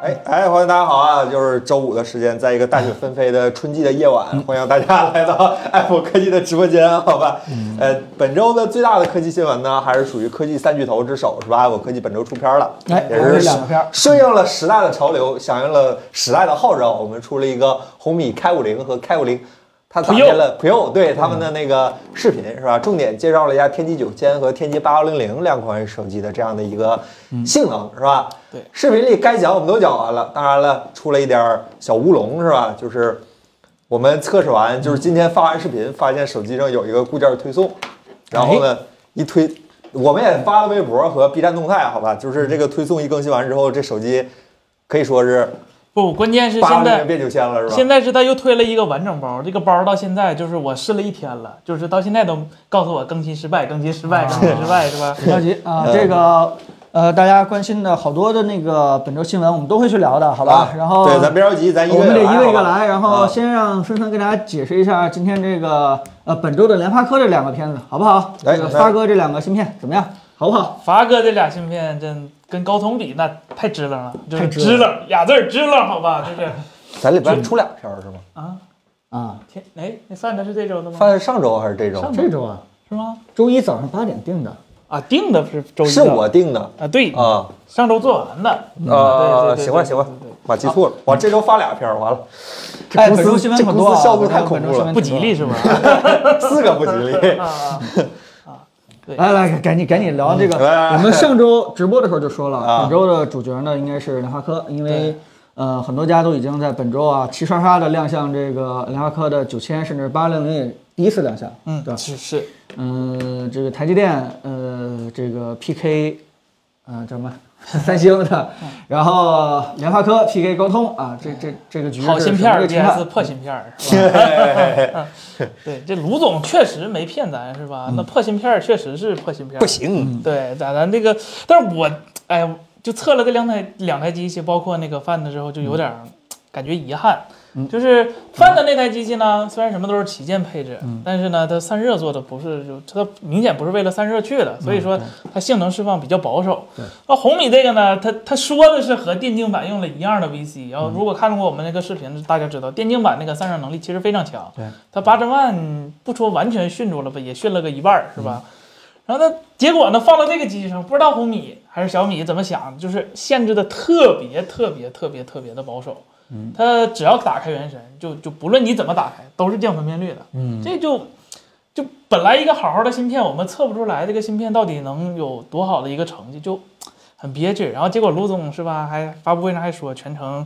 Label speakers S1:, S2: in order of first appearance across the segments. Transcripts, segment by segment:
S1: 哎哎，欢迎大家好啊！就是周五的时间，在一个大雪纷飞的春季的夜
S2: 嗯
S1: 晚，欢迎大家 来到 Apple 科技的直播间，好吧？
S2: 嗯
S1: 呃，本周的最大的科技新闻呢，还是属于科技三巨头之首，是吧？Apple 科技本周出片了，
S2: 哎
S1: 也
S2: 我
S1: 是
S2: 们两个片儿
S1: 顺应了时代的潮流，响应了时代的号召，我们出了一个红米 K 五零和 K 五零。它打开了 Pro 对他们的那个视频是吧？重点介绍了一下天玑九千和天玑八幺零零两款手机的这样的一个性能是吧？
S2: 对
S1: 视频里该讲我们都讲完了，当然了，出了一点儿小乌龙是吧？就是我们测试完，
S3: 嗯
S1: 就是今天发完视频，发现手机上有一个固件推送，然后
S3: 哎
S1: 呢一推，我们也发了微博和 B 站动态，好吧？就是这个推送一更新完之后，这手机可以说是
S3: 不，关键是
S1: 八
S3: 现
S1: 零
S3: 在
S1: 变九千了是吧？
S3: 现在是他又推了一个完整包，这个包到现在就是我试了一天了，就是到现在都告诉我更新失败，更新失败，
S2: 啊
S3: 更新失败 是吧？
S2: 别着急啊，
S1: 嗯
S2: 这个呃，大家关心的好多的那个本周新闻，我们都会去聊的，好吧
S1: 啊？
S2: 然后
S1: 对，咱别着急，咱一个
S2: 我们得
S1: 一
S2: 一
S1: 个
S2: 个一个来，然后
S1: 啊
S2: 先让纷纷给大家解释一下今天这个呃本周的联发科这两个片子，好不好？
S1: 哎
S2: 这个
S1: 来
S2: 发哥这两个芯片怎么样？好不好？
S3: 发哥这俩芯片真跟高通比，那太支棱了，就
S2: 太
S3: 是
S2: 支棱
S3: 支棱俩字儿支棱，好吧，就是
S1: 咱里边出俩片儿是吗？
S3: 啊，
S2: 啊，
S3: 天，哎，那算的是这周的吗？
S1: 放在上周还是这周？
S3: 上
S2: 这周啊，
S3: 是吗？
S2: 周一早上八点定的，
S3: 啊，定的是周一的，
S1: 是我定的
S3: 啊，对，
S1: 啊
S3: 上周做完的，
S1: 啊！
S3: 对对对
S1: 行吧
S3: 对
S1: 行吧
S3: 对对，
S1: 我记错了，我这周发俩片儿，完了，这
S2: 哎，
S1: 公
S2: 本周
S1: 司
S2: 新闻
S1: 这
S2: 可
S1: 公
S2: 多啊
S1: 司效率太恐
S2: 本周
S1: 怖
S2: 新闻啊
S1: 了，
S3: 不吉利是吧？
S1: 四 个不吉 利
S3: 啊。啊，啊 对
S2: 来来，赶紧赶紧聊这个。
S1: 嗯来来来
S2: 我们上周直播的时候就说了，
S1: 啊
S2: 本周的主角呢应该是联发科，因为呃很多家都已经在本周啊齐刷刷的亮相这个联发科的九千甚至八零零也第一次亮相，
S3: 嗯
S2: 对，吧？
S3: 是是，
S2: 嗯，这个台积电呃这个 PK，呃叫什么？ 三星的，然后联发科 PK 高通啊，这这这个局
S3: 好
S2: 是
S3: 芯
S2: 什么
S3: 片
S2: 一
S3: 儿
S2: 个情况
S1: 啊
S3: VS 破芯片儿，是吧？
S1: 嘿嘿嘿嘿
S3: 对，这卢总确实没骗咱，是吧？那破芯片儿确实是破芯片儿，
S1: 不行，
S3: 对，咱咱这个，但是我哎呀，就测了这两台两台机器，包括那个 Find 之后，就有点儿感觉遗憾。就是 Find 那台机器呢，虽然什么都是旗舰配置，但是呢，它散热做的不是，就它明显不是为了散热去的，所以说它性能释放比较保守。那红米这个呢，它它说的是和电竞版用了一样的 VC，然后如果看过我们那个视频，大家知道电竞版那个散热能力其实非常强，它八千万不说完全训住了吧，也训了个一半儿是吧？然后它结果呢放到这个机器上，不知道红米还是小米怎么想的，就是限制的特别特别特别特别的保守。嗯，它只要打开原神，就就不论你怎么打开，都是降分辨率的。嗯，这就就本来一个好好的芯片，我们测不出来这个芯片到底能有多好的一个成绩，就很憋屈。然后结果卢总是吧，还发布会上还说全程，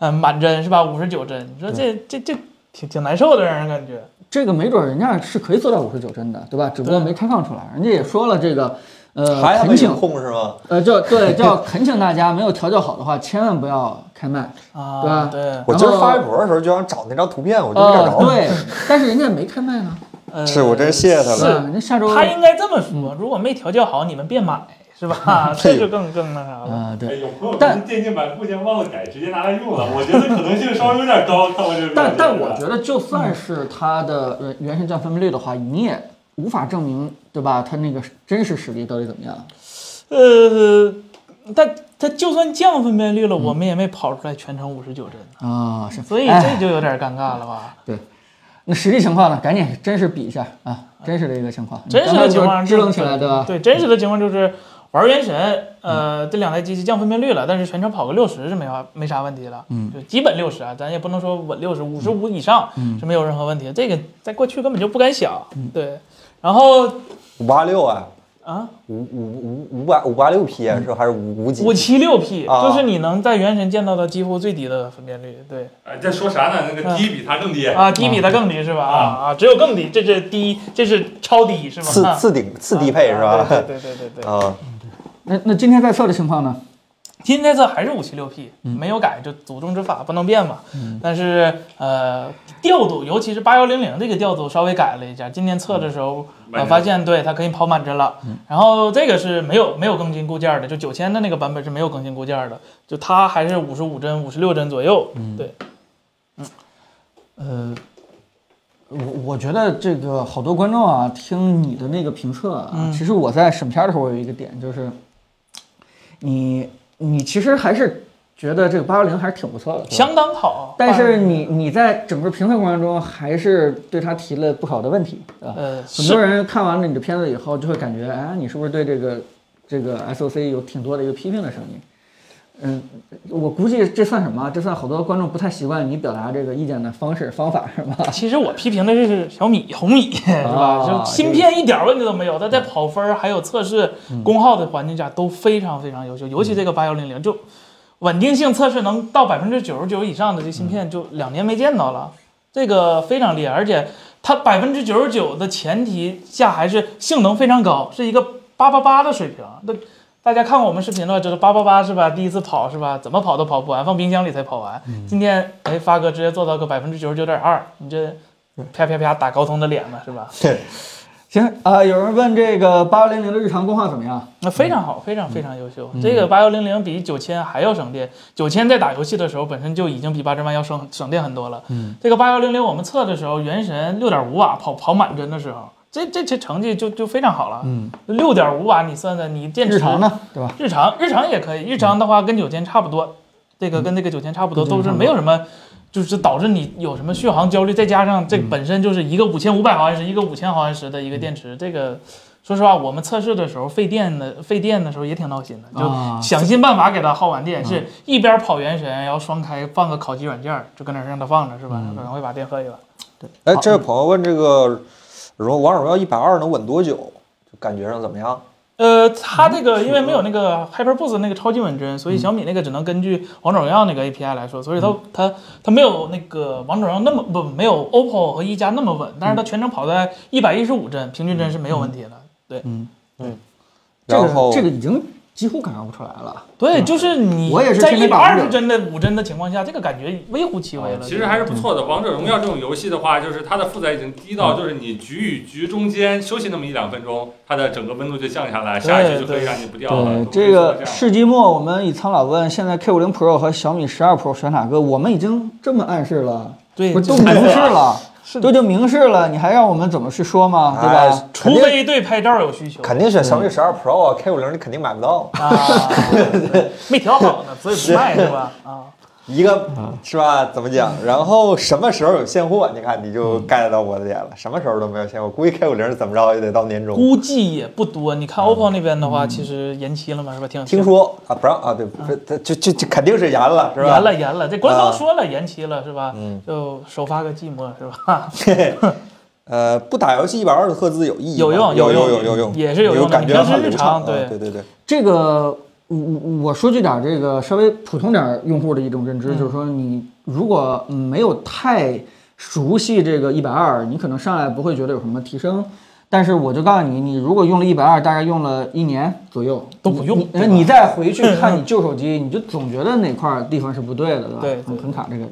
S3: 嗯、满帧是吧，五十九帧，你说这这这挺挺难受的，让人感觉。
S2: 这个没准儿人家是可以做到五十九帧的，对吧？只不过
S3: 对
S2: 没开放出来，人家也说了这个，呃，
S1: 还
S2: 恳
S1: 没
S2: 请，
S1: 控是吗？
S2: 呃，叫对叫恳请大家，没有调教好的话，千万不要开麦。对
S3: 啊
S2: 吧，
S3: 对，
S1: 我今儿发微博的时候就想找那张图片，我就没找
S2: 呃，
S3: 哦
S1: 着。
S2: 对，但是人家也没开麦呢，
S3: 呃
S1: 是我真谢谢他了
S2: 对吧
S3: 是
S2: 人家下周
S3: 他应该这么说：如果没调教好，你们别 买，是吧？这就更更那啥了。
S2: 啊，
S4: 哎
S2: 对，
S4: 有朋友
S2: 但
S4: 可能电竞版固件忘了改，直接拿来用了，我觉得可能性稍微有点高。 看我这个表现，啊
S2: 但但我觉得就算是它的原原神降分辨率的话，你也无法证明，对吧？它那个真实实力到底怎么样？嗯
S3: 呃，但他就算降分辨率了，我们也没跑出来全程五十九帧，
S2: 啊，嗯是，
S3: 所以
S2: 哎
S3: 这就有点尴尬了吧？
S2: 对。那实际情况呢？赶紧真实比一下啊！真实的一个情况，
S3: 真实的情况
S2: 支棱起来，对吧？
S3: 对，真实的情况就是玩原神，
S2: 嗯
S3: 呃，这两台机器降分辨率了，但是全程跑个六十是没法没啥问题了，嗯，就基本六十啊，咱也不能说稳六十，五十
S2: 嗯
S3: 五以上是没有任何问题，这个在过去根本就不敢想，
S2: 嗯
S3: 对。然后
S1: 五八六啊，
S3: 啊，
S1: 五五五五百五八六 P 啊，是还是五五几
S3: 五？七六 P，、
S1: 啊
S3: 就是你能在原神见到的几乎最低的分辨率，对
S4: 哎，这说啥呢？那个低比它更低。
S3: 啊，低比它
S1: 嗯
S3: 更低是吧？啊啊，只有更低，这是低，这是超低是吧？
S1: 次
S3: 啊
S1: 次顶次低配是
S3: 啊对
S1: 吧？
S3: 对对对对 对。
S1: 啊，
S2: 那那今天在测的情况呢？
S3: 今天这还是五七六 P，没有改，就祖宗之法不能变嘛。但是呃，调度，尤其是八幺零零这个调度稍微改了一下。今天测的时候，呃，
S4: 满帧
S3: 发现对它可以跑满帧了。
S2: 嗯
S3: 然后这个是没有没有更新固件的，就九千的那个版本是没有更新固件的，就它还是五十五帧、五十六帧左右。对，
S2: 嗯
S3: 嗯
S2: 呃，我我觉得这个好多观众啊，听你的那个评测啊，
S3: 嗯
S2: 其实我在审片的时候，我有一个点就是，你你其实还是觉得这个八幺零还是挺不错的。
S3: 相当好。
S2: 但是你你在整个评测过程中，还是对它提了不少的问题，对吧？
S3: 呃，
S2: 很
S3: 是
S2: 多人看完了你的片子以后，就会感觉，哎，你是不是对这个这个 SOC 有挺多的一个批评的声音？嗯，我估计这算什么？这算好多观众不太习惯你表达这个意见的方式方法是吧？
S3: 其实我批评的是小米、红米，是吧？
S2: 啊
S3: 就芯片一点问题都没有，它在跑分儿还有测试功耗的环境下都非常非常优秀，尤其这个八幺零零，就稳定性测试能到百分之九十九以上的这芯片，就两年没见到了，这个非常厉害。而且它百分之九十九的前提下还是性能非常高，是一个八八八的水平。那大家看过我们视频的话，知道八八八是吧？第一次跑是吧？怎么跑都跑不完，放冰箱里才跑完。
S2: 嗯
S3: 今天哎，发哥直接做到个百分之九十九点二，你这啪啪啪打高通的脸嘛是吧？
S2: 行啊、有人问这个八幺零零的日常功耗怎么样？啊
S3: 那非常好，非常
S2: 嗯
S3: 非常优秀。这个八幺零零比九千还要省电，九千在打游戏的时候本身就已经比八千万要省省电很多了。
S2: 嗯，
S3: 这个八幺零零我们测的时候，原神六点五瓦跑跑满帧的时候，这这这成绩就就非常好了。
S2: 嗯，
S3: 六点五瓦你算算，你电池
S2: 日常呢，对吧？
S3: 日常日常也可以，日常的话跟九千差不多，这嗯个跟这个九千差不多，
S2: 跟这
S3: 都
S2: 个
S3: 是没有什么，就是导致你有什么续航焦虑，再加上这本身就是一个五千五百毫安时，一个五千毫安时的一个电池，这个说实话，我们测试的时候费电的费电的时候也挺闹心的，就
S2: 啊
S3: 想尽办法给它耗完电，是一边跑原神，然后双开放个烤鸡软件儿，就搁那儿让它放着是吧？可能会把电喝一碗。
S1: 哎，这位朋友问这个，荣王者荣耀一百二能稳多久？就感觉上怎么样？
S3: 呃，它这个因为没有那个 HyperBoost 那个超级稳帧，所以小米那个只能根据王者荣耀那个 API 来说，所以它它它没有那个王者荣耀那么不没有 OPPO 和一加那么稳，但是它全程跑在一百一十五帧，平均帧是没有问题的。对
S2: 这
S1: 然后
S2: 个这个已经几乎感受不出来了。
S3: 对，就是你
S2: 我也是
S3: 在
S2: 天
S3: 一
S2: 天
S3: 百
S2: 打王
S3: 二
S2: 者
S3: 十帧的五帧的情况下，这个感觉微乎其微了。
S4: 啊其实还是不错的。王者荣耀这种游戏的话，就是它的负载已经低到，就是你局与局中间休息那么一两分钟，它的整个温度就降下来，下一局就可以让你不掉
S2: 对，
S4: 了。
S2: 这个世纪末，我们以苍老问，现在 K 5 0 Pro 和小米十二 Pro 选哪个？我们已经这么暗示了，
S3: 对，
S2: 不是都
S3: 就是
S2: 明示了，
S3: 是
S2: 都已经明示了，你还让我们怎么去说吗？对
S1: 哎
S2: 吧？
S1: 肯
S3: 除
S1: 定
S3: 非嗯对拍照有需求
S1: 肯定选小米十二 Pro 啊，K 五零你肯定买不到，
S3: 啊，没调好呢，所以不卖是吧？啊，
S1: 一个
S3: 嗯
S1: 是吧？怎么讲？然后什么时候有现货？你看你就
S3: 嗯
S1: get 到我的点了，什么时候都没有现货，估计 K 五零怎么着也得到年终。
S3: 估计也不多。你看 OPPO 那边的话，其实延期了嘛，是吧？挺
S1: 听说啊，不让啊，对，不是，它就就就肯定是严了，是吧？
S3: 嗯延了延了，这官
S1: 啊
S3: 方说了延期了是吧？
S1: 嗯
S3: 就首发个寂寞是吧？
S1: 呃，不打游戏一百二十赫兹有意义吗？
S3: 有用
S1: 有
S3: 有
S1: 用
S3: 用
S1: 有有用，
S3: 也是有用的
S1: 感觉
S3: 你平
S1: 很
S3: 时
S1: 流
S3: 日常
S1: 畅，
S3: 对
S1: 嗯对对对，
S2: 这个我我我说句点儿这个稍微普通点儿用户的一种认
S3: 嗯
S2: 知，就是说你如果没有太熟悉这个一百二，你可能上来不会觉得有什么提升。但是我就告诉你，你如果用了一百二，大概用了一年左右
S3: 都不用
S2: 你
S3: 对吧
S2: 你再回 去看你旧手机，你就总觉得哪块儿地方是不对的，对吧？
S3: 对
S2: 很
S3: 对嗯
S2: 很卡这个，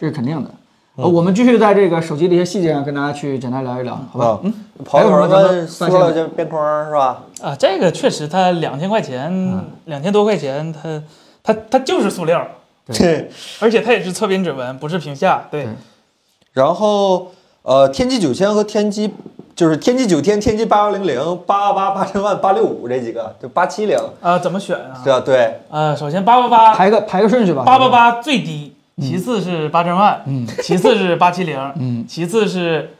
S2: 这是肯定的。呃，我们继续在这个手机的一些细节上跟大家去简单聊一聊，好吧
S1: 啊？
S3: 嗯
S1: 朋友
S2: 还有什么咱
S1: 们
S2: 们
S1: 塑
S2: 算下
S1: 料
S2: 来
S1: 边边框是吧？
S3: 啊，这个确实，它两千块钱，两千多块钱，它它它就是塑料，
S1: 对。
S3: 而且它也是侧边指纹，不是屏下。对
S2: 对，
S1: 然后呃，天玑九千和天玑就是天玑九千、天玑八幺零零、八八八千万、八六五这几个，就八七零，
S3: 啊，怎么选啊？
S1: 对吧？对，
S3: 呃，首先八八八
S2: 排个排个顺序吧。
S3: 八八八最低，其次是八千万，嗯，其次是八七零，
S2: 嗯，
S3: 其次是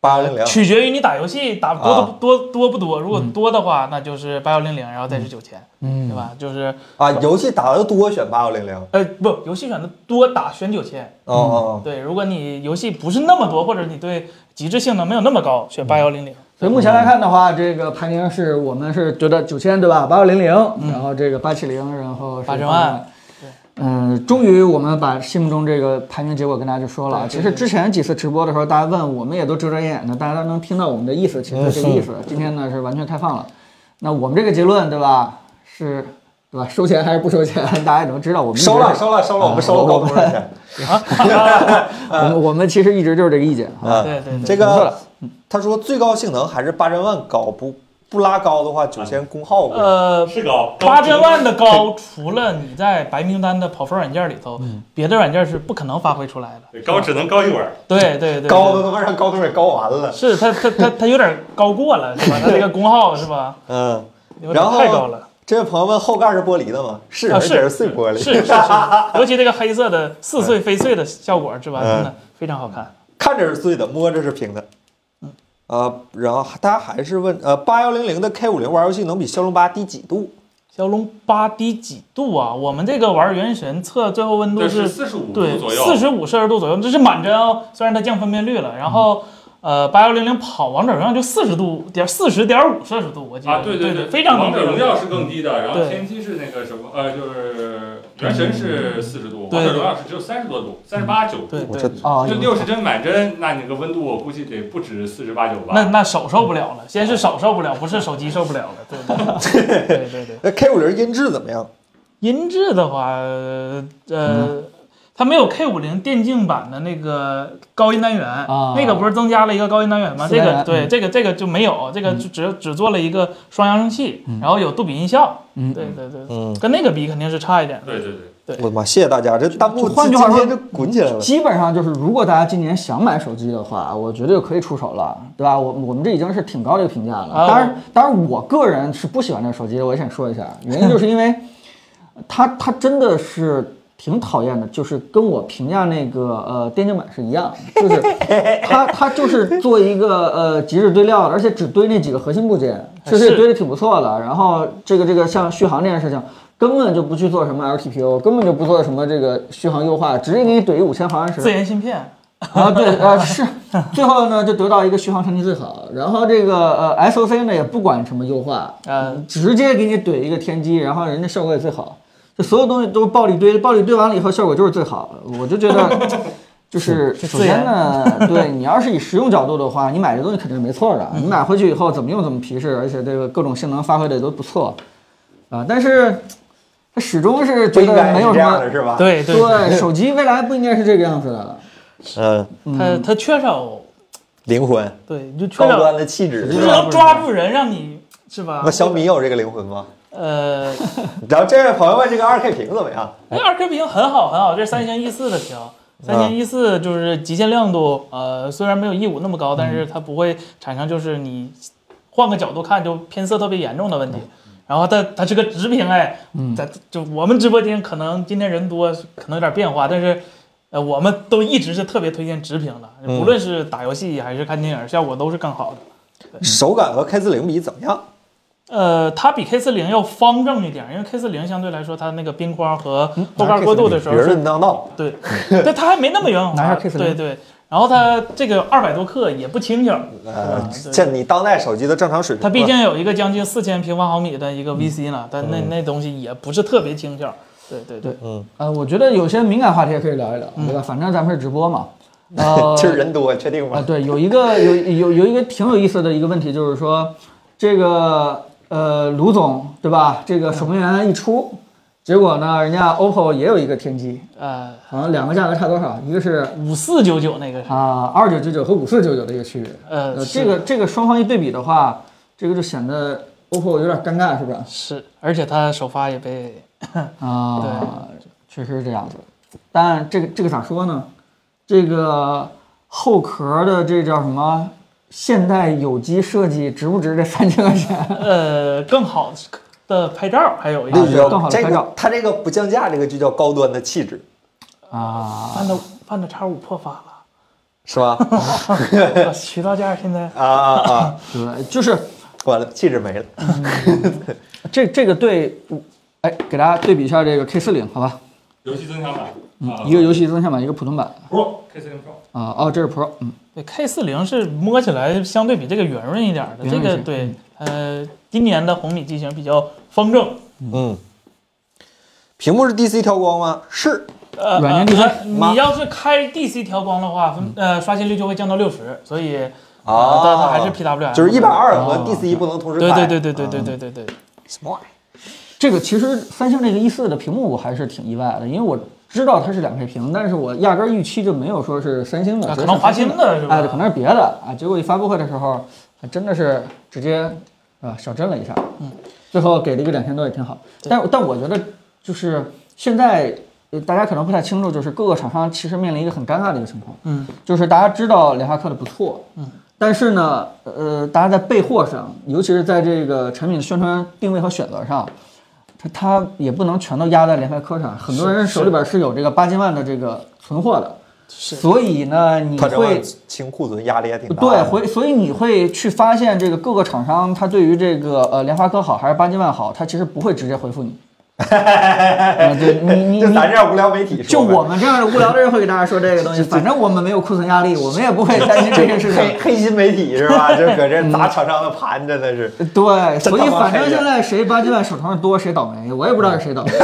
S1: 八幺零零。
S3: 取决于你打游戏打多
S1: 啊
S3: 不多多不多，如果多的话，那就是八幺零零，然后再是九千，
S2: 嗯
S3: 对吧？就是
S1: 啊，游戏打的多选八幺零零。
S3: 呃，不，游戏选的多打选九千。
S1: 哦哦，
S3: 对，如果你游戏不是那么多，或者你对极致性能没有那么高，
S1: 嗯
S3: 选八幺零零。
S2: 所以目前来看的话，这个排名是我们是觉得九千对吧？八幺零零，然后这个八七零，然后是
S3: 80万
S2: 万。嗯，终于我们把心目中这个排名结果跟大家就说了啊。
S3: 对
S2: 其
S3: 对
S2: 实
S3: 对
S2: 之前几次直播的时候，大家问我们也都遮遮掩掩的，大家都能听到我们的意思，其实是这个意思。今天呢是完全开放了，那我们这个结论对吧？是，对吧？收钱还是不收钱， 大家也能知道
S3: 嗯
S2: 我们一直
S1: 收了
S2: 是
S1: 收了收了，我们收了高通的钱。
S2: 我们我们其实一直就是这个意见 啊。
S1: 啊，
S3: 啊对对对，
S1: 这
S2: 不错了
S1: 个他说最高性能还是八千万高，不不拉高的话，九千功耗不
S3: 呃，
S4: 是高
S3: 八千万的高，除了你在白名单的跑分软件里头，
S1: 嗯
S3: 别的软件是不可能发挥出来的。
S4: 高只能高一会儿，
S3: 对对对，
S1: 高都他妈让高通给高完了。
S3: 是它它它它有点高过了是吧？它这个功耗是吧？
S1: 嗯，
S3: 有
S1: 然
S3: 点
S1: 后
S3: 太高了。
S1: 这位朋友问后盖是玻璃的吗？是，
S3: 啊
S1: 而
S3: 是
S1: 且是碎玻璃。
S3: 是是是，尤其这个黑色的似碎非碎的效果是吧？
S1: 嗯
S3: 真的非常好看。
S1: 看着是碎的，摸着是平的。呃，然后大家还是问，呃，八幺零零的 K 五零玩游戏能比骁龙八低几度？
S3: 骁龙八低几度啊？我们这个玩原神测最后温度
S4: 这是
S3: 是
S4: 四十五
S3: 对
S4: 度左右，
S3: 四十五摄氏度左右，这是满帧哦。虽然它降分辨率了，然
S4: 嗯
S3: 后、呃八幺零零跑王者荣耀就四十度点四十点五摄氏度，我记得、
S4: 啊，对
S3: 对
S4: 对，
S3: 非常
S4: 王
S3: 能接
S4: 者荣
S3: 受。
S4: 耀是更低的，然后
S3: 对
S4: 天梯是那个什么，呃，就是原神是四十度，
S3: 对
S4: 王者荣耀是只有三十多度，三十八九
S3: 对
S4: 度。
S1: 我
S3: 对
S1: 这
S3: 对，
S2: 啊，
S4: 就六十帧满帧，那你个温度我估计得不止四十八九吧。
S3: 那那手受不了了，先是手受不了，不是手机受不了了，对 对对对对对。
S1: 那 K 五零音质怎么样？
S3: 音质的话，呃，
S4: 嗯
S3: 它没有 K 5 0电竞版的那个高音单元，
S2: 啊
S3: 那个不是增加了一个高音单元吗？
S2: 四
S3: 这
S2: 单元
S3: 个对，
S2: 嗯
S3: 这个这个就没有，这
S4: 嗯
S3: 个就只、只做了一个双扬声器，然后有杜比音效，
S2: 嗯
S3: 对对对，
S1: 嗯，
S3: 跟那个比肯定是差一点的。
S4: 对对对，
S1: 我的妈，谢谢大家，这弹幕
S2: 就换句话说
S1: 今天就滚起来了。
S2: 基本上就是，如果大家今年想买手机的话，我觉得就可以出手了，对吧？我我们这已经是挺高的一个评价了。
S3: 啊
S2: 当然，当然，我个人是不喜欢这个手机的，我也想说一下，原因就是因 为它它真的是挺讨厌的，就是跟我评价那个呃电竞版是一样，就是 它它就是做一个呃极致堆料的，而且只堆那几个核心部件，确实
S3: 是
S2: 也堆的挺不错的。然后这个这个像续航这件事情。根本就不去做什么 LTPO，根本就不做什么这个续航优化，直接给你怼一五千毫安时。
S3: 自研芯片，
S2: 啊，对，呃是，最后呢就得到一个续航成绩最好，然后这个呃 SOC 呢也不管什么优化，
S3: 呃，
S1: 嗯
S2: 直接给你怼一个天玑，然后人家效果也最好，就所有东西都是暴力堆，暴力堆完了以后效果就是最好，我就觉得。 就是首先 呢，对你要是以实用角度的话，你买这东西肯定是没错的。
S1: 嗯
S2: 你买回去以后怎么用怎么皮实，而且这个各种性能发挥的也都不错，啊，但是它始终是
S1: 不
S2: 觉
S1: 应
S2: 得
S1: 该
S2: 没
S1: 是
S2: 有
S1: 这
S2: 什
S1: 样
S2: 么
S1: 的。是吧？，
S3: 对对，
S2: 对，手机未来不应该是这个样子的。
S1: 嗯，
S3: 它它缺少，
S1: 灵魂，
S3: 对，你就缺
S1: 高
S3: 少，
S1: 端的气质
S3: 就是是
S1: 吧？
S3: 能抓住人，让你是吧
S1: 那？小米有这个灵魂吗？
S3: 呃，
S1: 然后这位朋友问这个二 K 屏怎么样？
S3: 那二 K 屏很好很好，这是三星 E 四的屏，三
S1: 嗯
S3: 星 E 四就是极限亮度，呃，虽然没有 E 五那么高，但
S1: 嗯
S3: 是它不会产生就是你换个角度看就偏色特别严重的问题。然后它它是个直屏哎，
S1: 嗯
S3: 在就我们直播间可能今天人多，可能有点变化，但是。呃，我们都一直是特别推荐直屏的，
S1: 嗯
S3: 无论是打游戏还是看电影，效果都是更好的。
S1: 手感和 K 四零比怎么样？
S3: 呃，它比 K 四零要方正一点，因为 K 四零相对来说它那个边框和
S1: 嗯
S3: 后盖过渡的时候
S1: 别
S3: 是
S1: 人当道，
S3: 对，对，它还没那么圆滑。
S2: 嗯拿下 K40
S3: 对对，然后它这个二百多克也不轻巧，
S2: 嗯
S1: 呃，
S3: 嗯对
S1: 这你当代手机的正常水平。，
S3: 它毕竟有一个将近四千平方毫米的一
S2: 嗯
S3: 个 VC 呢，但那那东西也不是特别轻巧。对对对，
S2: 呃，我觉得有些敏感话题也可以聊一聊，对吧？反正咱们是直播嘛。呃
S1: 今儿人多，确定
S2: 啊，
S1: 吗？
S2: 对，有一个有有有一个挺有意思的一个问题，就是说这个呃，卢总对吧？这个守门员一出，结果呢，人家 OPPO 也有一个天玑，
S3: 呃，
S2: 好像两个价格差多少？一个是
S3: 五四九九那个是，
S2: 啊二九九九和五四九九的一个区别。
S3: 呃，
S2: 呃，
S3: 是
S2: 这个这个双方一对比的话，这个就显得 OPPO 有点尴尬，是吧？
S3: 是，而且它首发也被
S2: 啊，确实是这样子。但这个这个咋说呢？这个后壳的这叫什么？现代有机设计值不值这三千块钱？
S3: 呃更好的拍照，还有一
S1: 那
S2: 对
S1: 就
S2: 对
S3: 个
S2: 更好
S1: 叫这
S2: 地拍
S1: 个
S2: 照，
S1: 它这个不降价，这个就叫高端的气质，
S2: 啊，
S3: Find Find X 五破 发了
S1: 是 吧？
S3: 呃，渠道价现在
S1: 啊啊啊！
S2: 对，就是
S1: 完了，气质没了。
S2: 这这个对，哎，给大家对比一下这个 K 四零，好吧？
S4: 游戏增强版，
S3: 嗯
S4: 啊
S2: 一个游戏增强版，一个普通版
S4: Pro K 四零 Pro，
S2: 啊。哦，这是 Pro，嗯，
S3: 对，K 四零是摸起来相对比这个圆润一点儿的，
S2: 圆润
S3: 这
S2: 一些
S3: 个
S2: 嗯
S3: 对，呃，今年的红米机型比较方正，
S1: 嗯，屏幕是 DC 调光吗？是，
S3: 呃，
S2: 软件
S3: 呃
S2: 绿色
S3: 呃
S1: 妈
S3: 你要是开 DC 调光的话，分
S2: 嗯
S3: 呃刷新率就会降到六十，所以
S1: 啊
S3: 啊，呃但它还是 PWM，
S1: 就是一百。二和
S2: 哦
S1: DC 不能同时啊
S3: 对
S1: 开。
S3: 啊对对对对对对对对，
S1: 什么玩意儿？
S2: 这个其实三星这个 E 四的屏幕我还是挺意外的，因为我知道它是两 K 屏，但是我压根儿预期就没有说是三星的，
S3: 啊
S2: 觉得
S3: 可能
S2: 是
S3: 华
S2: 三星
S3: 星的是
S2: 哦
S3: 吧
S2: 哎，对可能是别的啊。结果一发布会的时候，还真的是直接啊小震了一下，嗯，最后给了一个两千多也挺好。但但我觉得就是现在呃大家可能不太清楚，就是各个厂商其实面临一个很尴尬的一个情况，
S3: 嗯，
S2: 就是大家知道联发科的不错，嗯，但是呢，呃，大家在备货上，尤其是在这个产品的宣传定位和选择上，它它也不能全都压在联发科上，很多人手里边是有这个八千万的这个存货的，
S3: 是
S2: 所以呢，你
S1: 它这
S2: 会
S1: 清库存压力也挺大
S2: 对
S1: 的。
S2: 回，所以你会去发现这个各个厂商，他对于这个呃联发科好还是八千万好，他其实不会直接回 复你。啊，对你你
S1: 就
S2: 你
S1: 咱这样无聊媒体
S2: 就
S1: 说呗，
S2: 我们这样的无聊的人会给大家说这个东 西，反正我们没有库存压力，我们也不会担心这件事
S1: 黑
S2: 情。
S1: 黑心媒体是 吧？就搁这砸厂商的盘，真的是。
S2: 对，
S1: 真
S2: 所
S1: 他
S2: 以
S1: 妈
S2: 反正
S1: 黑人
S2: 现在谁八千万手头上多谁倒霉，我也不知道是 谁倒霉。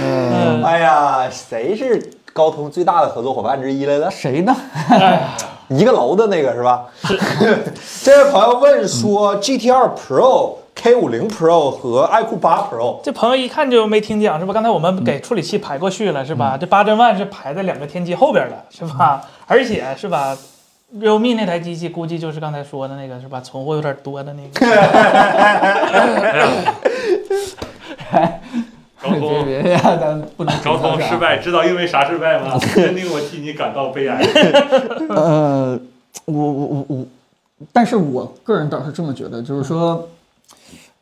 S3: 嗯，
S1: 哎呀，谁是高通最大的合作伙伴之一来的？
S2: 谁呢？
S1: 一个楼的那个是吧？ 这位朋友问说，GT2
S2: 嗯
S1: Pro、K50 Pro 和 iQOO 8 Pro
S3: 这朋友一看就没听讲是吧？刚才我们给处理器排过序了是吧？这八千万是排在两个天玑后边的是吧？而且是吧？realme 那台机器估计就是刚才说的那个是吧？存货有点多的那个，
S4: 高
S2: 别
S4: 通
S2: 别别，咱不能
S4: 高通
S2: 是吧
S4: 失败，知道因为啥失败 吗？真令我替你感到悲哀。
S2: 呃，我我我我，但是我个人倒是这么觉得，就是说，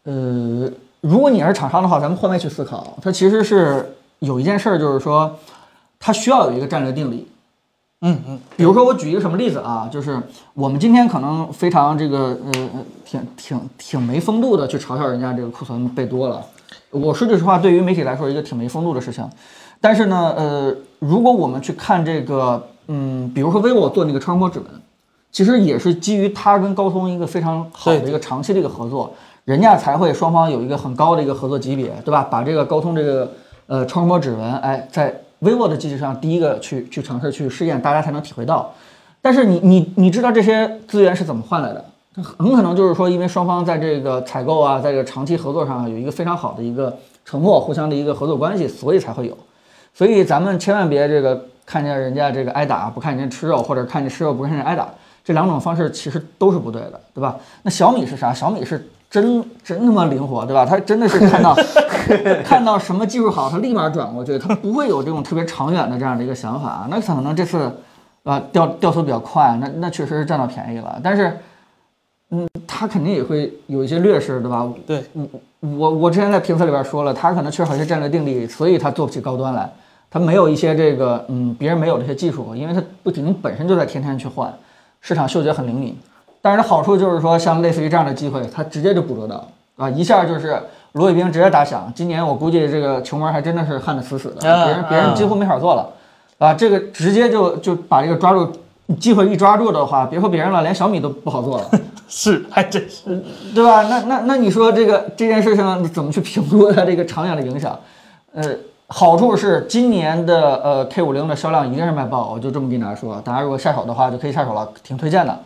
S2: 呃，如果你是厂商的话，咱们换位去思考，它其实是有一件事儿，就是说，它需要有一个战略定理。
S3: 嗯嗯，
S2: 比如说，我举一个什么例子啊？就是我们今天可能非常这个呃呃挺挺挺没风度的去嘲笑人家这个库存备多了。我说句实话，对于媒体来说，一个挺没风度的事情。但是呢，呃，如果我们去看这个，嗯，比如说 vivo 做那个穿梭指纹，其实也是基于它跟高通一个非常好的一个长期的一个合作，人家才会双方有一个很高的一个合作级别，对吧？把这个高通这个呃超声波指纹，哎，在 vivo 的基础上第一个去去尝试去试验，大家才能体会到。但是你你你知道这些资源是怎么换来的？它很可能就是说，因为双方在这个采购啊，在这个长期合作上啊有一个非常好的一个承诺，互相的一个合作关系，所以才会有。所以咱们千万别这个看见人家这个挨打不看人家吃肉，或者看见吃肉不看人家挨打，这两种方式其实都是不对的，对吧？那小米是啥？小米是真真他妈灵活，对吧？他真的是看到 看到什么技术好，他立马转过去，他不会有这种特别长远的这样的一个想法。那可能这次啊掉掉头比较快，那那确实是占到便宜了，但是。嗯，他肯定也会有一些劣势，对吧？
S3: 对，
S2: 我我之前在评测里边说了，他可能缺少一些战略定力，所以他做不起高端来。他没有一些这个嗯别人没有的一些技术，因为他不停本身就在天天去换，市场嗅觉很灵敏。但是它好处就是说，像类似于这样的机会，他直接就捕捉到啊，一下就是罗伟兵直接打响。今年我估计这个球门还真的是焊得死死的，
S3: 啊
S2: 别人别人几乎没法做了啊。这个直接就就把这个抓住机会一抓住的话，别说别人了，连小米都不好做了。
S3: 是还真是。
S2: 对吧？那那那你说这个这件事情怎么去评估它这个长远的影响？呃，好处是今年的呃 K 5 0的销量一定是卖爆，我就这么跟大家说，大家如果下手的话就可以下手了，挺推荐的。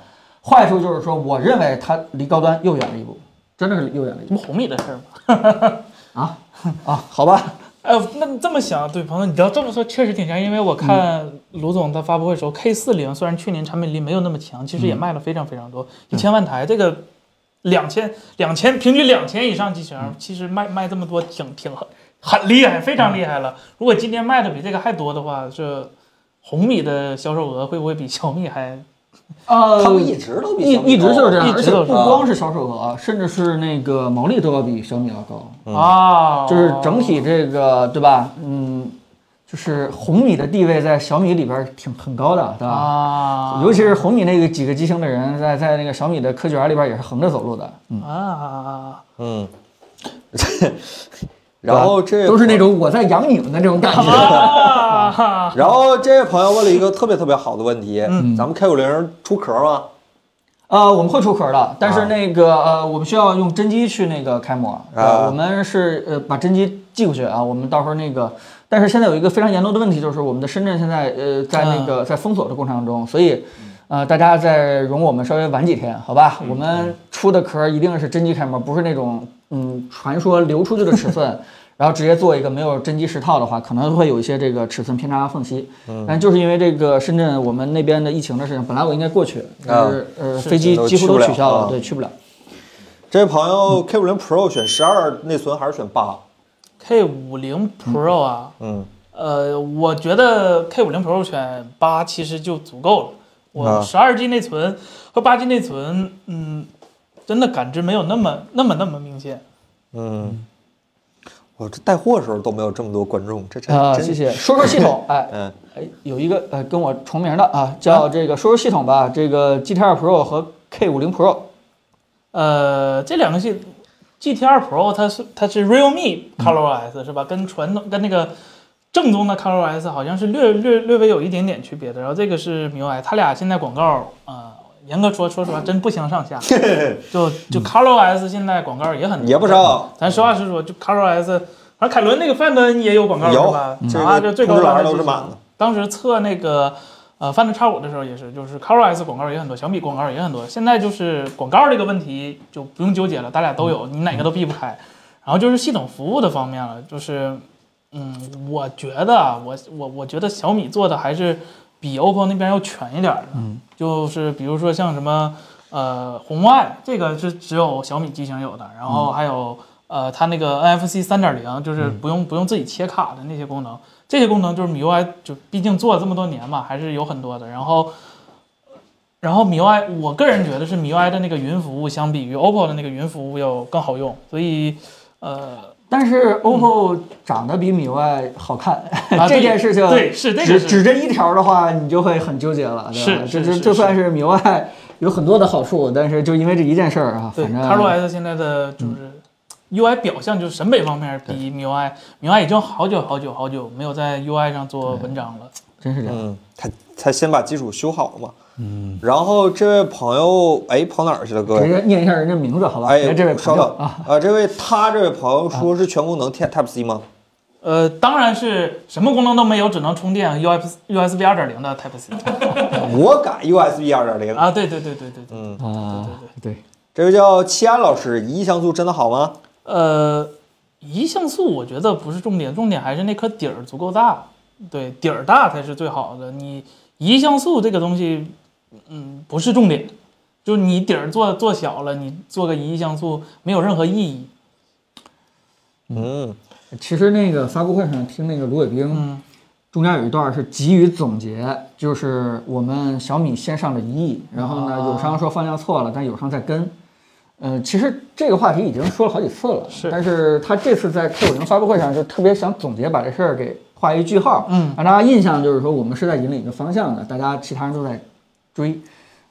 S2: 坏处就是说，我认为它离高端又远了一步，真的是又远了一
S3: 这
S2: 步
S3: 不红米的事儿吗？
S2: 啊啊！好吧，
S3: 哎，那你这么想，对朋友，你要这么说，确实挺强。因为我看
S2: 嗯
S3: 卢总他发布会的时候，K 4 0虽然去年产品力没有那么强，其实
S2: 嗯
S3: 也卖了非常非常多，一千万台，这个两千两千平均两千以上机型，
S2: 嗯
S3: 其实卖卖这么多挺挺很很厉害，非
S2: 嗯
S3: 常厉害了。如果今天卖的比这个还多的话，这红米的销售额会不会比小米还？
S2: 呃，
S1: 他们一直都比
S2: 一
S1: 小米
S2: 一直就是这样，
S3: 一
S2: 而
S3: 直
S2: 且
S3: 都
S2: 不
S3: 是
S2: 光是销售额，甚至是那个毛利都要比小米要高。
S3: 啊，
S2: 嗯就是整体这个对吧？嗯，就是红米的地位在小米里边儿挺很高的，对吧？
S3: 啊，
S2: 尤其是红米那个几个机型的人在在那个小米的科技园里边儿也是横着走路的，嗯，
S3: 啊，
S1: 嗯，然后这
S2: 都是那种我在养你们的这种感 觉。
S3: 啊，
S1: 然后这位朋友问了一个特别特别好的问题，
S2: 嗯
S1: 咱们 K 五零出壳吗？
S2: 呃，我们会出壳的，但
S1: 啊
S2: 是那个呃，我们需要用真机去那个开模，对
S1: 啊
S2: 我们是呃把真机寄过去啊，我们到时候那个，但是现在有一个非常严重的问题，就是我们的深圳现在呃在那
S1: 嗯
S2: 个在封锁的过程中，所以呃大家再容我们稍微晚几天，好吧？
S1: 嗯
S2: 我们出的壳一定是真机开模，不是那种嗯传说流出去的尺 寸。然后直接做一个没有真机实套的话，可能会有一些这个尺寸偏差缝隙。嗯，但就是因为这个深圳我们那边的疫情的事情，本来我应该过去，但是呃飞机
S1: 啊都
S2: 几乎
S1: 去不
S2: 都
S1: 了
S2: 取消
S1: 啊
S2: 了，对，去不了。
S1: 这位朋友 K 五零 Pro 选十二内存还是选八？
S3: K 5 0 Pro 啊，
S1: 嗯，
S3: 呃，我觉得 K 5 0 Pro 选八其实就足够了。
S1: 啊
S3: 我十二 G 内存和八 G 内存，嗯，真的感知没有那么那么那么明显。
S1: 嗯，我这带货的时候都没有这么多观众，这真
S2: 啊，
S1: 真
S2: 谢谢。说说系统，哎，
S1: 嗯，
S2: 哎，有一个呃跟我重名的啊，叫这个说说系统吧，这个 GT2 Pro 和 K50 Pro，
S3: 呃，这两个系 GTR Pro 它是它是 Realme Color OS 是吧？跟传统跟那个正宗的 Color OS 好像是略略略微有一点点区别的。然后这个是 MIUI，它俩现在广告啊、呃严格说说实话真不相 上下。就就 Color OS 现在广告也很多
S1: 嗯也不少。
S3: 咱实话实说，就 Color S，反正凯伦那个范德恩也有广告
S1: 有
S3: 是吧？
S1: 这
S3: 啊，
S1: 个
S3: 就最
S1: 通
S3: 高
S1: 知
S3: 端
S1: 栏都
S3: 的就是是
S1: 满的。
S3: 当时测那个呃范德叉五的时候也是，就是 Color S 广告也很多，小米广告也很多。现在就是广告这个问题就不用纠结了，大俩都有，你哪个都避不开。然后就是系统服务的方面了，就是嗯，我觉得啊我我我觉得小米做的还是比 OPPO 那边要全一点儿的，嗯，就是比如说像什么呃红外，这个是只有小米机型有的，然后还有、呃它那个 NFC 三点零，就是不用、不用自己切卡的那些功能，这些功能就是 MIUI 就毕竟做了这么多年嘛，还是有很多的。然后然后 MIUI，我个人觉得是 MIUI 的那个云服务相比于 OPPO 的那个云服务要更好用，所以呃。
S2: 但是 OPPO 长得比米 i 好看，
S3: 啊
S2: 这
S3: 对
S2: 件事情
S3: 对是这个
S2: 只
S3: 是
S2: 只这一条的话，你就会很纠结了，对吧？
S3: 是
S2: 这
S3: 是
S2: 这
S3: 是
S2: 这算是米 i 有很多的好处，但是就因为这一件事儿啊，
S3: 对
S2: 反正
S3: c o l o S 现在的就是 UI 表象，就是审美方面比 MIUI MIUI 已经好久好久好久没有在 UI 上做文章了。
S2: 真是这样。
S1: 嗯，他他先把基础修好嘛。嗯，然后这位朋友，哎，跑哪儿去了，各
S2: 直
S1: 位？
S2: 接念一下人家名字，好吧？
S1: 哎，
S2: 这位
S1: 稍
S2: 朋友
S1: 等
S2: 啊，
S1: 啊、这位他这位朋友说是全功能 Type Type C 吗？
S3: 呃，当然是什么功能都没有，只能充电 US USB 2.0的 Type C
S1: 我改 USB 二点零。
S3: 啊！对对对对对对，
S2: 啊，对，
S1: 这位叫齐安老师，一亿像素真的好吗？
S3: 呃，一像素我觉得不是重点，重点还是那颗底儿足够大，对，底儿大才是最好的。你一像素这个东西，嗯，不是重点，就是你底儿做做小了，你做个一亿像素没有任何意义。
S1: 嗯，
S2: 其实那个发布会上听那个卢伟冰，
S3: 嗯
S2: 中间有一段是急于总结，就是我们小米先上了一亿，然后呢，
S3: 啊
S2: 友商说方向错了，但友商在跟。呃，其实这个话题已经说了好几次了，
S3: 是
S2: 但是他这次在 K 五零发布会上就特别想总结，把这事儿给画一句号，
S3: 嗯
S2: 让大家印象就是说我们是在引领一个方向的，大家其他人都在追。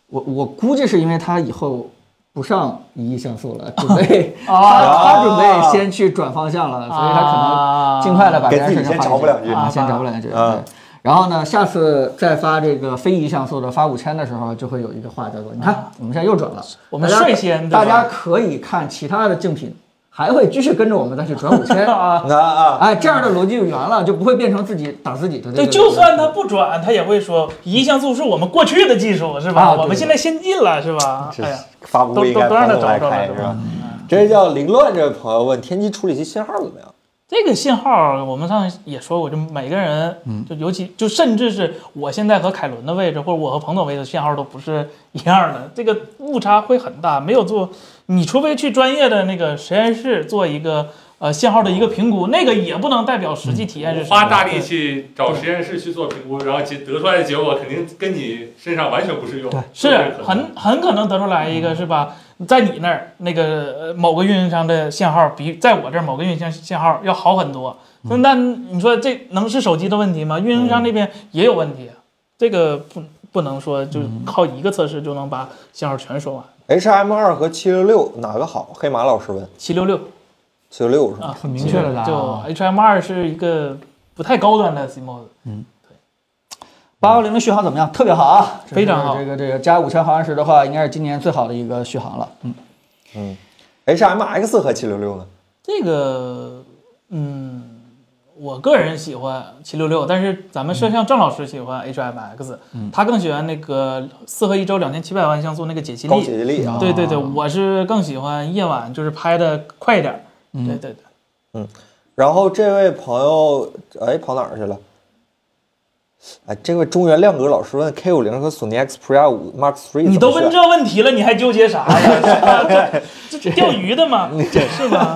S2: 我我估计是因为他以后不上一亿像素了，准 备他他准备先去转方向了，所以他可能
S3: 啊
S2: 尽快的把这件事
S1: 给
S2: 情
S1: 自己先
S2: 发
S1: 找补两句
S2: 啊，先找补两句。
S1: 啊
S2: 对，然后呢，下次再发这个非一像素的发五千的时候，就会有一个话叫做“你看，我们现在又转了”，
S3: 啊我们
S2: 大家
S3: 率先
S2: 大家
S3: 对
S2: 可以看其他的竞品，还会继续跟着我们再去转五 千啊。
S1: 啊啊，
S2: 哎，这样的逻辑就圆了，就不会变成自己打自己的这个。
S3: 对，就算他不转，他也会说一亿像素是我们过去的技术，是吧？
S2: 啊对
S3: 我们现在先进了，是吧？
S1: 这
S3: 哎呀，
S1: 发布
S3: 都
S1: 会应
S3: 都
S1: 该
S3: 都让他
S1: 从
S3: 找
S1: 我来
S3: 着了，
S1: 开
S3: 是
S1: 是
S2: 嗯
S3: 吧
S1: 吧？？这位叫凌乱这位朋友问，天玑处理器信号怎么样？
S3: 这个信号，我们上次也说过，就每个人，就尤其就甚至是我现在和凯伦的位置，或者我和彭总位置信号都不是一样的，这个误差会很大。没有做，你除非去专业的那个实验室做一个呃信号的一个评估，那个也不能代表实际体验是什么。
S4: 花大力气找实验室去做评估，然后结得出来的结果肯定跟你身上完全不适用，
S3: 是
S4: 这个可能
S3: 很很可能得出来一个是吧？在你那儿那个呃某个运营商的信号比在我这儿某个运营商信号要好很多。
S2: 嗯
S3: 那那你说这能是手机的问题吗？运营商那边也有问题，
S2: 嗯
S3: 这个不不能说就靠一个测试就能把信号全说完。
S1: H M 二和七六六哪个好？黑马老师问，
S3: 七六六
S1: 七六六是吧？
S3: 啊，
S2: 很明确的答案
S3: 就
S2: 啊
S3: HM 二是一个不太高端的 CMOS，
S2: 八幺零的续航怎么样？特别好啊，
S3: 非常好
S2: 这个这个加五千毫安时的话，应该是今年最好的一个续航了。嗯，
S1: H M X 和七六六呢？
S3: 这个，嗯，我个人喜欢七六六，但是咱们摄
S1: 嗯
S3: 像郑老师喜欢 HMX，、他更喜欢那个四合一周两千七百万像素那个解析
S1: 高解
S3: 力。
S1: 析力啊！
S3: 对对对，我是更喜欢夜晚，就是拍的快一点儿。
S1: 嗯
S3: 对对对，
S1: 然后这位朋友，哎，跑哪儿去了？哎，这位中原亮哥老师问 K 五零和索尼 Xperia 五 Mark Three
S3: 你都
S1: 怎么选
S3: 问这问题了，你还纠结 啥呀？这这钓鱼的嘛，是吧？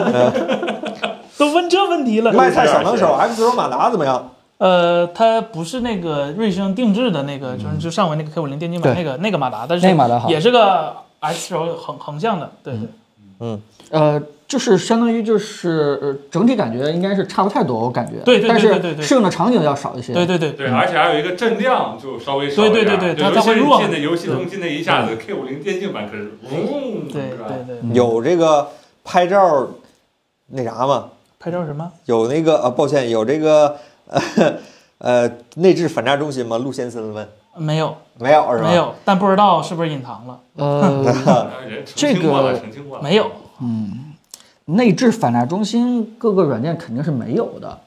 S3: 都问这问题了，
S1: 嗯卖菜小能手 X 轴马达怎么样？
S3: 呃，它不是那个瑞声定制的那个，就是就上回那个 K 五零电竞版
S2: 对
S3: 那个嗯那个马达，但嗯
S2: 那
S3: 是
S2: 个马达好
S3: 也是个 X 轴横横向的，对对，
S2: 呃，就是相当于就是呃整体感觉应该是差不太多，我感觉。
S3: 对对对对对
S2: 但
S3: 对
S2: 是适用的场景要少一些。
S3: 对对对，
S4: 对，而且还有一个震量就稍微少一点，
S3: 嗯对对对对它
S4: 尤其
S3: 它会
S4: 是
S3: 弱
S4: 进的游戏中进的一下子 K 五零电竞版可是，嗡，
S3: 嗯对
S4: 是吧？
S3: 对对，
S1: 有这个拍照那啥嘛，
S3: 拍照什么？
S1: 有那个啊，抱歉，有这个呃呃内置反诈中心吗？陆先生问，
S3: 没有
S1: 没有是吧？
S3: 没。有，但不知道是不是隐藏了？
S2: 呃，
S4: 啊人澄清过了，澄清过了，
S3: 没有，
S2: 内置反诈中心各个软件肯定是没有的，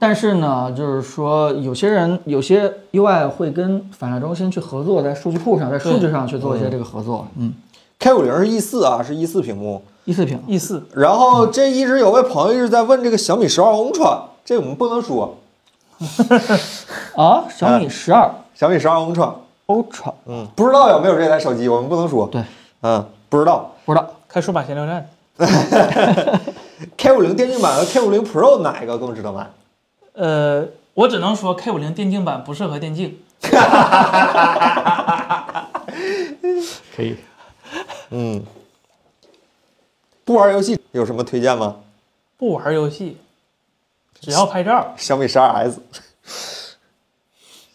S2: 但是呢，就是说有些人有些 UI 会跟反诈中心去合作，在数据库上，在数据上去做一些这个合作。嗯，
S1: K 五零是 E 四啊，是 E 四屏幕。
S2: 一次屏，
S3: E 四
S1: 然后这一直有位朋友一直在问这个小米十二 Ultra，这我们不能说
S2: 啊，小米十二
S1: 小米十二呃 Ultra，
S2: Ultra，
S1: 嗯，不知道有没有这台手机，我们不能说。
S2: 对，
S1: 嗯，不知道。
S2: 不知道
S3: 开数码闲聊站，
S1: K 五零电竞版和 K 五零 Pro 哪一个更值得买？
S3: 呃，我只能说 K 五零电竞版不适合电竞，
S5: 可以。
S1: 嗯，不玩游戏有什么推荐吗？
S3: 不玩游戏，只要拍照，
S1: 小米十二 S，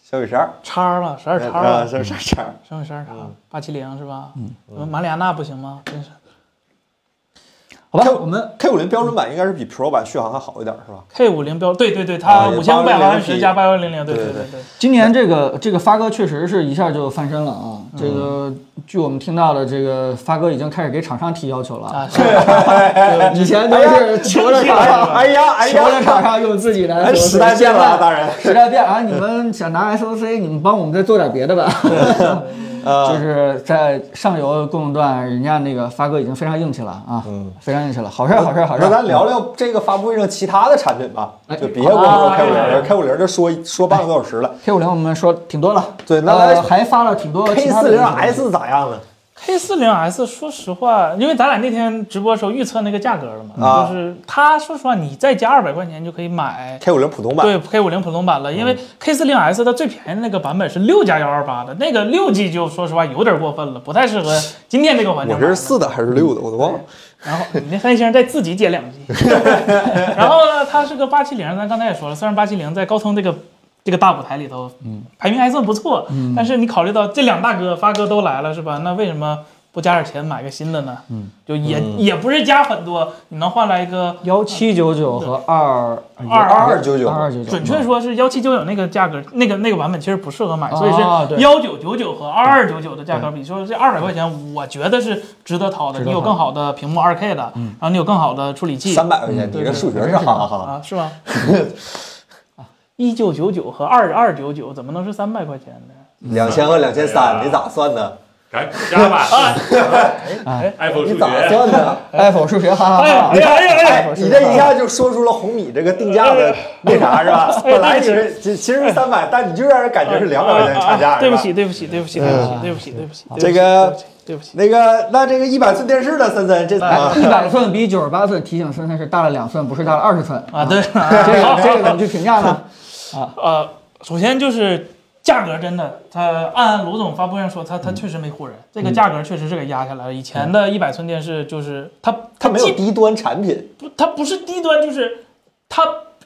S1: 小米十二，
S3: 叉了，十二哎叉
S1: 啊，
S3: 了，
S1: 小米十二叉，
S3: 上面十二叉，八七零是吧？嗯，马里亚纳不行吗？真是
S2: 好吧
S1: Q-，
S2: 我们
S1: K 五零标准版应该是比 Pro 版续航还好一点，是吧？
S3: K 五零标，对对对，它
S1: 啊有
S3: 五千五百毫安
S1: 8000P
S3: 时加八幺零零，对
S1: 对
S3: 对
S1: 对
S3: 对，
S2: 今年这个这个发哥确实是一下就翻身了啊！这个据我们听到的，这个发哥已经开始给厂商提要求了
S3: 啊，
S2: 啊。
S3: 是
S2: 以前都是求着厂商，
S1: 哎呀，哎
S2: 求着
S1: 呀，
S2: 厂商用自己的
S1: 哎
S2: 手
S1: 时代
S2: 机
S1: 变了啊
S2: 办
S1: 大人
S2: 时代变了啊！你们想拿 SOC，你们帮我们再做点别 的吧。就
S1: 呃，
S2: 是在上游供应段，人家那个发哥已经非常硬气了啊，
S1: 嗯
S2: 非常硬气了，好事儿好事儿好事
S1: 那
S2: 儿。
S1: 咱聊聊这个发布会上其他的产品吧，就别光说
S3: 哎
S1: K 五零
S3: 哎
S1: ，K 五零这说说半个多小时了。
S2: K 五零我们说挺多了，
S1: 对那
S2: 呃
S1: 来
S2: 还发了挺多
S1: K
S2: 其他
S1: 四
S2: 的
S1: 零
S2: 东西
S1: S 咋样了？
S3: K 四零 S，说实话，因为咱俩那天直播的时候预测那个价格了嘛，
S1: 啊
S3: 就是它，说实话，你再加二百块钱就可以买
S1: K 五零普通版，
S3: 对 K 五零普通版了，因
S1: 嗯
S3: 为 K 四零 S 它最便宜的那个版本是六加幺二八的，那个六 G 就说实话有点过分了，不太适合今天这个环境
S1: 我
S3: 买
S1: 这
S3: 了。
S1: 是四的还是六的，我都忘了。
S3: 然后你那三星再自己减两 G，然后呢，它是个八七零，咱刚才也说了，虽然八七零在高通这个这个大舞台里头，嗯，排名还算不错，嗯，但是你考虑到这两大哥发哥都来了是吧？那为什么不加点钱买个新的呢？嗯，就也、也不是加很多，你能换来一个
S2: 幺七九九和二
S3: 二
S1: 二二九九
S2: 嗯二，二九九，
S3: 准确说是幺七九九那个价格，那个那个版本其实不适合买，
S2: 啊
S3: 所以
S2: 对
S3: 是幺九九九和二二九九的价格比，说这二百块钱，我觉得是值得掏的。
S2: 值得
S3: 你有
S2: 掏
S3: 更好的屏幕二 K 的，然后你有更好的处理器
S1: 三百块钱，你这数学是哈哈。
S3: 啊，是吗？ 一九九九和二二九九怎么能是三百块钱呢？
S1: 两千和两千三，你咋算的？
S4: 赶紧加吧，iPhone 数
S1: 你咋
S4: 学，
S1: 算的？
S2: ，Apple 数学哈哈
S3: 哎呀
S2: 哈
S3: 哎。呀哎呀哎呀！
S1: 哎，你这一下就说出了红米这个定价的那啥是吧？本来你是其其实是三百，但你就让人感觉是两百块钱差价，
S3: 哎对
S1: 是
S3: 不
S1: 吧
S3: 起，对不起，对不起，对不起，对不起，对不起。
S1: 啊这个
S3: 对不起，
S1: 那个，那这个一百寸电视的森森，这
S2: 哎，
S1: 啊
S2: 一百寸比九十八寸，提醒森森是大了两寸，不是大了二十寸
S3: 啊，对
S2: 这
S3: 啊，
S2: 个这个怎么去评价呢？
S3: 呃，首先就是价格真的，它按卢总发布会上说，它它确实没唬人，这个价格确实是给压下来了。以前的一百寸电视就是它
S1: 它没有
S3: 既
S1: 低端产品，
S3: 不它不是低端，就是它。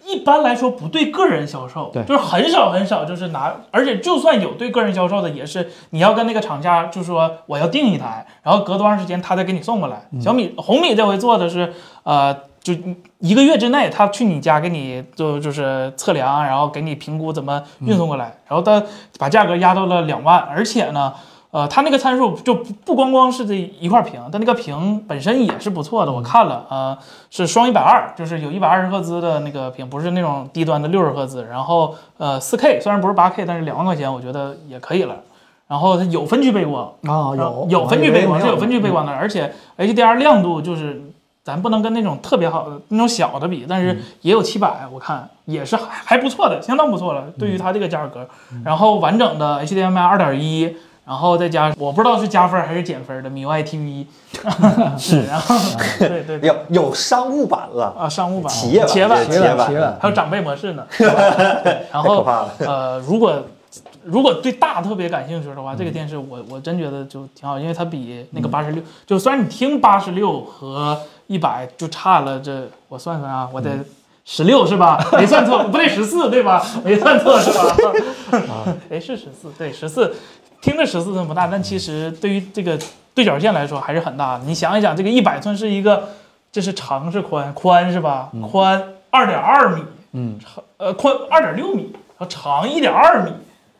S3: 一般来说不对个人销售，
S2: 对
S3: 就是很少很少，就是拿，而且就算有对个人销售的，也是你要跟那个厂家就说我要订一台，然后隔多长时间他再给你送过来。小米、红米这回做的是，呃，就一个月之内，他去你家给你就就是测量，然后给你评估怎么运送过来，然后他把价格压到了两万，而且呢，呃，它那个参数就不不光光是这一块屏，它那个屏本身也是不错的，我看了，呃，是双一百二，就是有一百二十赫兹的那个屏，不是那种低端的六十赫兹，然后呃四 K 虽然不是八 K，但是两万块钱我觉得也可以了。然后它有分区背光，
S2: 啊，
S3: 然
S2: 有
S3: 后哦有分区背光，
S2: 是
S3: 是有分嗯区背光的，而且 HDR 亮度就是咱不能跟那种特别好的那种小的比，但是也有七百，我看也是还还不错的，相当不错了，对于它这个价格。然后完整的 HDMI 二点一，然后再加我不知道是加分还是减分的 MIUI TV，是，啊然后 对对对
S1: 有有商务版了，
S3: 啊，商务版、
S1: 企业版、
S3: 企业版、
S1: 企业
S2: 企业版
S1: 版，
S3: 还有长辈模 式呢。然
S1: 太可
S3: 后
S1: 怕了。
S3: 呃，如果如果对大特别感兴趣的话，这个电视我我真觉得就挺好，因为它比那个八十六，就虽然你听八十六和一百就差了这，我算算啊，我得十六是吧？没算错，不对，十四对吧？没算错是吧？ 哎，是十四，对，十四，听着十四寸不大，但其实对于这个对角线来说还是很大的。你想一想，这个一百寸是一个，这是长是宽，宽是吧？宽二点二米，
S5: 嗯，
S3: 长呃宽二点六米，然后长一点二米，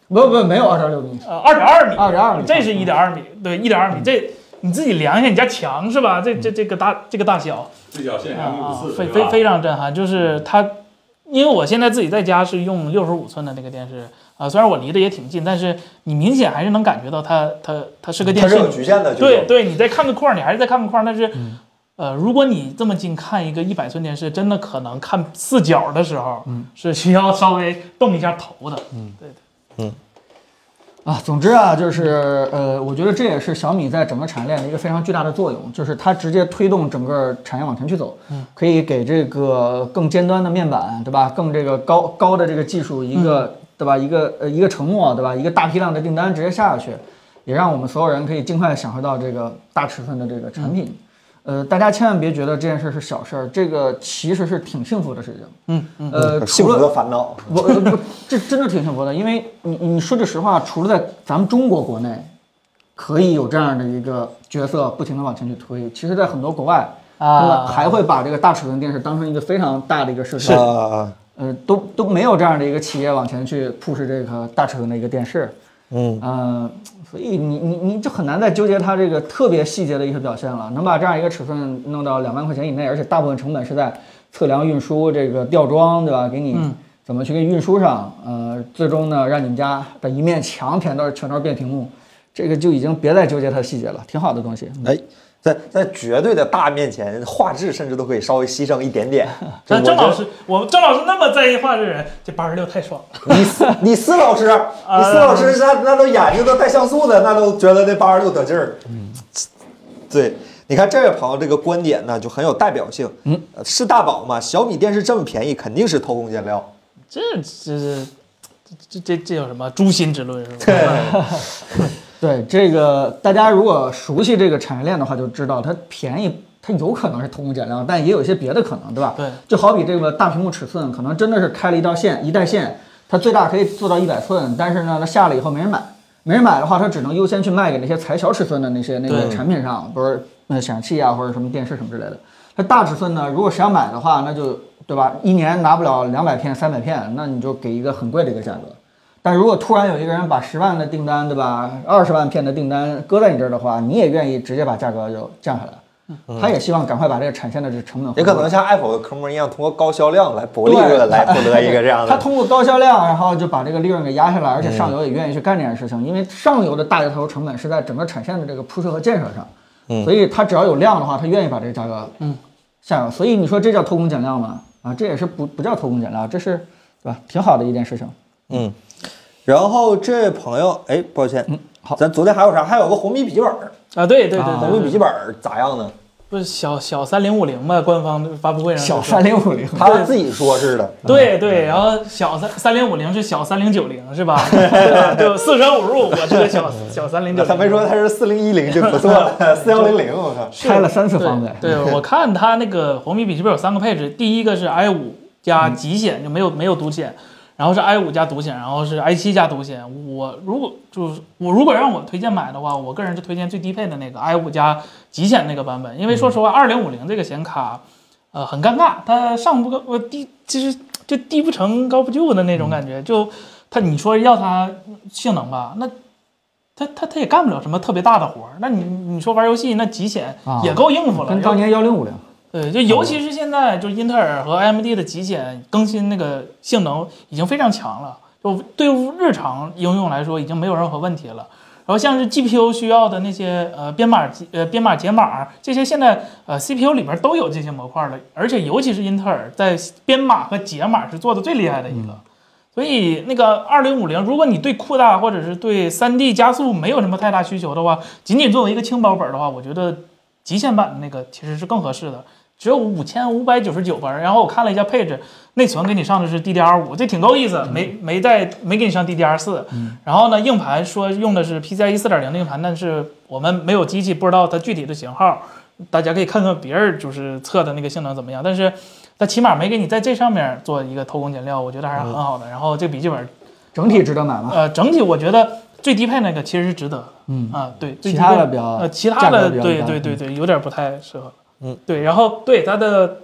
S2: 不不没有二点六米，
S3: 呃二点二米，
S2: 2.2米
S3: 这是一点二米，对，一点二米，这你自己量一下，你家墙是吧？这这这个大这个大小，
S4: 对角线
S3: 啊
S4: 两米
S3: 啊
S4: 五四，
S3: 非
S4: 对
S3: 非
S4: 吧
S3: 非常震撼，就是它，因为我现在自己在家是用六十五寸的那个电视啊、虽然我离得也挺近，但是你明显还是能感觉到它它它是个电
S1: 它是
S3: 视
S1: 有，局限的，就是
S3: 对对，你在看个框儿，你还是在看个框儿，但是。呃，如果你这么近看一个一百寸电视，真的可能看四角的时候，是需要稍微动一下头的。
S2: 啊，总之啊，就是呃，我觉得这也是小米在整个产业链的一个非常巨大的作用，就是它直接推动整个产业往前去走，
S3: 嗯
S2: 可以给这个更尖端的面板，对吧？更这个高高的这个技术一
S3: 嗯
S2: 个，对吧？一个呃一个承诺，对吧？一个大批量的订单直接下下去，也让我们所有人可以尽快享受到这个大尺寸的这个产品。
S3: 嗯
S2: 呃，大家千万别觉得这件事是小事儿，这个其实是挺幸福的事情。嗯嗯，呃，
S1: 幸
S2: 除
S1: 福的
S2: 了
S1: 烦恼。
S2: 我呃不，这真的挺幸福的，因为你你说句实话，除了在咱们中国国内可以有这样的一个角色不停的往前去推，其实，在很多国外，
S3: 啊
S2: 他们还会把这个大尺寸电视当成一个非常大的一个市场，
S1: 啊，
S2: 呃，都都没有这样的一个企业往前去 push 这个大尺寸的一个电视，
S1: 嗯
S2: 呃，所以你你你就很难再纠结它这个特别细节的一些表现了。能把这样一个尺寸弄到两万块钱以内，而且大部分成本是在测量、运输、这个吊装，对吧？给你怎么去给运输上，呃，最终呢，让你们家的一面墙全都是全都是变屏幕，这个就已经别再纠结它的细节了，挺好的东西。嗯
S1: 哎，在在绝对的大面前，画质甚至都可以稍微牺牲一点 点。
S3: 但
S1: 这
S3: 郑
S1: 我
S3: 老师，我们郑老师那么在意画质人，这八十六太爽了。
S1: 你 司你司老师，
S3: 啊
S1: 你司老师那那都眼睛都带像素的，那都觉得那八十六得劲儿。
S3: 嗯
S1: 对，你看这位朋友这个观点呢，就很有代表性。嗯，是大宝嘛？小米电视这么便宜，肯定是偷工减料。
S3: 这这是这这这叫什么诛心之论是吧？
S2: 对这个，大家如果熟悉这个产业链的话，就知道它便宜，它有可能是偷工减料，但也有一些别的可能，对吧？
S3: 对，
S2: 就好比这个大屏幕尺寸，可能真的是开了一道线，一代线，它最大可以做到一百寸，但是呢，它下了以后没人买，没人买的话，它只能优先去卖给那些裁小尺寸的那些那个
S3: 对
S2: 产品上，不是呃显示器啊或者什么电视什么之类的。它大尺寸呢，如果谁要买的话，那就对吧？一年拿不了两百片、三百片，那你就给一个很贵的一个价格。但如果突然有一个人把十万的订单，对吧，二十万片的订单搁在你这儿的话，你也愿意直接把价格就降下来。他也希望赶快把这个产线的这成本
S1: 嗯
S2: 回
S1: 也
S2: 过
S1: 可
S2: 来，
S1: 能像 Apple 的科目一样，通过高销量来薄利润，来获得一个这样
S2: 他
S1: 的。
S2: 通过高销量，然后就把这个利润给压下来，而且上
S3: 嗯
S2: 游也愿意去干这件事情，因为上游的大头成本是在整个产线的这个铺设和建设上，
S3: 嗯
S2: 所以他只要有量的话，他愿意把这个价格嗯下游。所以你说这叫偷工减料吗？啊，这也是不不叫偷工减料，这是对吧？挺好的一件事情。
S1: 嗯，然后这位朋友，哎，抱歉，
S2: 嗯好
S1: 咱昨天还有啥？还有个红米笔记本儿，
S3: 啊，对对对
S2: 啊
S3: 对，
S1: 红米笔记
S3: 对
S1: 本儿咋样呢？
S3: 不是小小三零五零嘛，官方发布会上
S2: 小
S3: 说
S2: 三零五零，
S1: 他自己说是 的，
S3: 对对，然后小三三零五零是小三零九零是吧？ 对吧就四舍五入，我是个小小三零九零。
S1: 他没说他是四零一零就不错了，四幺零零，我靠。
S3: 是
S2: 开了三次方呗
S3: 对，对我看它那个红米笔记本有三个配置，第一个是 i 五加极显，就没有没有独显，然后是 i 五加独显，然后是 i 七加独显。我如果就是我如果让我推荐买的话，我个人是推荐最低配的那个 i 五加极显那个版本，因为说实话，二零五零这个显卡，呃，很尴尬，它上不够，呃低，其实就低不成高不就的
S2: 嗯
S3: 那种感觉，就它你说要它性能吧，那。它它它也干不了什么特别大的活儿，那你你说玩游戏，那极显
S2: 啊
S3: 也够应付了。
S2: 跟当年幺零五零，
S3: 对，就尤其是现在，就是英特尔和 AMD 的极简更新那个性能已经非常强了，就对于日常应用来说已经没有任何问题了。然后像是 GPU 需要的那些呃编码集呃编码解码这些，现在呃 CPU 里面都有这些模块了，而且尤其是英特尔在编码和解码是做的最厉害的一个。所以那个二零五零，如果你对扩大或者是对三 D 加速没有什么太大需求的话，仅仅作为一个轻薄本的话，我觉得极限版的那个其实是更合适的，只有五千五百九十九分。然后我看了一下配置，内存给你上的是 DDR 五，这挺够意思，没
S2: 嗯
S3: 没带没给你上 DDR 四。然后呢，硬 E 盘说用的是 PCIe 四点零的硬盘，但是我们没有机器，不知道它具体的型号。大家可以看看别人就是测的那个性能怎么样，但是它起码没给你在这上面做一个偷工减料，我觉得还
S2: 嗯
S3: 是很好的。然后这笔记本，
S2: 整体值得买吗？
S3: 呃，整体我觉得最低配那个其实是值得的。嗯啊，对，最
S2: 其
S3: 低
S2: 他
S3: 配
S2: 的比较
S3: 呃，其他的
S2: 啊价格比较嗯
S3: 对
S2: 一般
S3: 对对对，有点不太适合。
S1: 嗯，
S3: 对，然后对它的，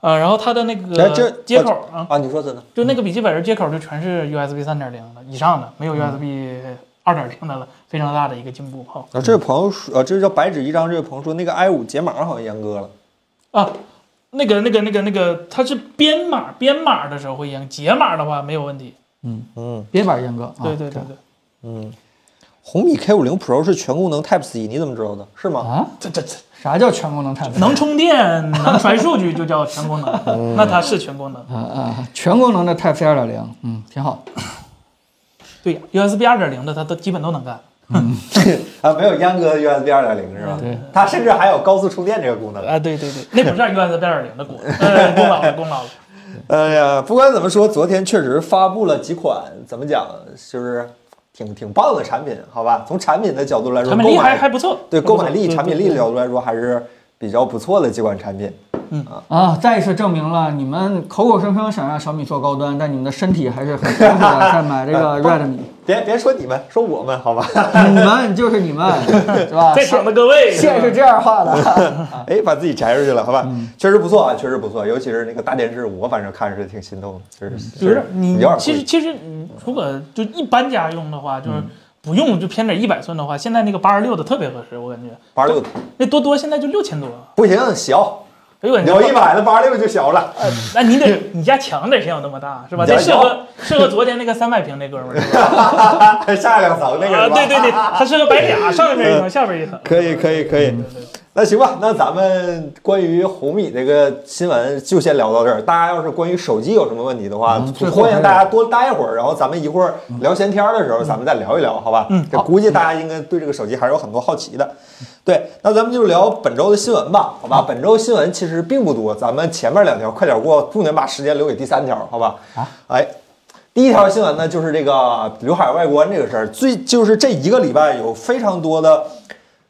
S3: 呃，然后它的那
S1: 哎这
S3: 个接口
S2: 呃
S3: 啊，
S1: 啊，你说真的？
S3: 就那个笔记本的接口就全是 USB 三点零的以上的，
S2: 嗯
S3: 没有 USB 二点零的了，非常大的一个进步哈。
S1: 啊，这位朋友说，啊，这叫白纸一张。这位朋友说，那个 i 五解码好像阉割了。
S3: 啊，那个那个那个那个，它是编码编码的时候会严，解码的话没有问题。
S1: 嗯
S2: 别玩阉割啊。
S3: 对对对
S2: 这
S3: 对，
S1: 嗯，红米 K 五零 Pro 是全功能 Type C，你怎么知道的？是吗？
S2: 啊，
S3: 这这这
S2: 啥叫全功能 Type C？
S3: 能充电能传数据就叫全 功能，那它是全功能。
S2: 啊啊，全功能的 Type C 二点零，嗯，挺好。
S3: 对呀，USB 二点零的它都基本都能干。
S1: 啊，没有阉割 USB 二点零是吧？
S2: 对，
S1: 它甚至还有高速充电这个功能。
S3: 啊，对对对，那不是 USB 二点零的功，呃，功劳了 功劳了。
S1: 哎呀，不管怎么说，昨天确实发布了几款，怎么讲，就是挺挺棒的产品，好吧？从产品的角度来说，
S3: 产品
S1: 购
S3: 力还
S1: 买
S3: 还不错，
S1: 对
S3: 还不
S1: 购
S3: 错
S1: 买力、
S3: 对
S1: 产品
S3: 对
S1: 力的
S3: 对
S1: 角度来说，还是比较不错的几款产品。
S2: 啊，再一次证明了你们口口声声想让小米做高端，但你们的身体还是很辛苦的在买这个 Redmi。
S1: 别别说你们，说我们好吧？
S2: 你们就是你们，是
S1: 啊
S2: 吧？
S3: 在场的各位，
S2: 线是这样画的。
S1: 哎，把自己摘出去了，好吧？
S3: 嗯
S1: 确实不错啊，确实不错，尤其是那个大电视，我反正看着是挺心动的，就是
S3: 有点你
S1: 有点
S3: 其
S1: 贵
S3: 实其实你如果就一般家用的话，
S1: 嗯
S3: 就是不用就偏点一百寸的话，现在那个八十六的特别合适，我感觉
S1: 八十六
S3: 那多多现在就六千多，
S1: 不行，小，
S3: 哎呦，你
S1: 你要一百了，八十六就小了。
S3: 那你得你家墙得先有那么大是吧？
S1: 你家
S3: 得适合适合昨天那个三百平那哥们儿是吧
S1: 下两层那个
S3: 啊，
S1: 是吧？嗯
S3: 对对对，他适合摆俩，上边一层，下边一层。
S1: 可以可以可以，那行吧，那咱们关于红米这个新闻就先聊到这儿。大家要是关于手机有什么问题的话，
S2: 嗯最后
S1: 欢迎大家多待会儿，然后咱们一会儿聊闲天儿的时候，咱们再聊一聊，好吧？嗯，估计大家应该对这个手机还是有很多好奇的。对，那咱们就聊本周的新闻吧，好吧？本周新闻其实并不多，咱们前面两条快点过，重点把时间留给第三条，好吧？
S2: 啊，
S1: 哎，第一条新闻呢，就是这个刘海外观这个事儿，最就是这一个礼拜有非常多的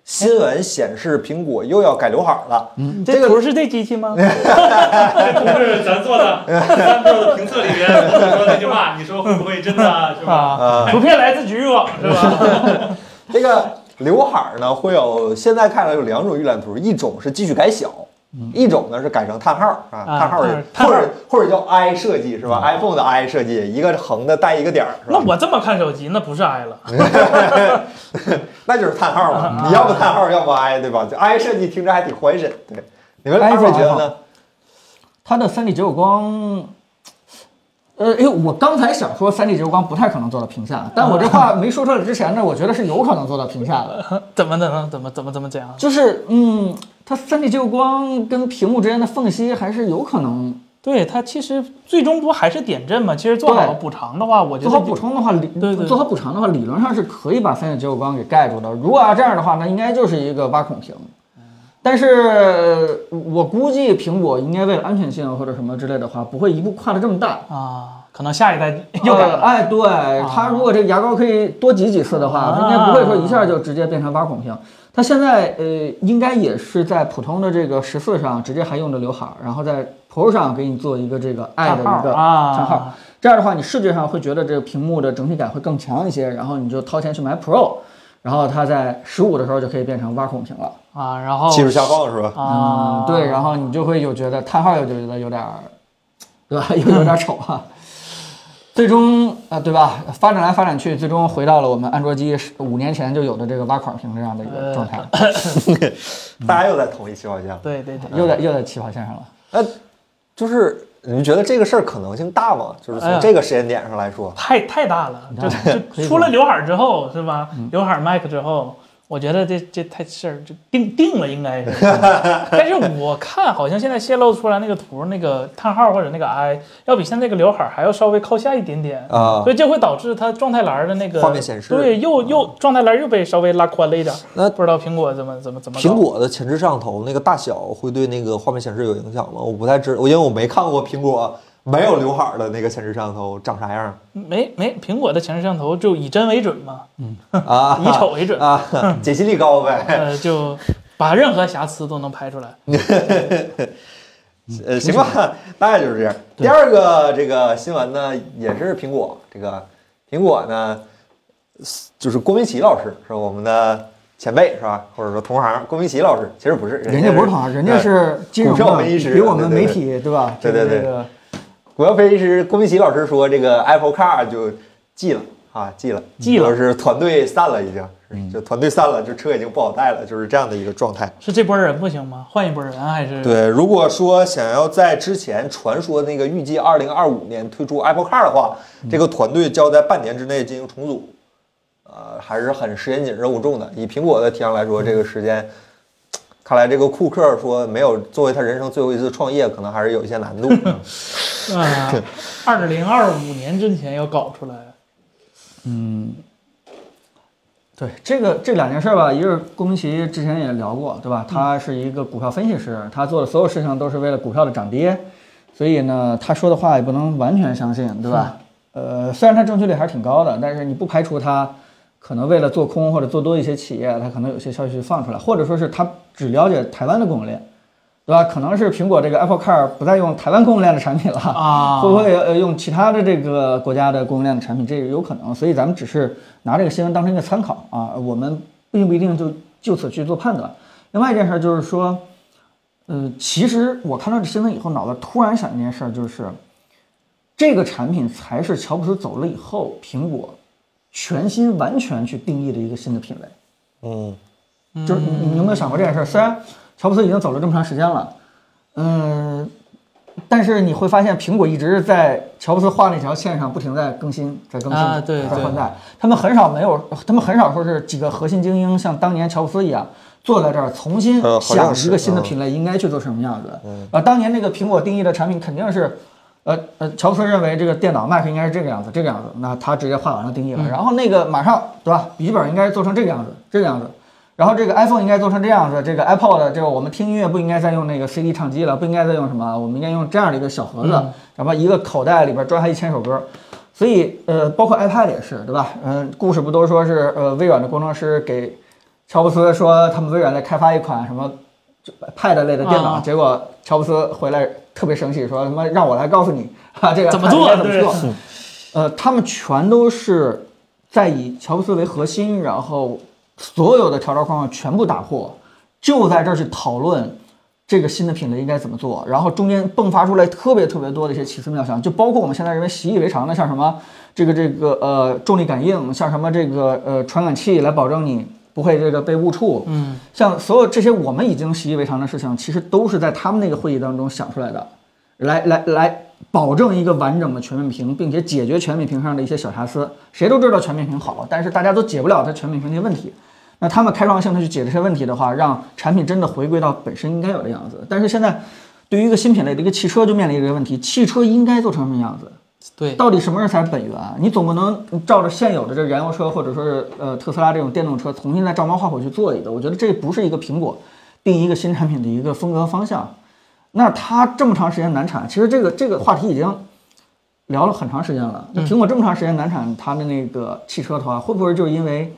S1: 新闻显示苹果又要改刘海儿了。嗯，这
S3: 这
S1: 个嗯
S3: 图是这机器吗？
S4: 不是咱做的，咱做的评测里面我说那句话，你说会不会真的是吧？
S1: 嗯
S3: 啊，图片来自局域网是 吧？
S1: 这个刘海儿呢，会有现在看来有两种预览图，一种是继续改小。一种呢是改成叹号儿啊，
S3: 嗯啊
S1: 叹号儿
S3: 就是叹号
S1: 或
S3: 儿嗯
S1: 者或者叫 i 设计是吧？iPhone 的 i 设计，一个横的带一个点儿是吧
S3: 那？我这么看手机，那不是 i 了。
S1: 那就是叹号嘛，
S3: 嗯
S1: 你要么叹号，要么 i 对吧？就 i 设计听着还挺怀神，对。你们二位
S2: iPhone
S1: 觉得呢？
S2: 它的三 D 结构光，呃，哎，我刚才想说三 D 结构光不太可能做到屏下，但我这话没说出来之前呢，我觉得是有可能做到屏下的。
S3: 怎么怎么怎么怎么怎么讲？
S2: 就是嗯，它三 D 结构光跟屏幕之间的缝隙还是有可能
S3: 对它其实最终不还是点阵嘛？其实做好
S2: 对
S3: 补偿的话，我觉
S2: 做
S3: 得
S2: 好补充的话，理
S3: 对对
S2: 做好补偿的话，理论上是可以把三 D 结构光给盖住的。如果要这样的话，那应该就是一个挖孔屏。
S3: 嗯
S2: 但是呃我估计苹果应该为了安全性或者什么之类的话，不会一步跨的这么大。
S3: 啊，可能下一代 又改
S2: 呃
S3: 了。啊
S2: 哎，对，它如果这个牙膏可以多挤几次的话，它应该不会说一下就直接变成挖孔屏。它现在呃，应该也是在普通的这个十四上直接还用的刘海儿，然后在 Pro 上给你做一个这个爱的一个
S3: 叹号啊
S2: 叹号。这样的话，你视觉上会觉得这个屏幕的整体感会更强一些，然后你就掏钱去买 Pro，然后它在十五的时候就可以变成挖孔屏了。
S3: 啊，然后
S1: 技术下放是吧？
S3: 啊，
S2: 嗯，
S1: 哦
S2: 对，然后你就会有觉得叹号，又觉得有点儿，对吧？ 又有点儿丑啊。最终啊、呃对吧？发展来发展去，最终回到了我们安卓机十五年前就有的这个挖孔屏这样的一
S1: 呃
S2: 个状态，
S1: 大家又在同一起跑线了。
S3: 对对对，
S2: 又在又在起跑线上了。
S1: 那就是你觉得这个事儿可能性大吗？就是
S3: 哎
S1: 从
S3: 呀
S1: 这个时间点上来说，
S3: 太太大 了，
S2: 你
S3: 就
S2: 看
S3: 就出了刘海儿之后是吧？
S1: 嗯
S3: 刘海儿 Mac 之后，我觉得这这太事儿就定定了，应该是。但是我看好像现在泄露出来那个图，那个叹号或者那个 i，要比现在这个刘海儿还要稍微靠下一点点
S1: 啊
S3: 所以这会导致它状态栏儿的那个
S1: 画面显示啊
S3: 对，又又状态栏儿又被稍微拉宽了一点儿。
S1: 那
S3: 不知道苹果怎么怎么怎么搞
S1: 苹果的前置摄像头那个大小会对那个画面显示有影响吗？我不太知，我因为我没看过苹果没有刘海儿的那个前置摄像头长啥 样
S3: 没没苹果的前置摄像头就以真为准嘛，
S1: 啊
S3: 以丑为准。
S2: 嗯
S1: 啊，解析力高呗。
S3: 呃，就把任何瑕疵都能排出来。
S2: 嗯
S1: 呃，行吧， 大概就是这样。第二个这个新闻呢，也是苹果，这个苹果呢，就是郭明奇老师是我们的前辈是吧？或者说同行，郭明奇老师其实不是，呃
S2: 人家不是同行，人家是金融
S1: 股票分析师
S2: 的，比我
S1: 对
S2: 们
S1: 对
S2: 媒
S1: 对
S2: 体对吧？
S1: 对对对
S2: 这个
S1: 国药分析师郭明奇老师说，这个 Apple Car 就记了啊，记了，
S3: 记了
S1: 就是团队散了，已经，就团队散了，就车已经不好带了，就是这样的一个状态。
S3: 是这波人不行吗？换一波人还是？
S1: 对，如果说想要在之前传说那个预计二零二五年推出 Apple Car 的话，这个团队将在半年之内进行重组，呃，还是很时间紧、任务重的。以苹果的体量来说，这个时间，看来这个库克说没有作为他人生最后一次创业，可能还是有一些难度。
S3: 啊， 二零二五年之前要搞出来。
S2: 对这个这两件事儿吧，一个是郭明奇之前也聊过，
S1: 嗯
S2: 对吧？他是一个股票分析师，他做的所有事情都是为了股票的涨跌，所以呢，他说的话也不能完全相信，对吧？呃，虽然他正确率还是挺高的，但是你不排除他可能为了做空或者做多一些企业，他可能有些消息放出来，或者说是他只了解台湾的供应链，对吧？可能是苹果这个 Apple Car 不再用台湾供应链的产品了
S3: 啊
S2: 会不会呃用其他的这个国家的供应链的产品？这个有可能，所以咱们只是拿这个新闻当成一个参考啊，我们并不一定就就此去做判断。另外一件事儿就是说，呃，其实我看到这新闻以后，脑子突然想一件事儿，就是这个产品才是乔布斯走了以后，苹果全新完全去定义的一个新的品类。
S1: 嗯，
S2: 就是你你有没有想过这件事儿？虽然乔布斯已经走了这么长时间了，嗯，但是你会发现苹果一直在乔布斯画那条线上不停在更新，在更新，
S3: 啊对
S2: 在
S3: 对
S2: 换代。他们很少没有，他们很少说是几个核心精英像当年乔布斯一样坐在这儿重新
S1: 呃好像
S2: 想
S1: 是
S2: 一个新的
S1: 嗯
S2: 品类应该去做什么样子。啊，当年那个苹果定义的产品肯定是。呃呃，乔布斯认为这个电脑 Mac 应该是这个样子，这个样子，那他直接画完了定义了。
S3: 嗯
S2: 然后那个马上对吧，笔记本应该做成这个样子，这个样子。然后这个 iPhone 应该做成这样子，这个 iPod 这个我们听音乐不应该再用那个 CD 唱机了，不应该再用什么，我们应该用这样的一个小盒子，然后一个口袋里边装下一千首歌。所以呃，包括 iPad 也是，对吧？嗯、故事不都说是呃，微软的工程师给乔布斯说他们微软在开发一款什么就 Pad 类的电脑，
S3: 啊
S2: 结果乔布斯回来特别生气，说他妈让我来告诉你啊，这个
S3: 怎么做
S2: Pad 应该怎么
S3: 对
S2: 做？呃，他们全都是在以乔布斯为核心，然后所有的条条框框全部打破，就在这儿去讨论这个新的品类应该怎么做，然后中间迸发出来特别特别多的一些奇思妙想，就包括我们现在认为习以为常的，像什么这个这个呃重力感应，像什么这个呃传感器来保证你不会这个被误触，嗯，像所有这些我们已经习以为常的事情，其实都是在他们那个会议当中想出来的，来来来保证一个完整的全面屏，并且解决全面屏上的一些小瑕疵。谁都知道全面屏好，但是大家都解不了它全面屏那些问题。那他们开创性的去解决这些问题的话，让产品真的回归到本身应该有的样子。但是现在，对于一个新品类的一个汽车，就面临这个问题：汽车应该做成什么样子？
S3: 对，
S2: 到底什么是才是本源？啊你总不能照着现有的这燃油车，或者说是呃特斯拉这种电动车，重新再照猫画虎去做一个。我觉得这不是一个苹果定一个新产品的一个风格和方向。那它这么长时间难产，其实这个这个话题已经聊了很长时间了。
S1: 嗯
S2: 那苹果这么长时间难产它的那个汽车的话，会不会就是因为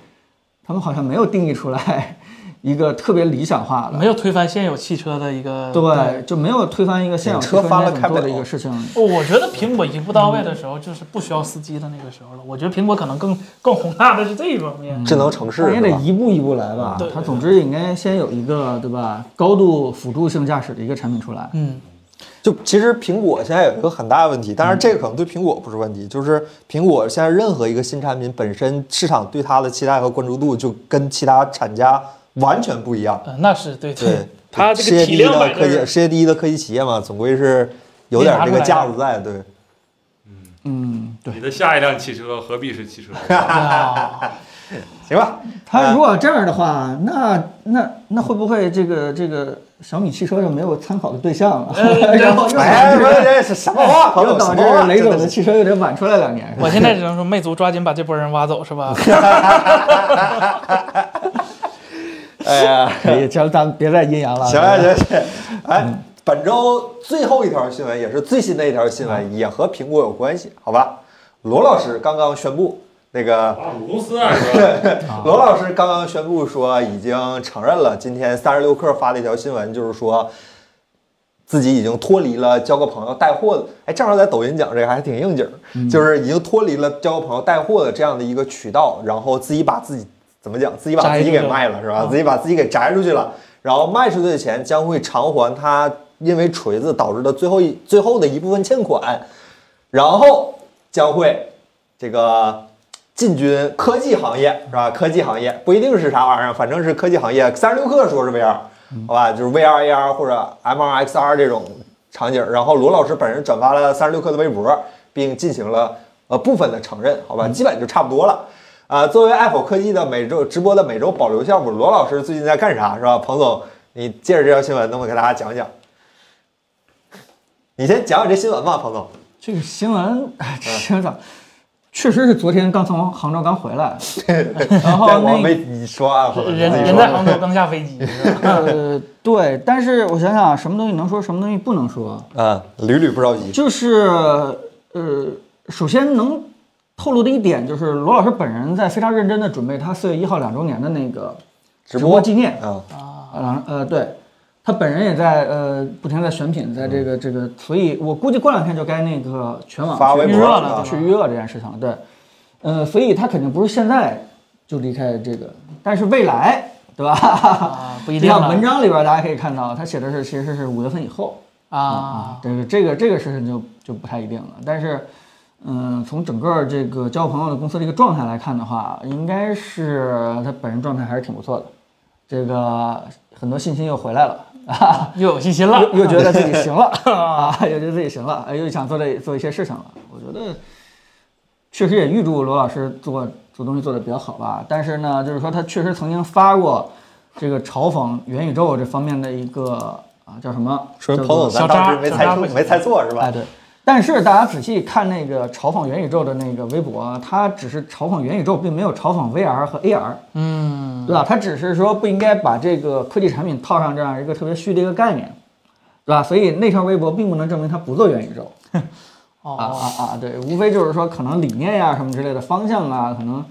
S2: 他们好像没有定义出来一个特别理想化的
S3: 没？有推翻现有汽车的一个。
S2: 对，就没有推翻一个现有
S1: 车翻了
S2: 应该怎么做
S1: 开
S2: 的
S1: 不了
S2: 一个事情。
S3: 哦我觉得苹果一步到位的时候，就是不需要司机的那个时候了。我觉得苹果可能更更宏大的是这一方面。
S1: 智能城市
S2: 但也得
S1: 是吧嗯
S2: 一步一步来吧
S3: 对。
S2: 它总之应该先有一个对吧，高度辅助性驾驶的一个产品出来。
S3: 嗯，
S1: 就其实苹果现在有一个很大的问题，当然这个可能对苹果不是问题，就是苹果现在任何一个新产品本身市场对它的期待和关注度就跟其他厂家完全不一样。
S3: 呃那是对
S1: 对，
S3: 它这
S1: 世界第
S3: 个体
S1: 一的
S3: 量摆
S1: 科技，
S3: 的，
S1: 世界第一的科技企业嘛，总归是有点这个架子在。对，
S2: 嗯，对。
S4: 你的下一辆汽车何必是汽车？
S3: 啊
S1: 行吧，
S2: 它如
S1: 呃
S2: 果这样的话，那那那会不会这个这个小米汽车就没有参考的对象了？ 然后又
S1: 呃哎，
S2: 导
S1: 不
S2: 致
S1: 是这是什么话？朋
S2: 又
S1: 友，什
S2: 导
S1: 么话
S2: 致雷
S1: 真
S2: 总的
S1: 的是
S2: 汽车又得晚出来两年。是吧
S3: 我现在只能说，魅族抓紧把这波人挖走，是吧？
S1: 哎呀，
S2: 可以，咱咱别再阴阳了。
S1: 行啊行啊行啊，哎，本周最后一条新闻也是最新的一条新闻，也和苹果有关系，好吧？罗老师刚刚宣布，那个
S4: 啊，母公司啊，是吧？
S1: 罗老师刚刚宣布说，已经承认了今天三十六氪发的一条新闻，就是说自己已经脱离了交个朋友带货的。哎，正好在抖音讲这个还挺应景儿，就是已经脱离了交个朋友带货的这样的一个渠道，然后自己把自己怎么讲，自己把自己给卖了是吧？自己把自己给摘出去了，然后卖出去的钱将会偿还他因为锤子导致的最后一最后的一部分欠款，然后将会这个进军科技行业是吧？科技行业不一定是啥玩意儿，反正是科技行业。三十六氪说是 VR，好
S2: 嗯
S1: 吧，就是 VR、AR 或者 MR、XR 这种场景。然后罗老师本人转发了三十六氪的微博，并进行了呃部分的承认，好
S2: 嗯
S1: 吧，基本就差不多了。啊、作为爱否科技的每周直播的每周保留项目，罗老师最近在干啥是吧？彭总，你借着这条新闻，能不能给大家讲 讲？你先讲讲这新闻吧，彭总。
S2: 这个新闻，
S1: 嗯
S2: 哎，这咋？确实是昨天刚从杭州刚回来，然后
S1: 但我
S2: 那
S1: 没你说啊，彭总
S3: 人
S1: 你自己
S3: 人
S1: 说
S3: 在杭州刚下飞机，是 吧
S2: 呃，对，但是我想想啊，什么东西能说，什么东西不能说，
S1: 啊，屡屡不着急。
S2: 就是呃，首先能透露的一点就是，罗老师本人在非常认真的准备他四月一号两周年的那个
S1: 直
S2: 直
S1: 播
S2: 播纪念，
S1: 啊，
S2: 啊，呃，对，他本人也在呃不停地在选品，在这个这个，所以我估计过两天就该那个全网
S1: 嗯发微
S2: 去
S1: 博
S2: 预热
S1: 了
S2: 了，
S1: 啊
S2: 去预热这件事情了。对，呃，所以他肯定不是现在就离开这个，但是未来，对吧？
S3: 啊，不一
S2: 你
S3: 定
S2: 看文
S3: 了
S2: 章里边大家可以看到，他写的是其实是五月份以后
S3: 啊，
S2: 这个这个这个事情就就不太一定了。但是，嗯，从整个这个交朋友的公司的一个状态来看的话，应该是他本人状态还是挺不错的，这个很多信心又回来了。啊，
S3: 又有信心了，
S2: 又又觉得自己行了 啊，又觉得自己行了，哎又想做这做一些事情了。我觉得确实也预祝罗老师做做东西做得比较好吧，但是呢，就是说他确实曾经发过这个嘲讽元宇宙这方面的一个啊叫什么？
S1: 说明
S2: 叫
S1: 彭
S2: 做
S1: 总咱
S3: 小
S1: 当
S3: 扎
S1: 时没
S3: 小
S1: 猜
S3: 扎
S1: 出，
S3: 不行
S1: 没猜错是吧
S2: 哎，？对。但是大家仔细看那个嘲讽元宇宙的那个微博啊，他只是嘲讽元宇宙，并没有嘲讽 VR 和 AR，
S3: 嗯，
S2: 对吧？他只是说不应该把这个科技产品套上这样一个特别虚的一个概念，对吧？所以那条微博并不能证明他不做元宇宙 啊
S3: 哦，
S2: 啊啊！对，无非就是说可能理念呀、什么之类的方向啊，可能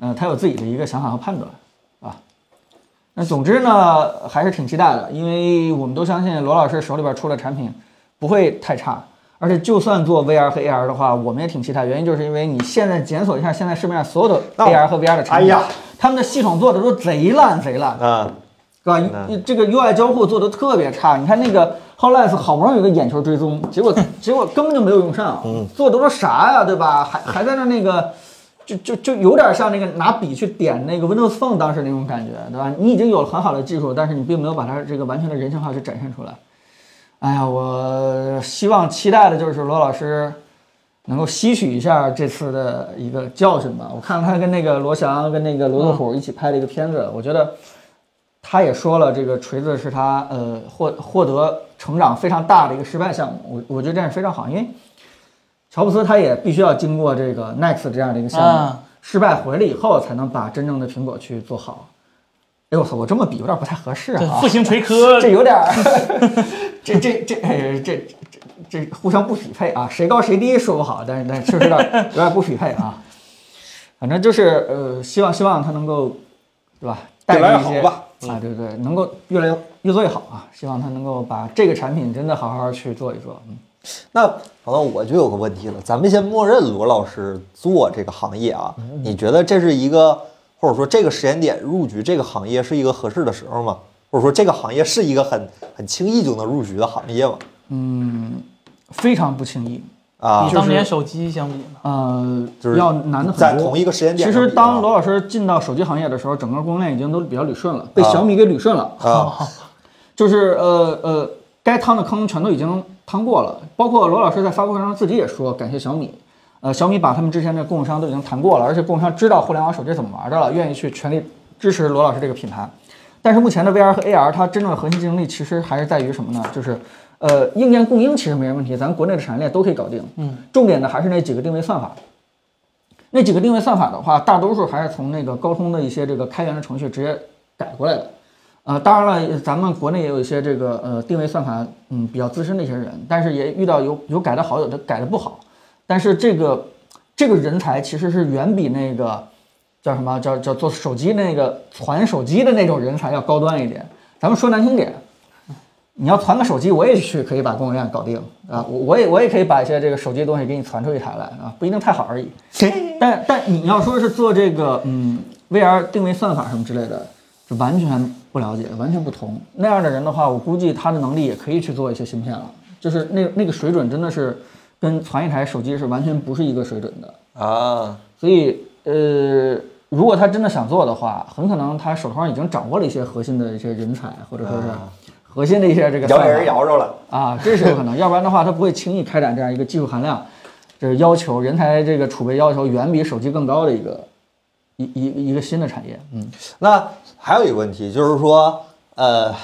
S2: 呃他有自己的一个想法和判断啊。那总之呢，还是挺期待的，因为我们都相信罗老师手里边出的产品不会太差。而且，就算做 VR 和 AR 的话，我们也挺期待。原因就是因为你现在检索一下现在市面上所有的
S1: 那我
S2: AR 和 VR 的产
S1: 哎
S2: 品，
S1: 呀，
S2: 他们的系统做的都贼烂贼烂，
S1: 啊，
S2: 对吧？这个 UI 交互做的特别差，你看那个 HoloLens 好不容易有个眼球追踪，结果结果根本就没有用上，做的都是啥呀，对吧？还还在那那个，就就就有点像那个拿笔去点那个 Windows Phone 当时那种感觉，对吧？你已经有了很好的技术，但是你并没有把它这个完全的人性化去展现出来。哎呀，我希望期待的就是罗老师能够吸取一下这次的一个教训吧。我看他跟那个罗翔、跟那个罗德虎
S3: 嗯
S2: 一起拍了一个片子，我觉得他也说了，这个锤子是他呃获获得成长非常大的一个失败项目。我我觉得这样非常好，因为乔布斯他也必须要经过这个 Next 这样的一个项目、
S3: 啊
S2: 失败回来以后，才能把真正的苹果去做好。哎呦我操，我这么比有点不太合适
S3: 对
S2: 啊，
S3: 复兴锤 科
S2: 这有 点儿，这这这哎这这这这互相不匹配啊，谁高谁低说不好，但是但是确实有点有点不匹配啊。反正就是呃，希望希望他能够，对吧？带
S1: 越来越
S2: 着一些
S1: 好吧嗯
S2: 啊，对对，能够越来越越做越好啊！希望他能够把这个产品真的好好去做一做。嗯，
S1: 那好，那我就有个问题了，咱们先默认罗老师做这个行业啊，
S2: 嗯
S1: 你觉得这是一个，或者说这个时间点入局这个行业是一个合适的时候吗？或者说这个行业是一个很很轻易就能入局的行业吗？
S2: 非常不轻易，
S1: 啊
S3: 比，当年手机相比呢，
S2: 呃，
S1: 就是
S2: 要难的很多。
S1: 在同一个时间点
S2: 其
S1: 上比啊
S2: 实
S1: 的话，
S2: 当罗老师进到手机行业的时候，整个供应链已经都比较捋顺了，被
S1: 啊
S2: 小米给捋顺了。
S1: 啊，
S2: 就是呃呃，该趟的坑全都已经趟过了，包括罗老师在发布会上自己也说，感谢小米，呃，小米把他们之前的供应商都已经谈过了，而且供应商知道互联网手机怎么玩的了，愿意去全力支持罗老师这个品牌。但是目前的 VR 和 AR，它真正的核心竞争力其实还是在于什么呢？就是，呃，硬件供应其实没问题，咱国内的产业链都可以搞定。嗯，重点的还是那几个定位算法。那几个定位算法的话，大多数还是从那个高通的一些这个开源的程序直接改过来的。呃，当然了，咱们国内也有一些这个呃定位算法，嗯，比较资深的一些人，但是也遇到有有改的好，有的改的不好。但是这个这个人才其实是远比那个叫什么叫叫做手机那个传手机的那种人才要高端一点。咱们说难听点，你要传个手机，我也去可以把供应链搞定啊，我我也我也可以把一些这个手机的东西给你传出一台来啊，不一定太好而已。但但你要说是做这个嗯 VR 定位算法什么之类的，就完全不了解，完全不同。那样的人的话，我估计他的能力也可以去做一些芯片了，就是那那个水准真的是跟传一台手机是完全不是一个水准的。
S1: 啊，
S2: 所以呃，如果他真的想做的话，很可能他手头上已经掌握了一些核心的一些人才，或者说是核心的一些这个
S1: 摇
S2: 算法
S1: 人摇着了，
S2: 啊，这是有可能，要不然的话，他不会轻易开展这样一个技术含量，就是要求人才这个储备要求远比手机更高的一个一一一个新的产业。嗯，
S1: 那还有一个问题就是说，呃，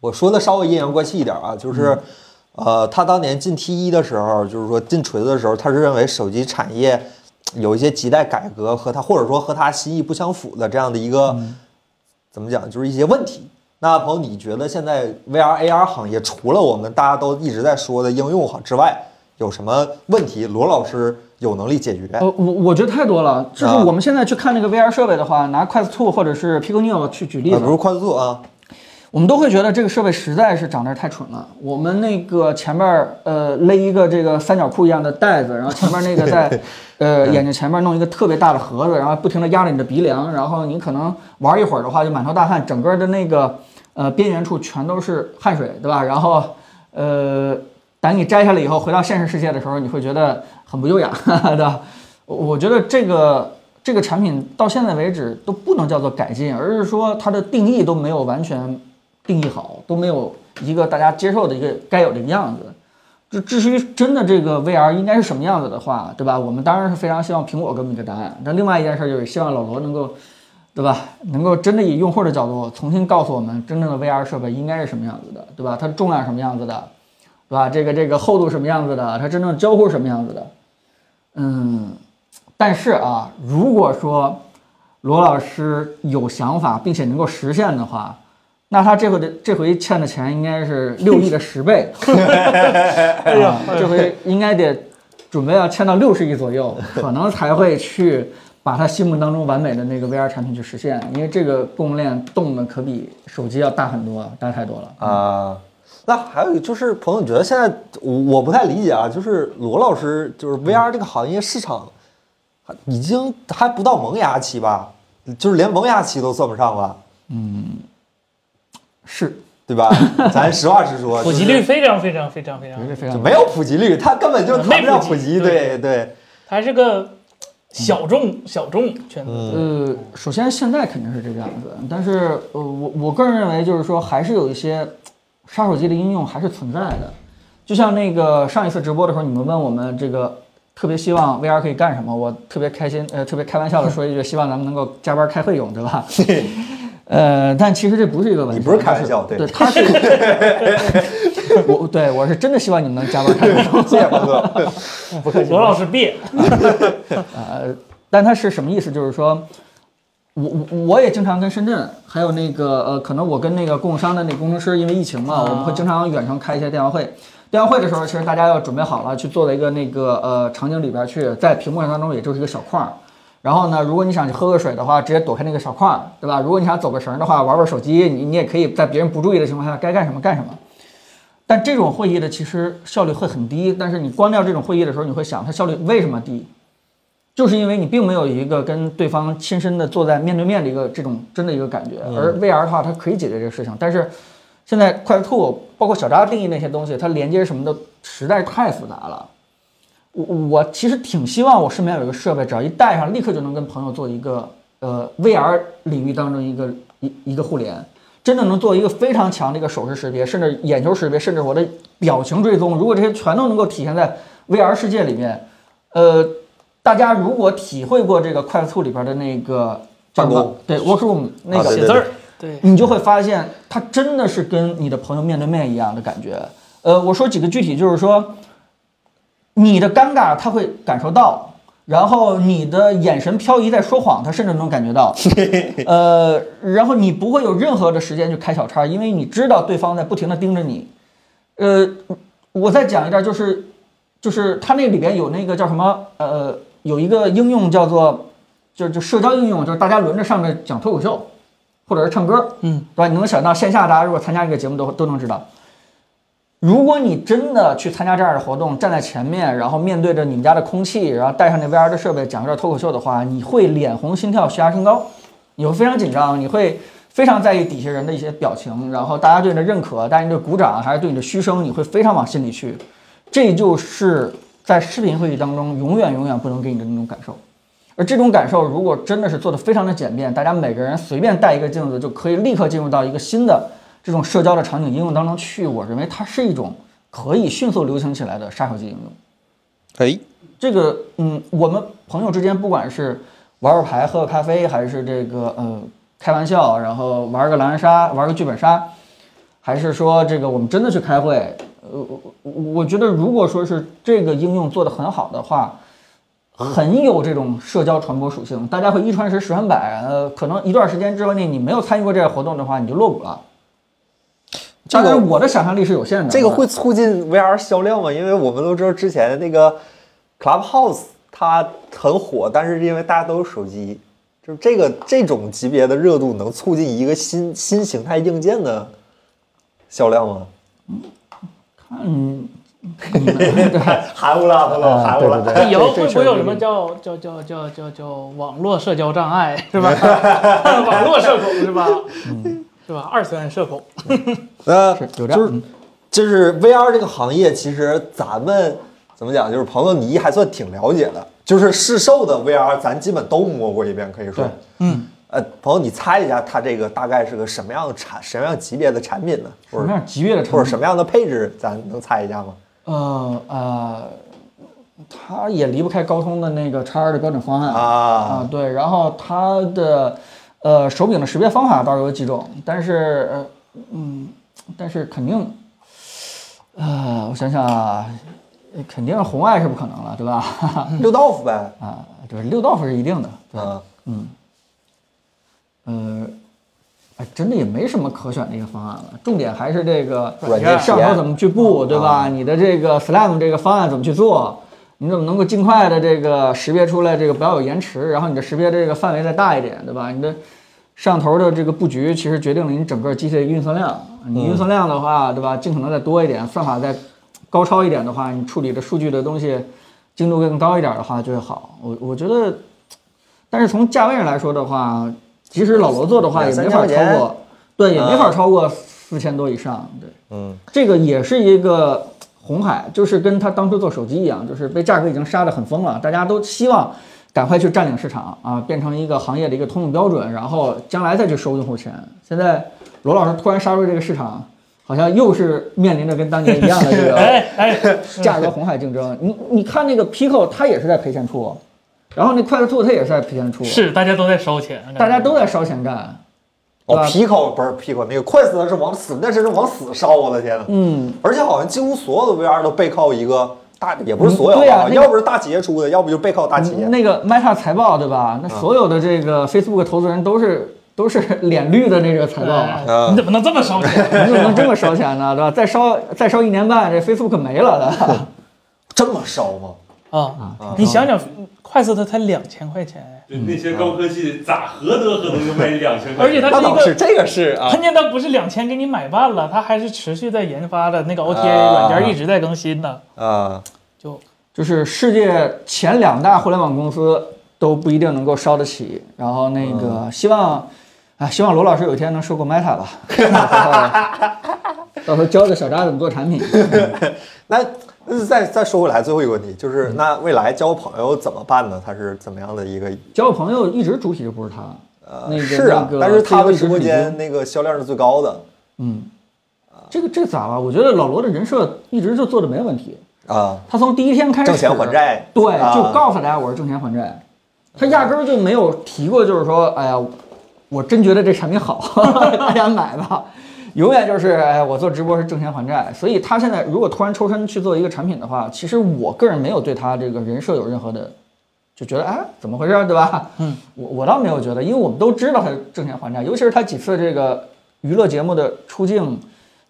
S1: 我说的稍微阴阳怪气一点啊，就是，呃，他当年进 T 一的时候，就是说进锤子的时候，他是认为手机产业有一些亟待改革和他或者说和他心意不相符的这样的一个、怎么讲，就是一些问题。那朋友，你觉得现在 VR AR 行业除了我们大家都一直在说的应用行之外，有什么问题罗老师有能力解决？
S2: 呃，我我觉得太多了，就是
S1: 啊
S2: 我们现在去看那个 VR 设备的话，拿 Quest Two 或者是 Pico Neo 去举例
S1: 啊
S2: 子，
S1: 比如快速啊，
S2: 我们都会觉得这个设备实在是长得太蠢了。我们那个前面儿呃勒一个这个三角裤一样的带子，然后前面那个在呃眼睛前面弄一个特别大的盒子，然后不停的压着你的鼻梁，然后你可能玩一会儿的话就满头大汗，整个的那个呃边缘处全都是汗水，对吧？然后呃等你摘下来以后，回到现实世界的时候，你会觉得很不优雅， 对吧？我我觉得这个这个产品到现在为止都不能叫做改进，而是说它的定义都没有完全定义好，都没有一个大家接受的一个该有的一个样子。这至于真的这个 VR 应该是什么样子的话，对吧？我们当然是非常希望苹果给我们一个答案。那另外一件事就是希望老罗能够，对吧？能够真的以用户的角度重新告诉我们真正的 VR 设备应该是什么样子的，对吧？它重量什么样子的，对吧？这个这个厚度什么样子的，它真正交互什么样子的，嗯。但是啊，如果说罗老师有想法并且能够实现的话，那他这回的这回欠的钱应该是六亿的十 倍，
S3: 哎呀
S2: 啊，这回应该得准备要欠到六十亿左右，可能才会去把他心目当中完美的那个 VR 产品去实现，因为这个供应链动的可比手机要大很多，大太多了。
S1: 啊、那还有就是，朋友，你觉得现在我我不太理解啊，就是罗老师，就是 VR 这个行业市场还已经还不到萌芽期吧，就是连萌芽期都算不上吧，
S2: 是，
S1: 对吧？ 咱实话实说，
S3: 普及
S1: 啊就是
S3: 率非常非常非常非常
S2: 绝，对非
S1: 就
S2: 常
S1: 没有普及率，它根本就谈不上普及，
S3: 没普及
S1: 对对，
S3: 它还是个小众小众圈子。
S1: 嗯
S2: 呃，首先现在肯定是这个样子，但是呃，我我个人认为就是说，还是有一些杀手级的应用还是存在的。就像那个上一次直播的时候，你们问我们这个特别希望 VR 可以干什么，我特别开心，呃，特别开玩笑的 说一句，希望咱们能够加班开会用，对吧？ 呃，但其实这不是一个玩笑，
S1: 你不是开玩笑
S2: 就是
S1: 对
S2: 对，他是， 我对我是 真的希望你们能加班开会用，
S1: 谢谢鹏哥，
S3: 罗老师别，
S2: 呃，但它是什么意思？就是说，我我我也经常跟深圳，还有那个呃，可能我跟那个供应商的那工程师，因为疫情嘛，
S3: 啊
S2: 我们会经常远程开一些电话会。电话会的时候，其实大家要准备好了，去坐到一个那个呃场景里边去，在屏幕当中也就是一个小框儿。然后呢，如果你想去喝个水的话，直接躲开那个小框儿，对吧？如果你想走个神儿的话，玩玩手机，你你也可以在别人不注意的情况下该干什么干什么。但这种会议的其实效率会很低，但是你关掉这种会议的时候，你会想它效率为什么低？就是因为你并没有一个跟对方亲身的坐在面对面的一个这种真的一个感觉，而 VR 的话，它可以解决这个事情。但是现在快兔包括小扎定义那些东西，它连接什么的实在是太复杂了。我我其实挺希望我身边有一个设备，只要一戴上，立刻就能跟朋友做一个呃 VR 领域当中一个一一个互联，真的能做一个非常强的一个手势识别，甚至眼球识别，甚至我的表情追踪。如果这些全都能够体现在 VR 世界里面，呃，大家如果体会过这个快速里边的那个
S1: 办公
S2: 叫什么对 workroom 那
S1: 啊
S2: 个
S1: 对
S3: 写字儿，对，
S2: 你就会发现它真的是跟你的朋友面对面一样的感觉。呃，我说几个具体，就是说，你的尴尬他会感受到，然后你的眼神漂移在说谎，他甚至能感觉到。呃，然后你不会有任何的时间去开小差，因为你知道对方在不停的盯着你。呃，我再讲一段，就是就是它那里边有那个叫什么呃有一个应用叫做，就就社交应用，就是大家轮着上面讲脱口秀，或者是唱歌，
S3: 嗯，
S2: 对吧？你能想到线下大家如果参加这个节目都都能知道。如果你真的去参加这样的活动，站在前面，然后面对着你们家的空气，然后带上那 VR 的设备讲一段脱口秀的话，你会脸红心跳、血压升高，你会非常紧张，你会非常在意底下人的一些表情，然后大家对你的认可，大家对鼓掌还是对你的嘘声，你会非常往心里去。这就是在视频会议当中永远永远不能给你的那种感受。而这种感受，如果真的是做的非常的简便，大家每个人随便带一个镜子，就可以立刻进入到一个新的这种社交的场景应用当中去。我认为它是一种可以迅速流行起来的杀手级应用。
S1: 哎，
S2: 这个，嗯，我们朋友之间，不管是玩玩牌、喝个咖啡，还是这个，呃，开玩笑，然后玩个狼人杀、玩个剧本杀，还是说这个我们真的去开会，呃，我我我觉得如果说是这个应用做得很好的话，
S1: 嗯
S2: 很有这种社交传播属性，大家会一传十，十传百。呃，可能一段时间之后呢，你没有参与过这个活动的话，你就落伍了。
S1: 这个
S2: 当然我的想象力是有限的。啊
S1: 这个会促进 VR 销量吗？因为我们都知道之前那个 Clubhouse 它很火，但是因为大家都有手机，就是这个这种级别的热度能促进一个新新形态硬件的销量吗？
S2: 嗯，你们对
S1: 含糊了，
S2: 老啊含糊了对对对
S3: 哎以后
S2: 这这
S3: 会不会
S2: 事儿
S3: 有什么
S2: 就
S3: 叫叫叫叫叫叫网络社交障碍是吧？网络社恐是吧？是吧？二次元社恐，
S1: 那
S2: 是
S1: 呃就
S2: 有这
S1: 是
S2: 样。嗯
S1: 就是 VR 这个行业，其实咱们怎么讲，就是朋友你还算挺了解的，就是市售的 VR 咱基本都摸过一遍，可以说
S2: 对。
S3: 嗯，
S1: 呃，朋友，你猜一下，它这个大概是个什么样的产、什么样级别的产品呢？
S2: 什
S1: 或
S2: 么
S1: 者
S2: 样级别的
S1: 或
S2: 程
S1: 者
S2: 度？
S1: 什么样的配置，咱能猜一下吗？
S2: 呃呃，它也离不开高通的那个 x 二的标准方案
S1: 啊
S2: 啊，对，然后它的呃手柄的识别方法倒是有几种，但是呃嗯，但是肯定，呃，我想想啊，呃肯定红外是不可能了，对吧？ 嗯
S1: 六道夫呗。
S2: 啊，对，六道夫是一定的，对，
S1: 啊，
S2: 呃。哎，真的也没什么可选的一个方案了，重点还是这个
S1: 软件啊体
S2: 上
S1: 验
S2: 头怎么去布，对吧？你的这个 SLAM 这个方案怎么去做？你怎么能够尽快的这个识别出来这个不要有延迟，然后你的识别这个范围再大一点，对吧？你的上头的这个布局其实决定了你整个机器的运算量。你运算
S1: 嗯
S2: 量的话，对吧？尽可能再多一点，算法再高超一点的话，你处理的数据的东西精度更高一点的话就会好。我我觉得，但是从价位上来说的话，即使老罗做的话也
S1: 两三
S2: 没
S1: 千
S2: 法
S1: 块钱
S2: 超过，对，也没法
S1: 啊
S2: 超过四千多以上，对。
S1: 嗯，
S2: 这个也是一个红海，就是跟他当初做手机一样，就是被价格已经杀得很疯了，大家都希望赶快去占领市场啊，变成一个行业的一个通用标准，然后将来再去收用户钱。现在罗老师突然杀入这个市场，好像又是面临着跟当年一样的这个
S3: 哎哎，
S2: 价格红海竞争。你你看那个 Pico，它也是在赔钱出，然后那快乐兔它也是在赔钱出，
S3: 是大家都在烧钱，
S2: 大家都在烧钱干。
S1: 哦
S2: 对吧
S1: ，Pico 不是 Pico，那个快死的是往死，那真是往死烧！我的天呐。
S2: 嗯，
S1: 而且好像几乎所有的 VR 都背靠一个大，也不是所有
S2: 嗯对啊那个
S1: 要不是大企业出的，要不就背靠大企业。嗯
S2: 那个 Meta 财报对吧？那所有的这个 Facebook 投资人都是都是 脸绿的那个财报啊，
S3: 哎你怎么能这么烧钱？
S1: 哎
S2: 你怎么能这么烧钱呢？对吧？再烧再烧一年半，这 Facebook 没 了的。
S1: 这么烧吗？
S3: 啊，你想想，快速的才两千块钱，
S4: 对那些高科技咋何德何能就卖你两千块？
S3: 而且它
S1: 那
S3: 是一
S1: 倒
S3: 个
S1: 是，这个是啊
S3: 关键它不是两千给你买办了，它还是持续在研发的那个 OTA
S1: 啊
S3: 软件一直在更新呢，
S1: 啊，
S3: 就
S2: 就是世界前两大互联网公司都不一定能够烧得起。然后
S1: 嗯
S2: 那个希望，啊，希望罗老师有一天能收购 Meta 吧， 到时候到时候教教小扎怎么做产品。
S1: 那那再再说回来，最后一个问题就是，那未来交朋友怎么办呢？它是怎么样的一个
S2: 交朋友一直主体就不是他，
S1: 呃
S2: 那个
S1: 是啊
S2: 那？个
S1: 但是他们直播
S2: 自由意志
S1: 间那个销量是最高的
S2: 嗯，这个这咋了？我觉得老罗的人设一直就做的没问题。
S1: 啊，
S2: 他从第一天开始
S1: 挣钱还，债
S2: 对，
S1: 啊
S2: 就告诉大家我是挣钱还债。他压根儿就没有提过，就是说，哎呀，我真觉得这产品好， 大家买吧。永远就是，哎，我做直播是挣钱还债。所以他现在如果突然抽身去做一个产品的话，其实我个人没有对他这个人设有任何的，就觉得哎怎么回事儿，对吧？
S3: 嗯，
S2: 我我倒没有觉得，因为我们都知道他挣钱还债，尤其是他几次这个娱乐节目的出镜，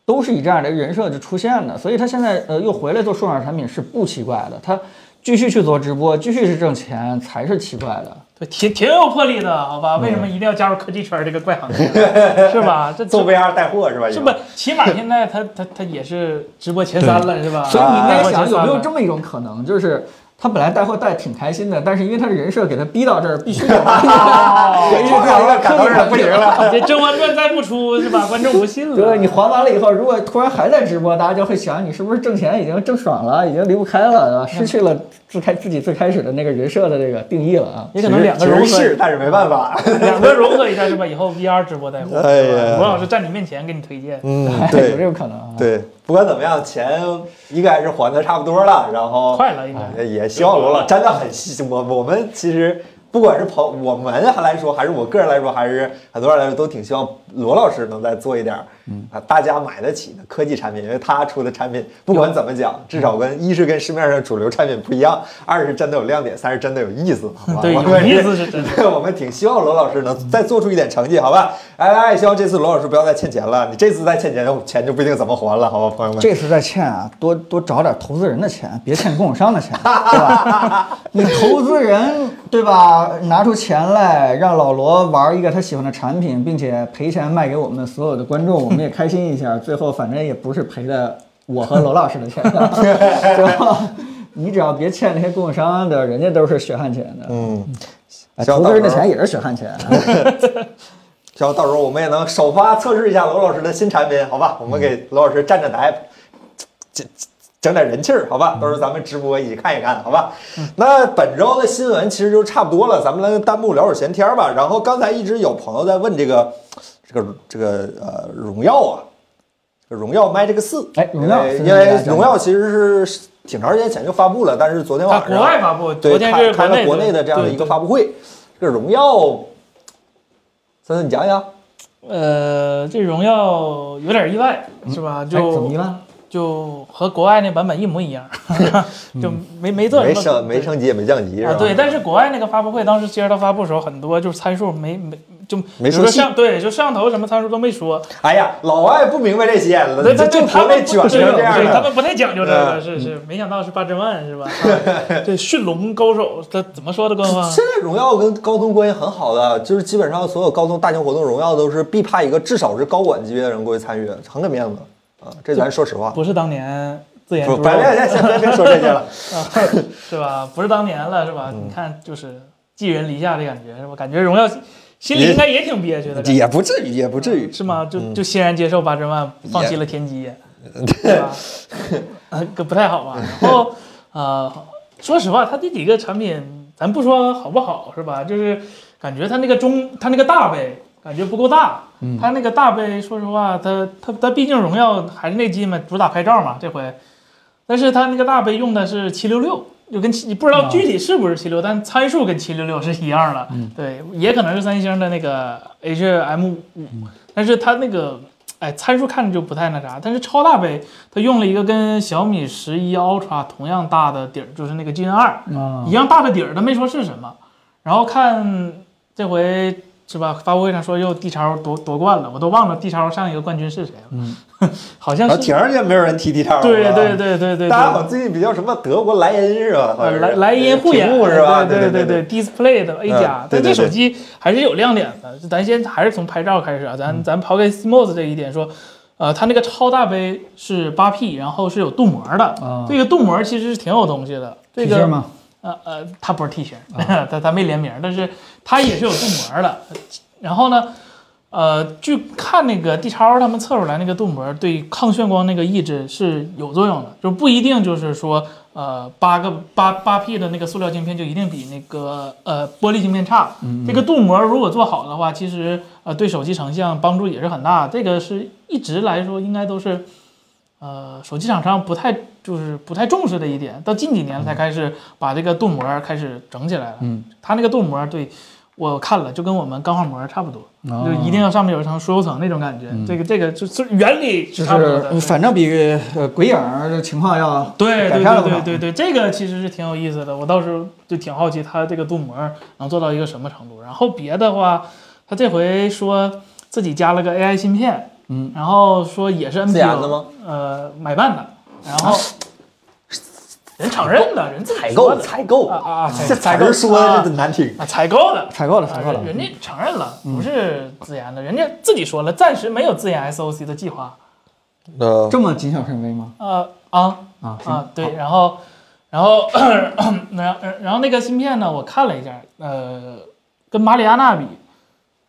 S2: 都是以这样的一个人设就出现的，所以他现在呃又回来做数码产品是不奇怪的。他继续去做直播，继续是挣钱才是奇怪的。
S3: 对，挺挺有魄力的，好吧？为什么
S2: 嗯
S3: 一定要加入科技圈这个怪行业 呢？是吧？这
S1: 做 VR 带货是吧？
S3: 是不？起码现在他他他也是直播前三了，是吧？
S2: 所以你应该
S3: 啊
S2: 想有没有 这么一种可能，就是他本来带货带挺开心的，但是因为他的人设给他逼到这儿，必须得 哦
S1: 人设到这儿感到这儿不行了。
S3: 啊这《甄嬛传》再不出是吧？观众不信了。
S2: 对你还完了以后，如果突然还在直播，大家就会想你是不是挣钱已经挣爽了，已经离不开了，失去了自开自己最开始的那个人设的这个定义了啊。
S3: 也可能两个融
S1: 人
S3: 合
S1: 是，，但是没办法。
S3: 两个融合一下是吧？以后 VR 直播带货，
S1: 哎呀
S3: 是吧罗老师站你面前给你推荐，
S1: 嗯，
S2: 有这
S1: 对
S2: 种可能啊。
S1: 对，不管怎么样，钱应该是还的差不多了，然后
S3: 快了应
S2: 哎
S3: 该。
S1: 哎也也希望罗老真的很细，我我们其实不管是朋我们来说，还是我个人来说，还是很多人来说，都挺希望罗老师能再做一点儿
S3: 嗯
S1: 啊大家买得起的科技产品，因为他出的产品不管怎么讲，至少跟一是跟市面上主流产品不一样，二是真的有亮点，三是真的有意思，好吧？
S3: 对
S1: 我
S3: 有
S1: 们
S3: 意思是真的
S1: 对， 我们挺希望罗老师能再做出一点成绩，好吧？哎哎，希望这次罗老师不要再欠钱了，你这次再欠钱，钱就不一定怎么还了，好吧，朋友们。
S2: 这是在欠啊，多多找点投资人的钱，别欠供应商的钱， 对吧？你投资人对吧？拿出钱来让老罗玩一个他喜欢的产品，并且赔钱卖给我们所有的观众，我们也开心一下。最后反正也不是赔的我和罗老师的钱，对吧？你只要别欠那些供应商的，人家都是血汗钱的，
S1: 嗯，
S2: 哎
S1: 行
S2: 投资人的
S1: 到时候
S2: 钱也是血汗钱。哎
S1: 希望到时候我们也能首发测试一下罗老师的新产品，好吧？我们
S2: 嗯
S1: 给罗老师站站台，整整点人气儿，好吧？到时候
S2: 嗯
S1: 咱们直播一起看一看，好吧？那本周的新闻其实就差不多了，咱们来弹幕聊会儿闲天儿吧。然后刚才一直有朋友在问这个这个这个呃荣耀啊，荣耀 Magic 四，
S2: 哎荣耀
S1: 因为
S2: 是
S1: 因为
S2: 哪家
S1: 荣耀其实是挺长时间前就发布了，但是昨天
S3: 啊，
S1: 晚上
S3: 国外发布，
S1: 对，
S3: 昨天是
S1: 开开了国
S3: 国
S1: 内的这样的一个
S3: 对
S1: 发布会。这个荣耀，森森你讲讲。
S3: 呃，这荣耀有点意外，是吧？
S2: 哎怎么一
S3: 就
S2: 万？
S3: 就和国外那版本一 模一样，就
S2: 嗯
S3: 没没做什
S1: 没
S3: 么
S1: 升没升级也没降级是吧？
S3: 啊，对，但是国外那个发布会，当时 g 到发布的时候，很多就是参数没没就
S1: 没
S3: 比
S1: 说
S3: 如
S1: 细
S3: 像对，就摄像头什么参数都没说，
S1: 哎呀，老外不明白这些，
S3: 对，他
S1: 这
S3: 对
S1: 就
S3: 他
S1: 国
S3: 们
S1: 内
S3: 不
S1: 卷成
S3: 对
S1: 这样
S3: 对他
S1: 的。
S3: 们不太讲究这个，
S1: 嗯
S3: 是是，没想到是八千万是吧？啊对，驯龙高手，他怎么说的官方？
S1: 现在荣耀跟高通关系很好的，就是基本上所有高通大型活动，荣耀都是必派一个至少是高管级别的人过去参与，很给面子啊。这咱说实话，
S3: 不是当年自研
S1: 不，
S3: 猪肉
S1: 别别别别别说这些了。 嗯
S3: 是吧？不是当年了是吧？你看就是寄人篱下的感觉是吧？感觉荣耀心里应该也挺憋屈的感觉，
S1: 也不至于，也不至于。
S3: 是吗？就就欣然接受八千万，放弃了天机，对吧？ 呃，可不太好吧？然后呃，说实话，它这几个产品，咱不说好不好是吧？就是感觉它那个中，它那个大杯感觉不够大。
S2: 嗯
S3: 它那个大杯，说实话，它它它毕竟荣耀还是那机嘛，主打拍照嘛，这回。但是它那个大杯用的是七六六，就跟七你不知道具体是不是七六，但参数跟七六六是一样的。对，也可能是三星的那个 HM 五、但是它那个哎参数看着就不太那啥。但是超大杯它用了一个跟小米十一 Ultra 同样大的底儿，就是那个 GN 二、
S2: 啊
S3: 一样大的底儿，它没说是什么。然后看这回是吧，发布会上说又 D 超夺夺冠了，我都忘了 D 超上一个冠军是谁了，嗯、 好像
S1: 啊，
S3: 是。
S1: 挺长时间没有人提提倡了。
S3: 对对对对对，
S1: 大家
S3: 对
S1: 好像最近比较什么德国莱茵是吧？好
S3: 呃，
S1: 像是
S3: 莱莱茵护眼
S1: 屏幕是吧？
S3: 对
S1: 对
S3: 对对，Display 的 A 加
S1: 嗯，对对
S3: 但这
S1: 对
S3: 手机还是有亮点的。就咱先还是从拍照开始啊，咱咱刨开 CMOS 这一点说，呃，它那个超大杯是八 P，然后是有镀膜的
S2: 啊，
S3: 这个镀膜其实是挺有东西的。这
S2: 体恤
S3: 个
S2: 吗？
S3: 呃呃，它不是 T 恤， 它它没联名，但是它也是有镀膜的。呃然后呢，呃，据看那个 D 超他们测出来那个镀膜对抗眩光那个抑制是有作用的，就是不一定就是说呃八个八八 P 的那个塑料镜片就一定比那个呃玻璃镜片差。这个镀膜如果做好的话，其实呃对手机成像帮助也是很大。这个是一直来说应该都是。呃，手机厂商不太就是不太重视的一点，到近几年才开始把这个镀膜开始整起来了。嗯，它那个镀膜对我看了就跟我们钢化膜差不多，
S2: 哦嗯
S3: 就一定要上面有一层疏油层那种感觉。这个这个就是原理
S2: 就是
S3: 差不多的，
S2: 嗯反正比呃鬼影儿的情况要
S3: 对
S2: 改
S3: 对
S2: 善了
S3: 对
S2: 不少
S3: 对对对，这个其实是挺有意思的，我到时候就挺好奇它这个镀膜能做到一个什么程度。然后别的话，它这回说自己加了个 AI 芯片，嗯，然后说也是 NPU
S1: 自研的吗？啊
S3: 呃，买办的，然后。人承认的，人自己
S1: 采
S3: 说
S1: 购
S3: 的
S1: 采购
S3: 啊啊啊
S1: 这
S3: 采
S1: 反
S3: 购
S1: 正说
S3: 啊
S1: 这难听。
S3: 啊，采购的，
S2: 采购了采购了嗯
S3: 啊人人家承认了，不是自研的，人家自己说了，暂时没有自研 SOC 的计划。
S1: 呃，
S2: 这么谨小慎微吗？
S3: 呃啊
S2: 啊行，
S3: 啊，对，然后，然后，然后，然后那个芯片呢，我看了一下，呃，跟马里亚纳比，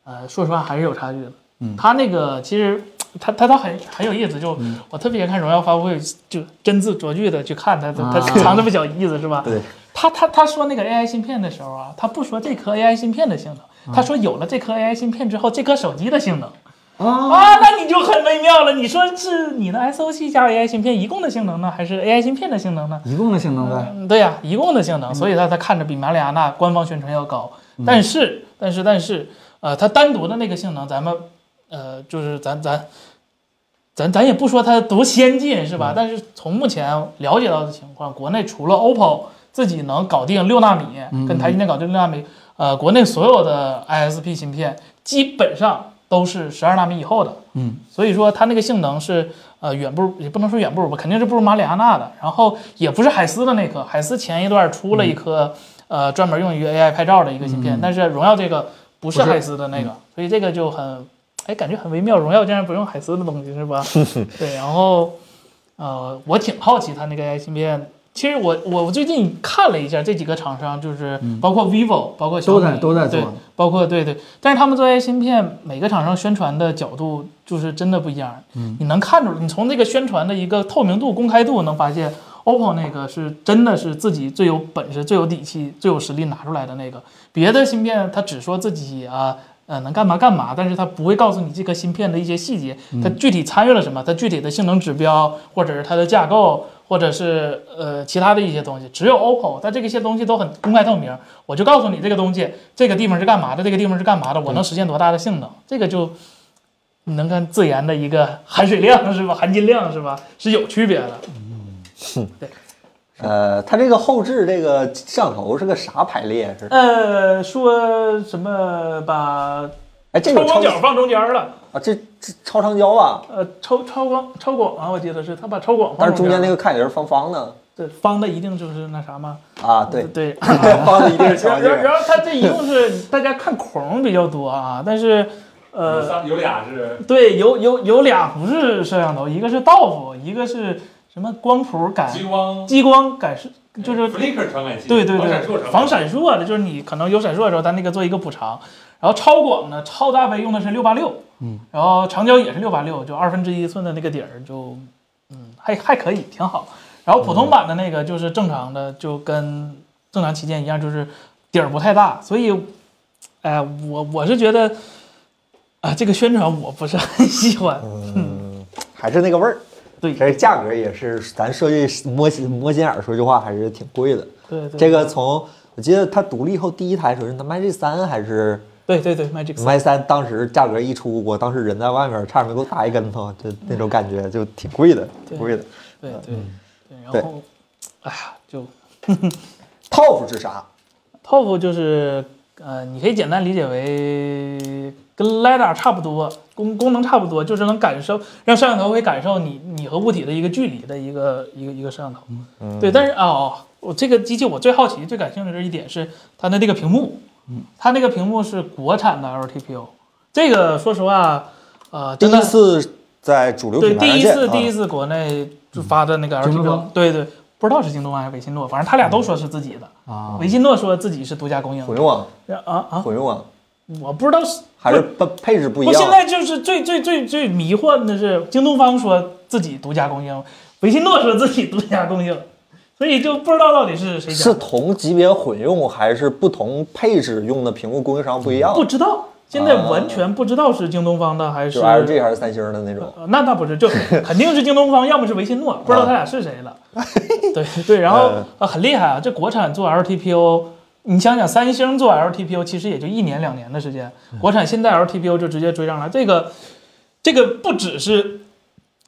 S3: 呃，说实话还是有差距的。
S2: 嗯
S3: 它那个其实它它它很很有意思，就我特别爱看荣耀发布会，就斟字酌句的去看它，它它
S2: 啊
S3: 藏这么小意思是吧？
S1: 对，
S3: 他他他说那个 AI 芯片的时候啊，他不说这颗 AI 芯片的性能，他说有了这颗 AI 芯片之后，这颗手机的性能
S2: 啊，
S3: 啊，那你就很微妙了。你说是你的 SOC 加 AI 芯片一共的性能呢，还是 AI 芯片的性能呢？
S2: 一共的性能呗。
S3: 嗯，对呀、一共的性能，所以它它看着比马里亚纳官方宣传要高，但是但是但是，呃，它单独的那个性能，咱们呃，就是咱咱咱咱也不说它多先进是吧？但是从目前了解到的情况，国内除了 OPPO 自己能搞定六纳米，跟台积电搞定六纳米，呃，国内所有的 ISP 芯片基本上都是十二纳米以后的，
S2: 嗯，
S3: 所以说它那个性能是呃远不如，也不能说远不如吧，肯定是不如马里亚纳的，然后也不是海思的那颗，海思前一段出了一颗、呃专门用于 AI 拍照的一个芯片，但是荣耀这个嗯不是嗯
S2: 不是
S3: 海思的那个，所以这个就很哎感觉很微妙，荣耀竟然不用海思的东西是 吧？对，然后呃我挺好奇它那个 AI 芯片。其实我我我最近看了一下这几个厂商，就是包括 vivo，、包括小
S2: 嗯都
S3: 米
S2: 在都在做
S3: 对，包括对对，但是他们做 AI 芯片，每个厂商宣传的角度就是真的不一样。嗯，你能看出，你从这个宣传的一个透明度、公开度能发现，OPPO 那个是真的是自己最有本事、最有底气、最有实力拿出来的那个。别的芯片，它只说自己啊。呃，能干嘛干嘛，但是它不会告诉你这个芯片的一些细节，它具体参与了什么，它具体的性能指标，或者是它的架构，或者是呃其他的一些东西。只有 OPPO，它这个些东西都很公开透明，我就告诉你这个东西，这个地方是干嘛的，这个地方是干嘛的，我能实现多大的性能，这个就你能看自研的一个含水量 是吧，含金量是吧，是有区别的。
S1: 呃，它这个后置这个摄像头是个啥排列？啊是？
S3: 呃，说什么把
S1: 哎，这
S3: 超
S1: 有
S3: 广
S1: 超
S3: 角放中间了，
S1: 啊，这这超长焦吧？
S3: 呃，超超广超广啊，我记得是他把超广
S1: 但是
S3: 放
S1: 中
S3: 间
S1: 间那
S3: 了
S1: 个看起来是方方的
S3: 对方的一定就是那啥嘛，
S1: 啊，对，
S3: 对，
S1: 方的一定是小
S3: 然
S1: 玩意
S3: 后
S1: 儿。
S3: 然后它这一共是大家看孔比较多啊，但是
S4: 有
S3: 呃，
S4: 三有俩是
S3: 对，有有有俩不是摄像头，一个是道夫，一个是什么光谱感
S4: 激光，
S3: 激光感是就是
S4: flicker 传感器，
S3: 对对
S4: 防闪
S3: 对
S4: 烁，传
S3: 防
S4: 感器。
S3: 闪烁的，就是你可能有闪烁的时候，它那个做一个补偿。然后超广呢，超大杯用的是六八六，嗯，然后长焦也是六八六，就二分之一寸的那个底儿就，嗯，还还可以，挺好。然后普通版的那个就是正常的，就跟正常旗舰一样，就是底儿不太大，所以，哎、我我是觉得，啊、这个宣传我不是很喜欢，嗯
S1: 还是那个味儿。
S3: 对
S1: 这价格也是，咱说句摸心摸心眼儿，说句话还是挺贵的。
S3: 对对，
S1: 这个从我记得它独立后第一台手机，它 Magic 三还是
S3: 对对对，Magic 三
S1: Magic 三，当时价格一出，我当时人在外面，差点没给我打一跟头，就那种感觉就挺贵的，挺贵的。
S3: 对对对，
S1: 对
S3: 然后，哎呀，就
S1: TOF 是啥？
S3: TOF 就是呃，你可以简单理解为跟 LiDAR 差不多，功功能差不多，就是能感受让摄像头会感受你你和物体的一个距离的一个一个一个摄像头。
S1: 嗯
S3: 对，但是哦，我这个机器我最好奇、最感兴趣的一点是它的那个屏幕，
S1: 嗯
S3: 它那个屏幕是国产的 LTPO，这个说实话，呃，
S1: 第
S3: 真的
S1: 一次在主流
S3: 对
S1: 品牌
S3: 第
S1: 上
S3: 一
S1: 见
S3: 次第一
S1: 啊
S3: 次国内就发的那个
S2: 京东
S3: LTPO，
S2: 方
S3: 对对，不知道是京东还是维信诺，反正他俩都说是自己的，
S1: 嗯
S2: 啊，
S3: 维信诺说自己是独家供应的
S1: 混。用网，
S3: 啊啊！
S1: 混用网
S3: 我不知道是
S1: 还是配配置不一
S3: 我
S1: 样。啊
S3: 现在就是最最最最迷幻的是，京东方说自己独家供应，维信诺说自己独家供应，所以就不知道到底是谁家
S1: 是，同级别混用还是不同配置用的屏幕供应商不一样？
S3: 不知道。现在完全不知道是京东方的还是
S1: 啊就 LG 还是三星的那种。
S3: 呃那那不是，就肯定是京东方，要么是维信诺，不知道他俩是谁了。 对对，然后
S1: 嗯
S3: 呃很厉害啊，这国产做 LTPO，你想想三星做 LTPO 其实也就一年两年的时间，国产现在 LTPO 就直接追上来，这个这个不只是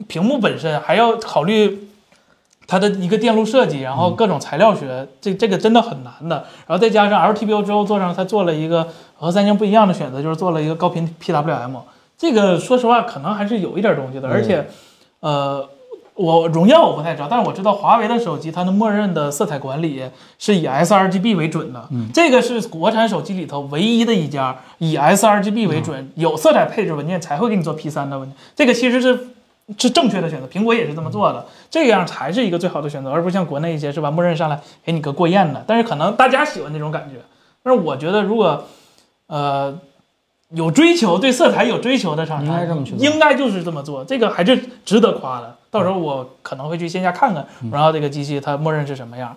S3: 屏幕本身，还要考虑。它的一个电路设计，然后各种材料学，这这个真的很难的。然后再加上 LTPO 之后做上，它做了一个和三星不一样的选择，就是做了一个高频 PWM。这个说实话，可能还是有一点东西的，而且，呃，我荣耀我不太知道，但是我知道华为的手机它的默认的色彩管理是以 sRGB 为准的，这个是国产手机里头唯一的一家以 sRGB 为准，有色彩配置文件才会给你做 P3 的文件，这个其实是是正确的选择，苹果也是这么
S2: 嗯
S3: 做的，这样才是一个最好的选择，而不像国内一些是吧，默认上来给你个过艳的，但是可能大家喜欢那种感觉，但是我觉得如果呃。有追求，对色彩有追求的厂
S2: 应该
S3: 商
S2: 这么去做嗯
S3: 应该就是这么做，这个还是值得夸的。到时候我可能会去线下看看，然后这个机器它默认是什么样。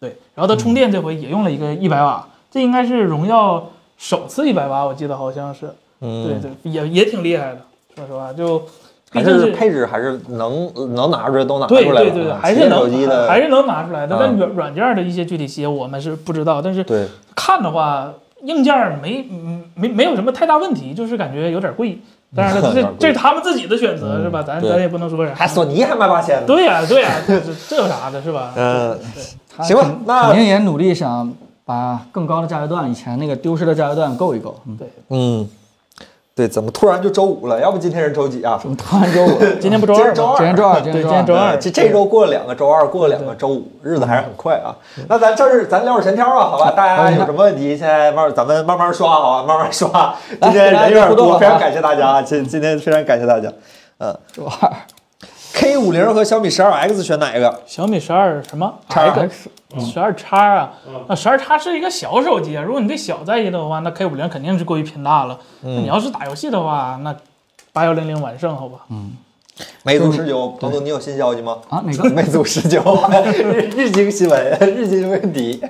S3: 对，然后
S2: 嗯
S3: 它充电这回也用了一个一百瓦，这应该是荣耀首次一百瓦，我记得好像是。对
S1: 嗯，
S3: 对，也也挺厉害的。说实话，就毕
S1: 还
S3: 竟
S1: 是
S3: 是
S1: 配置还是能能拿出来都拿出
S3: 对
S1: 来了，
S3: 对对，对
S1: 啊
S3: 还
S1: 旗
S3: 是
S1: 舰手机
S3: 能
S1: 的，
S3: 还是能拿出来的。但
S1: 嗯
S3: 软软件的一些具体细节我们是不知道，但是
S1: 对，
S3: 看的话，硬件儿没嗯没没有什么太大问题，就是感觉有点 贵。当然了，
S1: 有点
S3: 这
S1: 贵嗯
S3: 这是他们自己的选择，是吧？咱
S1: 对
S3: 咱也不能说啥
S1: 还。索尼还卖八千呢。
S3: 对呃呀、对呀、这这这有啥的，是吧？
S1: 嗯，
S2: 他
S1: 行吧
S2: 肯
S1: 那
S2: 肯定也努力想把更高的价格段以前那个丢失的价格段够一够。嗯，
S3: 对，
S1: 嗯，对，怎么突然就周五了？要不今天是周几啊？
S2: 我们嗯突然 周五，
S3: 今天不周
S1: 今
S3: 二
S1: 儿周
S3: 吗？
S1: 二
S2: 今天周二，今
S3: 对，今
S2: 天
S3: 天周
S2: 二，
S3: 二。
S1: 呃这这周过了两个周二，过了两个周五，日子还是很快啊。
S2: 嗯
S1: 那咱这是咱聊点闲天儿吧，好吧？大家有什么问题，现在慢咱们慢慢刷，好吧？慢慢刷。今天人有点
S2: 来来互动
S1: 多，
S2: 吧
S1: 非常感谢大家啊！ 今今天非常感谢大家。嗯
S2: 周二。
S1: ，K 五零和小米十二 X 选哪一个？
S3: 小米十二什么啊
S2: X
S3: 十二叉啊
S4: 嗯，
S3: 那十二叉是一个小手机啊。如果你对小在意的话，那 K 五零肯定是过于偏大了。
S1: 嗯
S3: 那你要是打游戏的话，那八幺零零完胜，好吧？
S1: 嗯魅族十九，彭总，你有新消息吗？
S2: 啊，哪 个？
S1: 魅族十九， 日日经新闻，日经问题。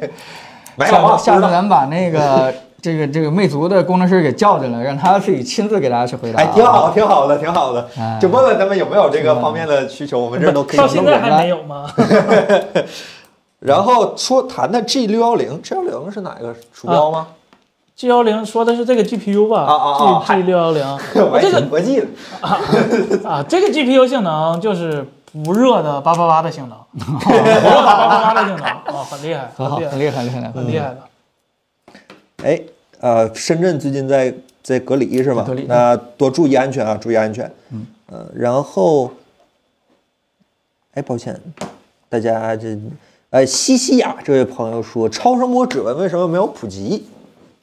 S1: 没有
S2: 下
S1: 啊，
S2: 次下
S1: 不
S2: 次
S1: 知道
S2: 咱们把那个 这个这个魅族的工程师给叫进来，让他自己亲自给大家去回答。
S1: 哎，挺好，。挺好的，挺好的
S2: 哎。
S1: 就问问他们有没有这个方面的需求，我们这儿都 可以
S3: 到
S1: 弄
S3: 现
S1: 过
S3: 在
S1: 来。
S3: 还没有吗？
S1: 然后说谈谈 G 六幺零，G 幺零是哪个鼠标吗？
S3: 啊 G 幺零说的是这个 GPU 吧？
S1: 啊啊啊
S3: g G 六幺零，
S1: 我
S3: 我这
S1: 还
S3: 个
S1: 挺国际的。
S3: 啊，这个 GPU 性能就是不热的八八八的性能，不热八八八的性能啊、哦，很厉害，
S2: 很好，
S3: 厉
S2: 很
S3: 害，
S2: 厉害，很厉害。
S3: 很厉害的。
S1: 哎，呃，深圳最近在在隔离是吧？
S2: 隔离
S1: 那多注意安全啊，注意安全。嗯，呃，然后，哎，抱歉，大家这，呃，西西亚这位朋友说，超声波指纹为什么没有普及？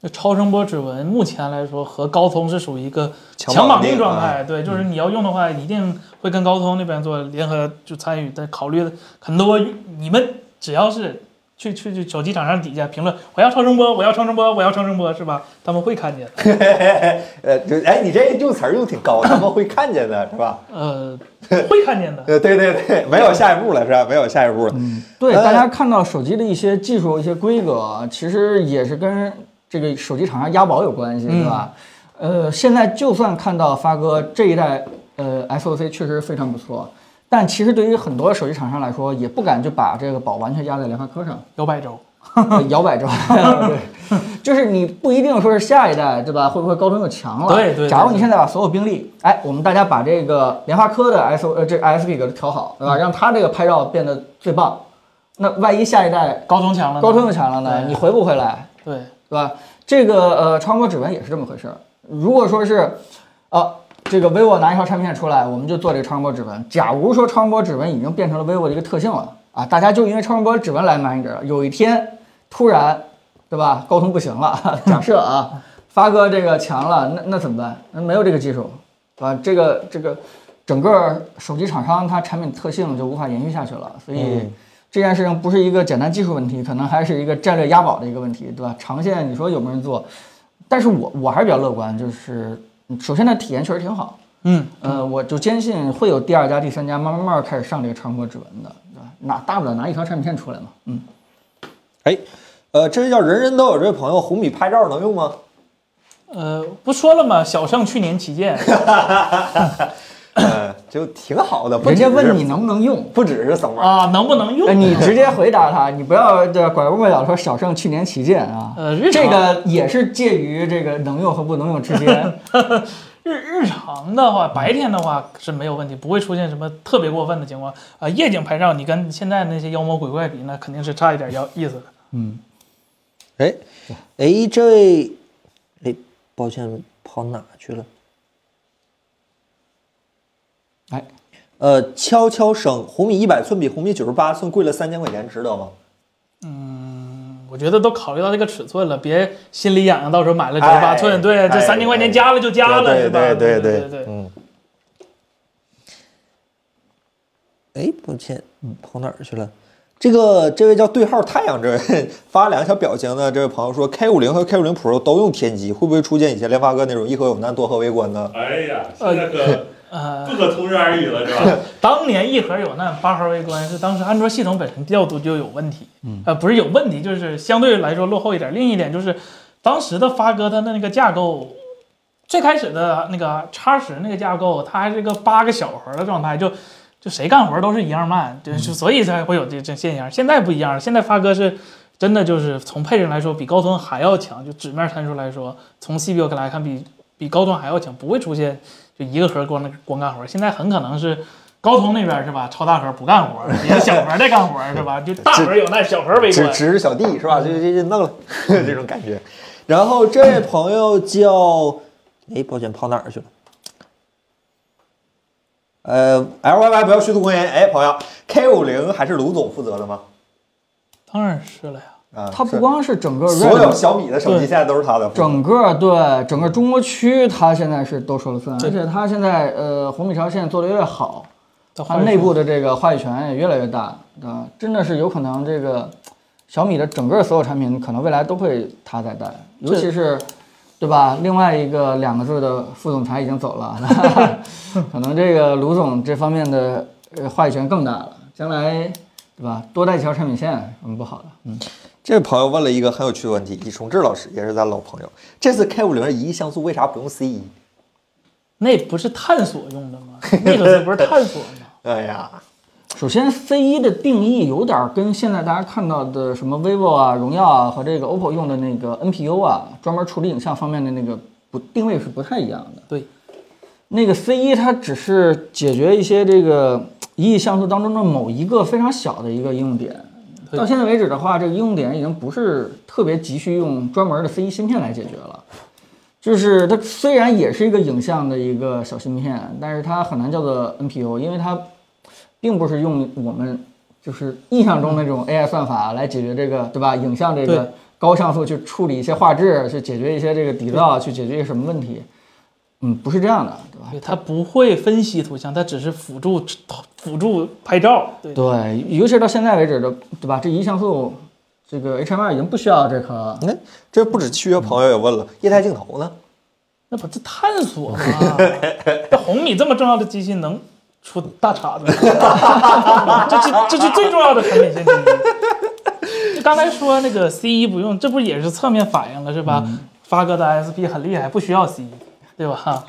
S3: 那超声波指纹目前来说和高通是属于一个
S1: 强
S3: 强
S1: 绑
S3: 绑
S1: 定
S3: 定状
S1: 啊
S3: 态，对，就是你要用的话，一定会跟高通那边做联合就参与，但考虑的很多，你们只要是去去去手机厂商底下评论，我要超声波，我要超声波，我要超声波，是吧？他们会看见的。
S1: 呃，就哎，你这用词儿用挺 高，他们会看见的是吧？
S3: 呃，会看见的。
S1: 呃， 对对对，没有下一步了是吧？没有下一步了。
S2: 对，
S1: 呃
S2: 大家看到手机的一些技术、一些规格，其实也是跟这个手机厂商押宝有关系，对吧？呃，现在就算看到发哥这一代呃 SOC 确实非常不错，但其实对于很多手机厂商来说，也不敢就把这个宝完全压在联发科上。
S3: 摇摆州，
S2: 呃 摇 摆状态，对，就是你不一定说是下一代，对吧？会不会高通又强了？
S3: 对对对
S2: 假如你现在把所有兵力，哎，我们大家把这个联发科的 S O 呃这 ISP 给它调好，对
S3: 嗯
S2: 吧？让它这个拍照变得最棒。那万一下一代
S3: 高通强了呢。
S2: 高通又强了呢？
S3: 对
S2: 你回不回来？
S3: 对，
S2: 对吧？这个呃，超声波指纹也是这么回事儿。如果说是，呃，这个 vivo 拿一条产品线出来，我们就做这个超声波指纹。假如说超声波指纹已经变成了 vivo 的一个特性了啊，大家就因为超声波指纹来买你这儿了。有一天突然，对吧？高通不行了，假设啊，发哥这个强了，那那怎么办？那没有这个技术，啊，这个这个整个手机厂商它产品特性就无法延续下去了，所以。
S1: 嗯
S2: 这件事情不是一个简单技术问题，可能还是一个战略押宝的一个问题，对吧？长线你说有没有人做？但是我我还是比较乐观，就是嗯首先它体验确实挺好，
S3: 嗯，
S2: 呃，我就坚信会有第二家、第三家慢慢慢慢开始上这个超声波指纹的，对吧？拿大不了拿一条产品线出来嘛，嗯，
S1: 哎，呃，这位叫人人都有这位朋友，红米拍照能用吗？
S3: 呃，不说了吗？小胜去年 旗舰，
S1: 呃，就挺好的。不
S2: 人家
S1: 只是
S2: 问你，能不能用。
S1: 不只是扫码，
S3: 啊，能不能
S1: 哎
S2: 呃
S3: 用？
S2: 你直接回答他，你不要这拐弯抹角地说小胜去年旗舰啊，
S3: 呃日常
S2: 这个也是介于这个能用和不能用之 间。
S3: 日日常的话，白天的话是没有问题，不会出现什么特别过分的情况。啊，夜景拍照，你跟现在那些妖魔鬼怪比，那肯定是差一点要意思的。
S1: 哎，哎，这位，哎，抱歉，跑哪去了？
S2: 哎，
S1: 呃，悄悄升红米一百寸比红米九十八寸贵了三千块钱，值得吗？
S3: 嗯我觉得都考虑到这个尺寸了，别心里痒痒，到时候买了九十
S1: 哎
S3: 八寸，对，这
S1: 哎
S3: 三千块钱加了就加了，
S1: 对
S3: 是吧？
S1: 对
S3: 对
S1: 对
S3: 对，
S1: 嗯。哎，不见，嗯，跑哪儿去了？这个这位叫对号太阳这位发两个小表情的这位朋友说，K 5 0和 K 5 0 Pro 都用天玑，会不会出现以前联发哥那种一核有难多核为官呢？
S4: 哎呀，现在可
S3: 呃，
S4: 不可同日而语了，是 吧？
S3: 当年一核有难，八核为官，是当时安卓系统本身调度就有问题，
S1: 嗯
S3: 呃，不是有问题，就是相对来说落后一点。另一点就是，当时的发哥他的那个架构，最开始的那个叉十那个架构，它还是个八个小核的状态，就就谁干活都是一样慢，对，
S2: 嗯
S3: 就所以才会有这这现象。现在不一样了，现在发哥是。真的就是从配置来说，比高通还要强。就纸面参数来说，从 CPU 来看比，比高通还要强，不会出现就一个核光光干活。现在很可能是高通那边是吧？超大核不干活，也是小核在干活是吧？就大核有难，小核为
S1: 指
S3: 官。
S1: 指着小弟是吧？就就就弄了 这种感觉。然后这位朋友叫，哎，抱歉，跑哪儿去了？呃，L Y Y 不要虚度光阴。哎，朋友，K 5 0还是卢总负责的吗？
S3: 当然是了呀，
S1: 啊，
S2: 它不
S1: 是
S2: 光是整个
S1: 所
S2: Red
S1: 有小米的手机现在都是他的。
S2: 整个对整个中国区，它现在是都说了算，
S3: 对
S2: 而且它现在呃红米朝线做的越来越好，
S3: 在华
S2: 它
S3: 为
S2: 内部的这个话语权也越来越大啊、真的是有可能这个小米的整个所有产品可能未来都会它在带，尤其是对吧？另外一个两个字的副总裁已经走了，可能这个卢总这方面的呃话语权更大了，将来对吧？多带几条产品线有什么不好的？嗯，
S1: 这位朋友问了一个很有趣的问题，李崇志老师也是咱老朋友。这次 K 5 0一亿像素为啥不用 C 一？
S3: 那不是探索用的吗？那个字不是探索吗？
S1: 哎呀，
S2: 首先，C 1的定义有点跟现在大家看到的什么 vivo 啊、荣耀啊和这个 OPPO 用的那个 NPU 啊，专门处理影像方面的那个不定位是不太一样的。
S3: 对，
S2: 那个 C 1它只是解决一些这个一亿像素当中的某一个非常小的一个应用点。
S3: 对
S2: 到现在为止的话，这个应用点已经不是特别急需用专门的 C 1芯片来解决了。就是它虽然也是一个影像的一个小芯片，但是它很难叫做 NPU，因为它并不是用我们就是印象中的这种 AI 算法来解决这个，对吧？影像这
S3: 对
S2: 个高像素去处理一些画质，去解决一些这个底噪，去解决一些什么问题？嗯，不是这样的，对吧？
S3: 对，它不会分析图像，它只是辅助辅助拍照。对，
S2: 对，尤其是到现在为止的，对吧？这一亿像素，这个 HMR 已经不需要这颗。
S1: 你看嗯这不止契约朋友也问了，液态镜头呢？
S3: 那不是探索吗？这红米这么重要的机器能出大岔子吗？这是这是最重要的产品线之一。就刚才说那个 C 一不用，这不也是侧面反映了是吧？发哥的 ISP 很厉害，不需要 C 一，对吧？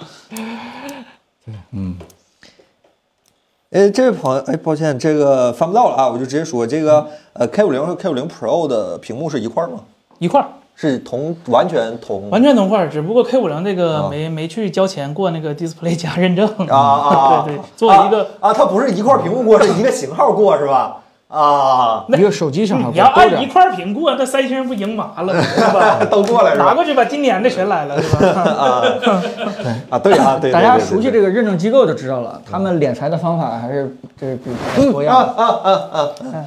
S1: 呃，这位朋友，哎，抱歉，这个翻不到了啊，我就直接说这
S3: 嗯
S1: 个，呃，K 5 0和 K 5 0 Pro 的屏幕是一块儿吗？
S3: 一块儿
S1: 是同完全同
S3: 完全同块儿，只不过 K 五零这
S1: 嗯啊
S3: 个没、没去交钱过那个 Display 加认证
S1: 啊啊啊
S3: 对对，做了一个。
S1: 啊啊，它不是一块屏幕过，是一个型号过是吧？啊，？
S2: 一个手机上还
S3: 嗯你要
S2: 不够
S3: 按一
S2: 点，
S3: 块儿屏过，那三星人不赢麻了， 是 吧
S1: 都过来是
S3: 嗯拿
S1: 吧？
S3: 过去吧，今年的全来 了，是吧？
S1: 啊，对啊，对，对
S2: 大家
S1: 对对
S2: 熟悉
S1: 对
S2: 这个认证机构就知道了，他们敛财的方法还是这是比较多样
S3: 啊
S1: 啊
S2: 的。
S3: 嗯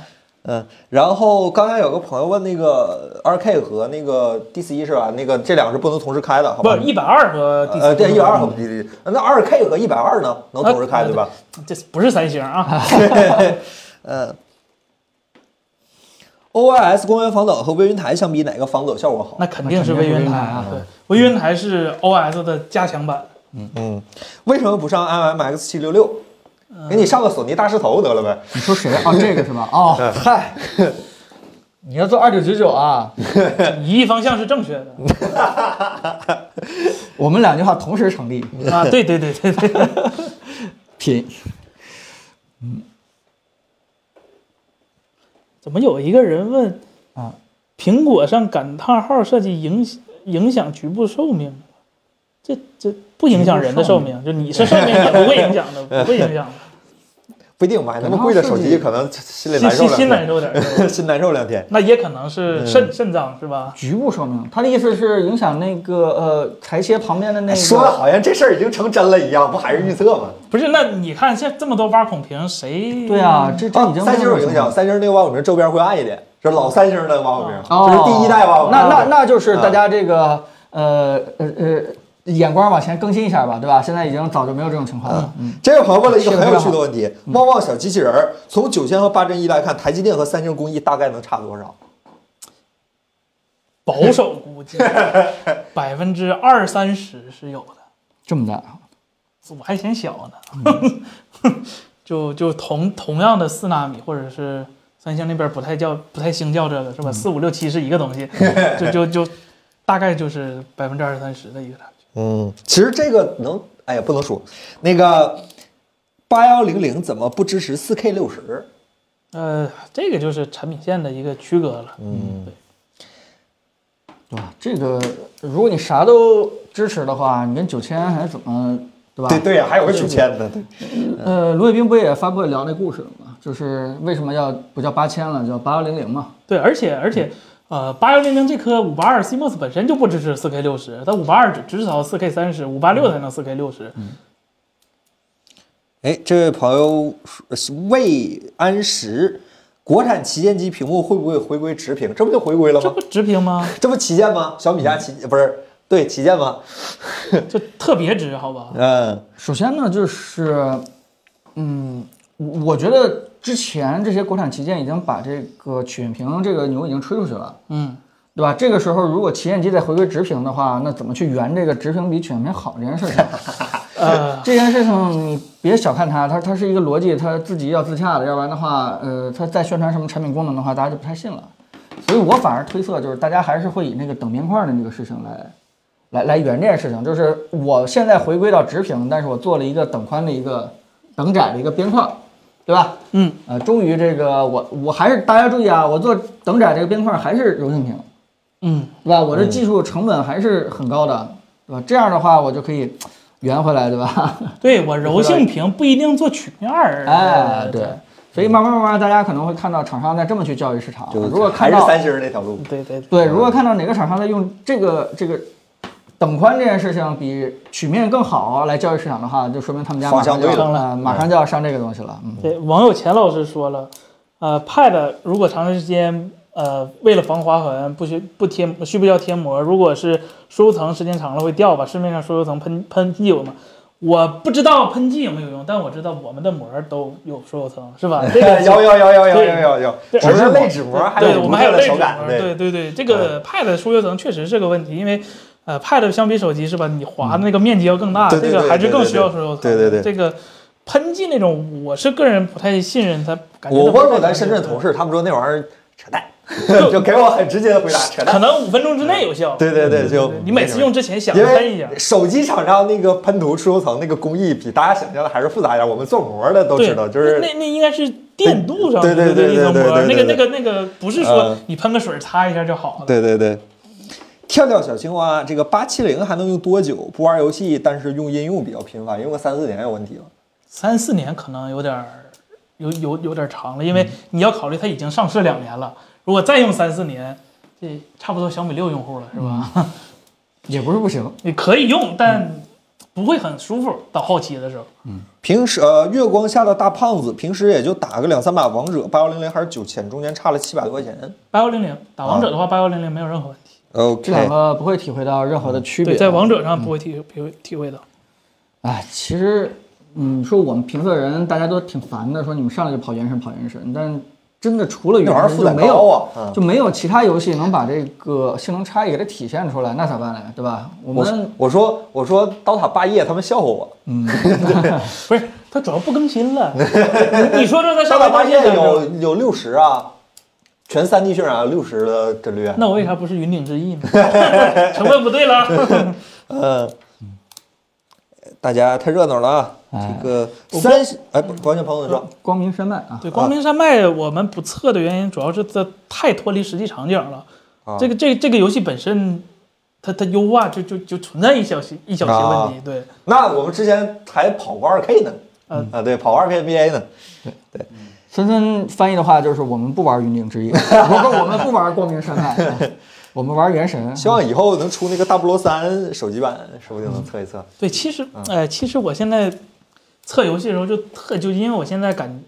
S1: 嗯，然后刚才有个朋友问那个 R K 和那个 D 四一是吧？那个这两个是不能同时开的，好
S3: 不
S1: 吧？
S3: 一百二和第
S1: 呃，对，一百二和
S3: 和
S1: D 四一，那二 K 和一百二呢，能同时开、
S3: 啊
S1: 对吧？
S3: 这不是三星啊，
S1: O I S 光源防抖和微云台相比，哪个防抖效果好？
S3: 那肯定是微云
S2: 那肯定是微
S3: 台啊
S2: 云台啊。
S3: 对，微云台是 OS 的加强版，
S1: 嗯，为什么不上 M M X 七六六？给你上个索尼大势头得了呗。
S2: 你说谁啊？这个是吧？哦，
S1: 嗯
S2: 嗨，你要做二九九九啊？
S3: 一亿方向是正确的
S2: 我们两句话同时成立，
S3: 啊。对对对对对，
S2: 品
S3: 怎么有一个人问
S2: 啊？
S3: 苹果上感叹号设计影响影响局部寿命吗？ 这这不影响人的寿命，就你是寿命也不会影响的，不会影响的。
S1: 不一定买那么贵的手机，可能心里
S3: 心
S1: 难受
S3: 心
S1: 两
S3: 心难
S1: 天，
S3: 受点儿，
S1: 心难受两天。
S3: 那也可能
S2: 嗯
S3: 是肾肾脏是吧？
S2: 局部寿命，他的意思是影响那个呃台阶旁边的那个。
S1: 哎说的好像这事儿已经成真了一样，不还是预测吗？
S3: 不是，那你看现在这么多挖孔屏，谁
S2: 对啊，这这已经
S1: 哦三星有影响，三星那个挖火瓶周边会暗一点，是老三星的挖火瓶，啊这是第一代挖火
S2: 哦
S1: 瓶。
S2: 那那那就是大家这个
S1: 嗯
S2: 呃呃呃眼光往前更新一下吧，对吧？现在已经早就没有这种情况了。嗯，
S1: 这位朋友问了一个很有趣的问题：旺旺小机器人儿从九千和八针一来看，台积电和三星工艺大概能差多少？
S3: 保守估 计百分之二三十是有的，
S2: 这么大，
S3: 我还嫌小呢。 就就同同样的四纳米，或者是三星那边不太叫不太兴叫这个是吧？四五六七是一个东西，就就就大概就是百分之二三十的一个差距。
S1: 嗯，其实这个能，哎呀，不能说那个八幺零零怎么不支持四 K 六十？
S3: 呃，这个就是产品线的一个区隔了。嗯，对。
S2: 对吧？这个如果你啥都支持的话，你跟九千还怎么对吧？
S1: 对啊对呀，还有个九千的，对，
S2: 呃，卢伟冰不也发布会聊那故事了吗？就是为什么要不叫八千了，叫八幺零零嘛？
S3: 对，而且而且，呃，八幺零零这颗五八二 CMOS 本身就不支持四 K 六十，它五八二只只支持到四 K 三十，五八六才能四 K 六十。
S1: 哎，这位朋友是魏安石，国产旗舰机屏幕会不会回归直屏？这不就回归了
S3: 这
S1: 吗
S3: 不？直屏吗？
S1: 这不旗舰吗？小米家旗不是对旗舰吗？
S3: 这特别直，好吧？
S1: 嗯，
S2: 首先呢，就是，嗯，我我觉得之前这些国产旗舰已经把这个曲面屏这个牛已经吹出去了，
S3: 嗯，
S2: 对吧？这个时候如果旗舰机再回归直屏的话，那怎么去圆这个直屏比曲面屏好这件事情？
S3: 呃，
S2: 这件事情你别小看它，它它是一个逻辑，它自己要自洽的，要不然的话，呃，它再宣传什么产品功能的话，大家就不太信了。所以我反而推测，就是大家还是会以那个等边框的那个事情来，来来圆这件事情。就是我现在回归到直屏，但是我做了一个等宽的一个等窄的一个边框，对吧？
S3: 嗯，
S2: 呃，终于这个我我还是大家注意啊，我做等窄这个边框还是柔性屏，
S3: 嗯，
S2: 对吧？我这技术成本还是很高的，对吧？这样的话我就可以圆回来，对吧？
S3: 对我柔性屏不一定做曲面啊二。
S2: 哎，对，所以慢慢慢慢，大家可能会看到厂商在这么去教育市场。
S1: 就是
S2: 如果
S1: 还
S2: 看
S1: 是
S2: 到
S1: 三嗯星那条路，
S3: 对对对，
S2: 对，如果看到哪个厂商在用这个这个等宽这件事情比曲面更好来教育市场的话，就说明他们家马
S1: 方向
S2: 上就
S1: 对了嗯
S2: 要了，马上就要上这个东西了。嗯，
S3: 对，网友钱老师说了，呃，Pad 如果长时间呃为了防划痕不需不贴需不需要贴膜？如果是输入层时间长了会掉吧？市面上输入层喷喷剂有吗？我不知道喷剂有没有用，但我知道我们的膜都有输入层，是吧？这个
S1: 有有有有有有有有，
S3: 对
S1: 只是类纸膜，还
S3: 对，
S1: 有
S3: 我
S1: 独
S3: 们还有
S1: 特的
S3: 类纸
S1: 手
S3: 膜
S1: 感，
S3: 对对对，这个 Pad 输入层确实是个问题，因为呃 Pad 相比手机是吧，你滑的那个面积要更大，
S1: 嗯对对
S3: 这个
S1: 对
S3: 还是
S1: 对
S3: 更
S1: 对
S3: 需要
S1: 对
S3: 输入层。
S1: 对对对
S3: 这个喷剂那种，我是个人不太信任它。感觉
S1: 我
S3: 它不
S1: 问
S3: 太
S1: 过咱
S3: 能
S1: 深圳
S3: 用
S1: 同事，他们说那玩意儿扯 淡，就给我很直接的回答，扯
S3: 可
S1: 淡。
S3: 能五分钟之内有效。
S1: 对对对，就
S3: 你每次用之前想
S1: 因
S3: 喷一下
S1: 为。手机厂商那个喷涂出油层那个工艺比大家想象的还是复杂一点，我们做膜的都
S3: 对，
S1: 知道，就是
S3: 那那那应该是电镀上
S1: 对
S3: 的
S1: 对对
S3: 一层
S1: 对对
S3: 膜，
S1: 对
S3: 那
S1: 对对
S3: 个那个那个不是说
S1: 嗯
S3: 你喷个水擦一下就好了。
S1: 对对对。跳跳小青蛙，这个八七零还能用多久？不玩游戏，但是用应用比较频繁，用个三四年有问题了。
S3: 三四年可能有点儿有有有点儿长了，因为你要考虑它已经上市两年了，如果再用三四年，这差不多小米六用户了是吧？
S2: 也不是不行。
S3: 你可以用，但不会很舒服。到后期的时候，
S1: 平时呃，月光下的大胖子平时也就打个两三把王者，八幺零零还是九千，中间差了七百多块钱。
S3: 八幺零零打王者的话，八幺零零没有任何问题。
S2: 这两
S1: OK，
S2: 个不会体会到任何的区别。
S3: 对，在嗯王者上不会体体会体会到。
S2: 哎，其实，嗯，说我们评测人大家都挺烦的，说你们上来就跑原神跑原神，但真的除了
S1: 那玩意
S2: 原
S1: 儿
S2: 神
S1: 负
S2: 就
S1: 载
S2: 没
S1: 高
S2: 有
S1: 啊嗯
S2: 就没有其他游戏能把这个性能差异给它体现出来，那咋办呢？对吧？我
S1: 我
S2: 们
S1: 我说我说刀塔霸业，他们笑话我。
S3: 不是，它主要不更新 了。你你说这
S1: 刀
S3: 在
S1: 塔
S3: 上
S1: 霸
S3: 海发
S1: 业
S3: 现的时候
S1: 有有六十啊，全三 D 渲染六十的帧率。
S3: 那我为啥不是云顶之弈呢？ 成分不对了。
S1: 嗯，大家太热闹了啊！
S2: 哎
S1: 这个三哎，不王建鹏你
S3: 嗯
S1: 说，
S2: 光明山脉啊，
S3: 对，光明山脉我们不测的原因，主要是它太脱离实际场景了。
S1: 啊
S3: 这个这个这个游戏本身，它它优
S1: 啊
S3: 化就就就存在一小些一小些问题。对，
S1: 那我们之前还跑过二 K 呢，嗯啊，对，跑 RPMBA 呢，
S2: 森森翻译的话就是我们不玩云顶之弈，我说我们不玩光明山脉， 啊我们玩原神。
S1: 希望以后能出那个大菠萝三手机版，说不定能测一测。
S3: 对，其实，
S1: 嗯
S3: 哎，其实我现在测游戏的时候就特就因为我现在感，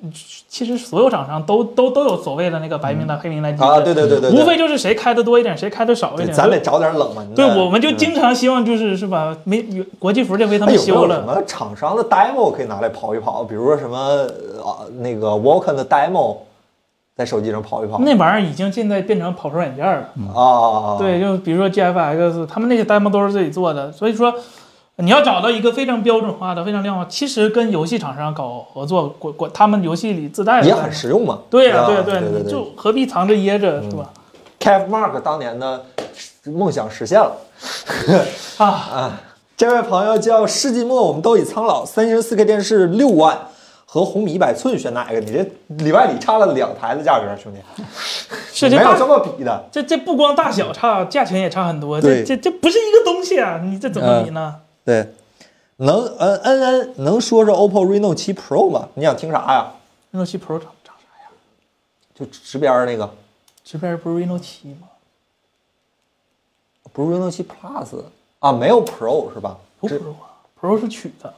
S3: 其实所有厂商都都都有所谓的那个白名单、黑名单机制
S1: 啊，对对对对，对
S3: 嗯无非就是谁开的多一点，谁开的少一
S1: 对
S3: 点。
S1: 咱得找点冷门的。
S3: 对，我们就
S1: 嗯
S3: 经常希望就是是吧？没有国际服这回他
S1: 那
S3: 们
S1: 有没
S3: 修
S1: 哎有什
S3: 了，
S1: 么厂商的 demo 可以拿来跑一跑？比如说什么啊，那个 Walken 的 demo，在手机上跑一跑。
S3: 那玩意儿已经现在变成跑车软件了。
S1: 啊，
S3: 对，就比如说 GFX，他们那些 demo 都是自己做的，所以说你要找到一个非常标准化的、非常量化，其实跟游戏厂商搞合作，国国他们游戏里自带的
S1: 也很实用嘛。
S3: 对呀、
S1: 吧
S3: 对
S1: 对嗯
S3: 你就何必藏着掖着是吧？
S1: Cavmark 当年的梦想实现了。
S3: 啊，
S1: 这位朋友叫世纪末，我们都已苍老。三星 4K 电视六万和红米一百寸选哪一个？你这里外里差了两台的价格，兄弟，
S3: 是这
S1: 没有
S3: 大
S1: 这么比的。
S3: 这这不光大小差，价钱也差很多，
S1: 对嗯
S3: 这这这不是一个东西啊！你这怎么比呢？
S1: 对，能呃恩恩能说说 OPPO Reno 7 Pro 吗？你想听啥呀？
S3: Reno 7 Pro 长长啥样？
S1: 就直边儿那个，
S3: 这边不是 Reno 7吗？
S1: 不是 Reno 7 Plus 啊，没有 Pro 是吧？
S3: 有
S1: 这
S3: Pro 啊，Pro 是取的，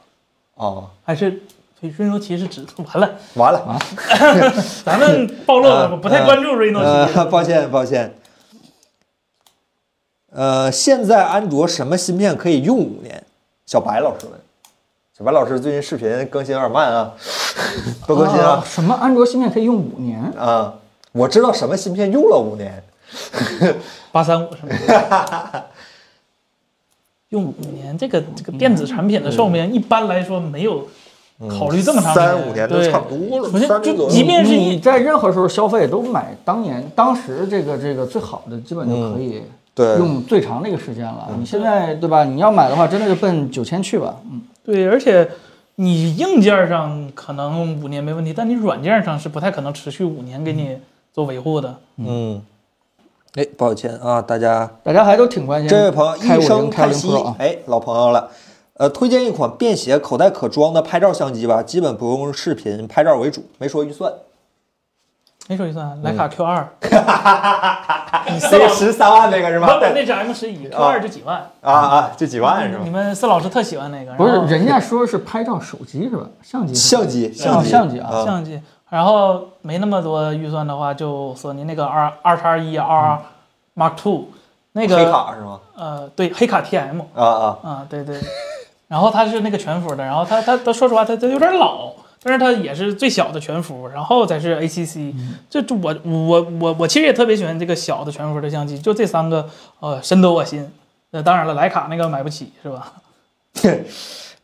S1: 哦，
S3: 还是所以 Reno 7是指完了？
S1: 完了，
S3: 咱们暴露
S1: 嗯
S3: 了，我不太关注 Reno
S1: 呃，
S3: 7。
S1: 抱歉抱歉。呃，现在安卓什么芯片可以用五年？小白老师问。小白老师最近视频更新有点慢啊，多更新
S2: 啊
S1: 啊
S2: 什么安卓芯片可以用五年？
S1: 啊、我知道什么芯片用了五年，
S3: 八三五是吗？ 用五年，这个这个电子产
S1: 嗯
S3: 品的寿命一般来说没有考虑这么长时间
S1: 三五年都
S3: 对
S1: 差不多了
S3: 首，先
S1: 三年
S3: 就
S1: 左
S3: 即
S1: 右。
S3: 便是一
S2: 你在任何时候消费都买当年当时这个这个最好的，基本就可以
S1: 嗯对嗯
S2: 用最长的一个时间了。你现在对吧？你要买的话，真的就奔九千去吧。嗯，
S3: 对，而且你硬件上可能五年没问题，但你软件上是不太可能持续五年给你做维护的。
S1: 嗯，哎，抱歉啊，大家
S2: 大家还都挺关心。
S1: 这位朋友
S2: 开
S1: 一声
S2: 50开
S1: 叹
S2: 零
S1: 息
S2: Pro 啊，，
S1: 哎，老朋友了，呃，推荐一款便携、口袋可装的拍照相机吧，基本不用视频拍照为主，没说预算，
S3: 没说预算啊，徕
S1: 嗯
S3: 卡 Q 二、
S1: 那个十三万那个是
S3: 老版 那是 M 十一，Q 二就几万，
S1: 啊啊，就几万是
S3: 你
S1: 吧？
S3: 们四老师特喜欢那个，
S2: 不是
S3: 然后
S2: 人家说是拍照手机是吧？相机是吧
S1: 哦相机，
S2: 哦
S1: 机，
S2: 相机啊
S3: 相机，然后没那么多预算的话，就索尼那个二二叉一 R Mark Two 那
S1: 嗯黑
S3: 个
S1: 卡是吗？
S3: 呃对黑卡 TM
S1: 啊啊，
S3: 啊对对，然后它是那个全幅的，然后它它它说实话它它有点老，但是它也是最小的全幅，然后才是 ACC，这
S1: 嗯
S3: 这我我我我其实也特别喜欢这个小的全幅的相机，就这三个呃深得我心。那当然了，徕卡那个买不起是吧？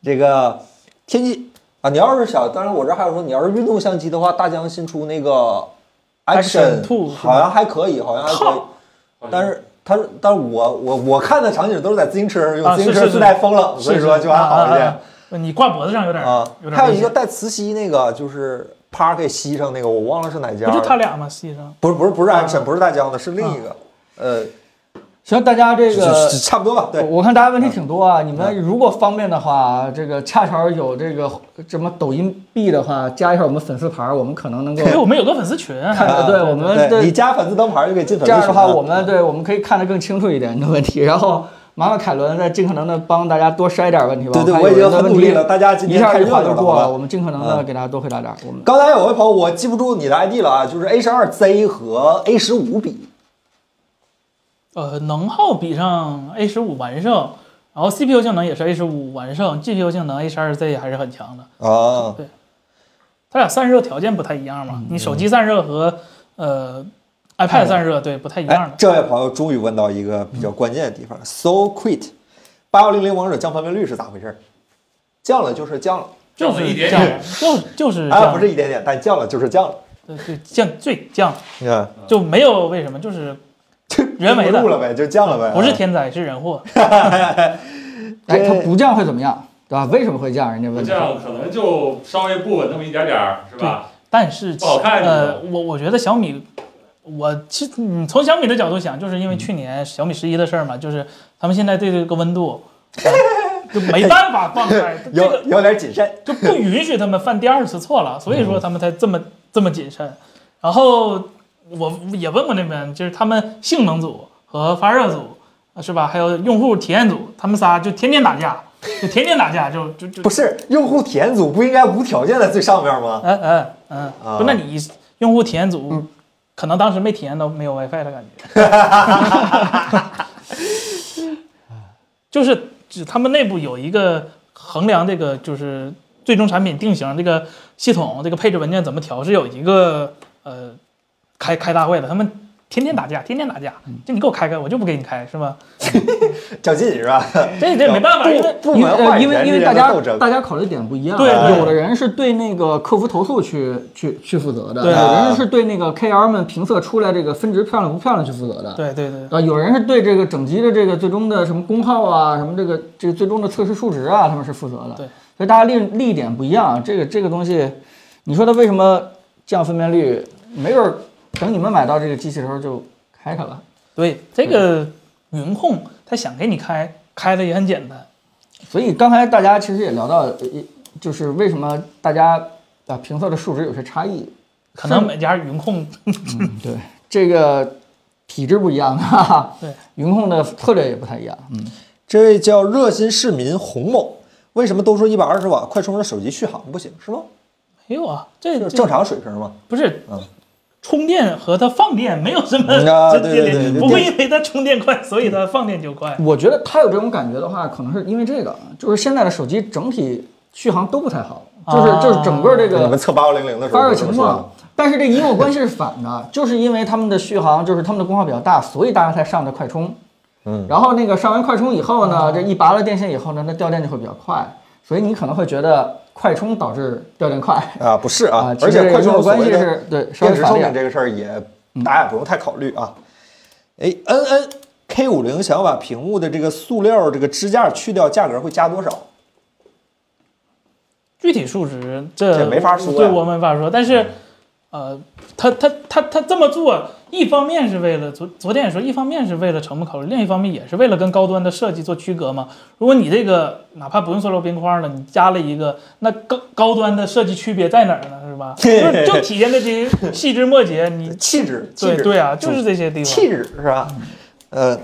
S1: 这个天际啊，你要是想，当然我这还有说，你要是运动相机的话，大疆新出那个
S3: Action Two 是吧
S1: 好像还可以，好像还可以，但是。它，但是我我我看的场景都是在自行车上用，
S3: 啊
S1: 自行
S3: 是
S1: 车
S3: 是
S1: 自带风冷，所以说就还好一
S3: 啊
S1: 点
S3: 啊。啊你挂脖子上有点
S1: 啊
S3: 有，点
S1: 还有
S3: 危
S1: 一个
S3: 险。
S1: 带磁吸那个，就是啪给吸上那个，我忘了是哪家了。
S3: 不就他俩吗？实际上，
S1: 不是不是不是
S3: 啊
S1: action，不是大疆的，是另一个。呃，
S2: 行，大家这个
S1: 是是差不多吧？对，嗯
S2: 我我看大家问题挺多啊，你们如果方便的话，这个恰巧有这个什么抖音币的话，加一下我们粉丝牌，我们可能能够
S3: 因为我们有个粉丝群，
S2: 哦 看
S1: 啊
S2: 得对我们
S1: 对
S2: 对
S1: 你加粉丝灯牌就可以进粉丝
S2: 这样的
S1: 群
S2: 话，
S1: 了
S2: 我们对我们可以看得更清楚一点的问题。然后麻烦凯伦再尽可能的帮大家多筛点问题吧。
S1: 对对
S2: 看
S1: 我已
S2: 有人
S1: 经很
S2: 的问
S1: 努力
S2: 题
S1: 了大家今天
S2: 一下
S1: 看
S2: 一
S1: 热
S2: 划
S1: 闹
S2: 就
S1: 了
S2: 过
S1: 好吧
S2: 了，我们尽可能的
S1: 嗯
S2: 给大家多回答点。我们
S1: 刚才有位朋友，我记不住你的 ID 了啊，就是 A 十二 Z 和 A 十五比，
S3: 呃，能耗比上 A 1 5完胜，然后 CPU 性能也是 A 1 5完胜，GPU 性能 A 1 2 Z 还是很强的。
S1: 啊，
S3: 它俩散热条件不太一样嘛，你手机散热和呃 iPad 散热对不太一样
S1: 哎，
S3: 的。
S1: 这位朋友终于问到一个比较关键的地
S2: 嗯
S1: 方，So Quit，八幺零零王者降分辨率是咋回事？降了就是降了，
S3: 就
S4: 这么
S3: 是
S4: 一点
S3: 降
S4: 点，
S3: 就
S2: 嗯
S3: 就是
S1: 啊，不
S3: 降，
S1: 是一点点，但降了就是降了，
S3: 对对降最降，
S1: 你看，
S3: 就没有为什么，就是人为的
S1: 撑不住了呗，就降了呗，啊
S3: 不是天灾是人祸。
S2: 哎，
S1: 这
S2: 它不降会怎么样？对吧？为什么会降？人家问题。
S4: 这样可能就稍微不稳那么一点点儿，是吧？
S3: 但是
S4: 不好看是吧
S3: 呃，我我觉得小米，我其实嗯，从小米
S4: 嗯
S3: 的角度想，就是因为去年小米十一的事儿嘛，就是他们现在对这个温度。呃就没办法放开，这
S1: 有
S3: 个
S1: 有点谨慎。
S3: 就不允许他们犯第二次错了，所以
S4: 嗯
S3: 说他们才这么这么谨慎。然后我也问过那边，就是他们性能组和发热组呃是吧，还有用户体验组，他们仨就天天打架，就天天打架，就就就
S1: 不是用户体验组不应该无条件在最上面吗？
S3: 嗯嗯嗯，
S1: 啊
S3: 不，那你用户体验组可能当时没体验到没有 WiFi 的感觉， 就是指他们内部有一个衡量这个就是最终产品定型这个系统这个配置文件怎么调是有一个呃开开大会的，他们天天打架，天天打架，就你给我开开，我就不给你开是吧？
S1: 较劲是吧？
S3: 这这没办法，因为
S1: 部
S2: 因为
S1: 门话
S2: 呃
S1: 语
S2: 因为
S1: 权
S2: 因
S1: 之
S2: 为大
S1: 间的
S2: 家
S1: 斗争，
S2: 大家考虑点不一样，啊
S3: 对对
S2: 有的人是对那个客服投诉去去去负责的，
S3: 对
S2: 有的
S1: 啊
S2: 人是对那个 KR 们评测出来这个分值漂亮不漂亮去负责的，
S3: 对对对。
S2: 啊，有人是对这个整机的这个最终的什么功耗啊，什么这个这个最终的测试数值啊，他们是负责的。
S3: 对，
S2: 所以大家利利益点不一样，这个这个东西，你说它为什么降分辨率？没准儿等你们买到这个机器的时候就开开了。
S3: 对这个云控，他想给你开，开的也很简单。
S2: 所以刚才大家其实也聊到，呃一就是为什么大家啊评测的数值有些差异，
S3: 可能每家云控
S2: 对这个体制不一样，哈哈，
S3: 对，
S2: 云控的策略也不太一样，嗯，
S1: 这位叫热心市民洪某，为什么都说一百二十瓦快充的手机续航不行是吗？
S3: 没有啊，这
S1: 就是
S3: 这
S1: 正常水平吗？
S3: 不是
S1: 嗯
S3: 充电和它放电没有什么
S1: 嗯啊
S3: 直接
S1: 对对
S3: 联
S1: 对
S3: 系，
S1: 对
S3: 不会因为它充电快，所以它放电就快。
S2: 我觉得他有这种感觉的话，可能是因为这个，就是现在的手机整体续航都不太好，就是
S3: 啊
S2: 就是整个这
S1: 你们
S2: 个
S1: 测八幺零零的时候
S2: 发热
S1: 不是这么
S2: 情
S1: 说的
S2: 况。但是这因果关系是反的， 就是因为他们的续航就是他们的功耗比较大，所以大家才上的快充。
S1: 嗯，
S2: 然后那个上完快充以后呢，这一拔了电线以后呢，那掉电就会比较快，所以你可能会觉得快充导致掉电快
S1: 啊，不是
S2: 啊
S1: 啊，，
S2: 其
S1: 而
S2: 实
S1: 且快
S2: 因
S1: 充
S2: 果
S1: 无所
S2: 关
S1: 谓
S2: 系
S1: 的
S2: 是对稍微
S1: 电池
S2: 反
S1: 寿
S2: 一
S1: 命
S2: 点。
S1: 这个事儿也
S2: 嗯
S1: 大家不用太考虑啊。哎，N N K 五零想要把屏幕的这个塑料这个支架去掉，价格会加多少？
S3: 具体数值这
S1: 这没法说呀嗯
S3: 对我没法说。但是，呃，他他他他这么做，一方面是为了昨昨天也说，一方面是为了成本考虑，另一方面也是为了跟高端的设计做区隔嘛。如果你这个哪怕不用塑料边框了，你加了一个，那高高端的设计区别在哪儿呢？ 是吧？就是就体现在这些细枝末节，你
S1: 气质，气
S3: 对
S1: 质，
S3: 对啊，就是这些地方。
S1: 气质是吧？呃
S2: 嗯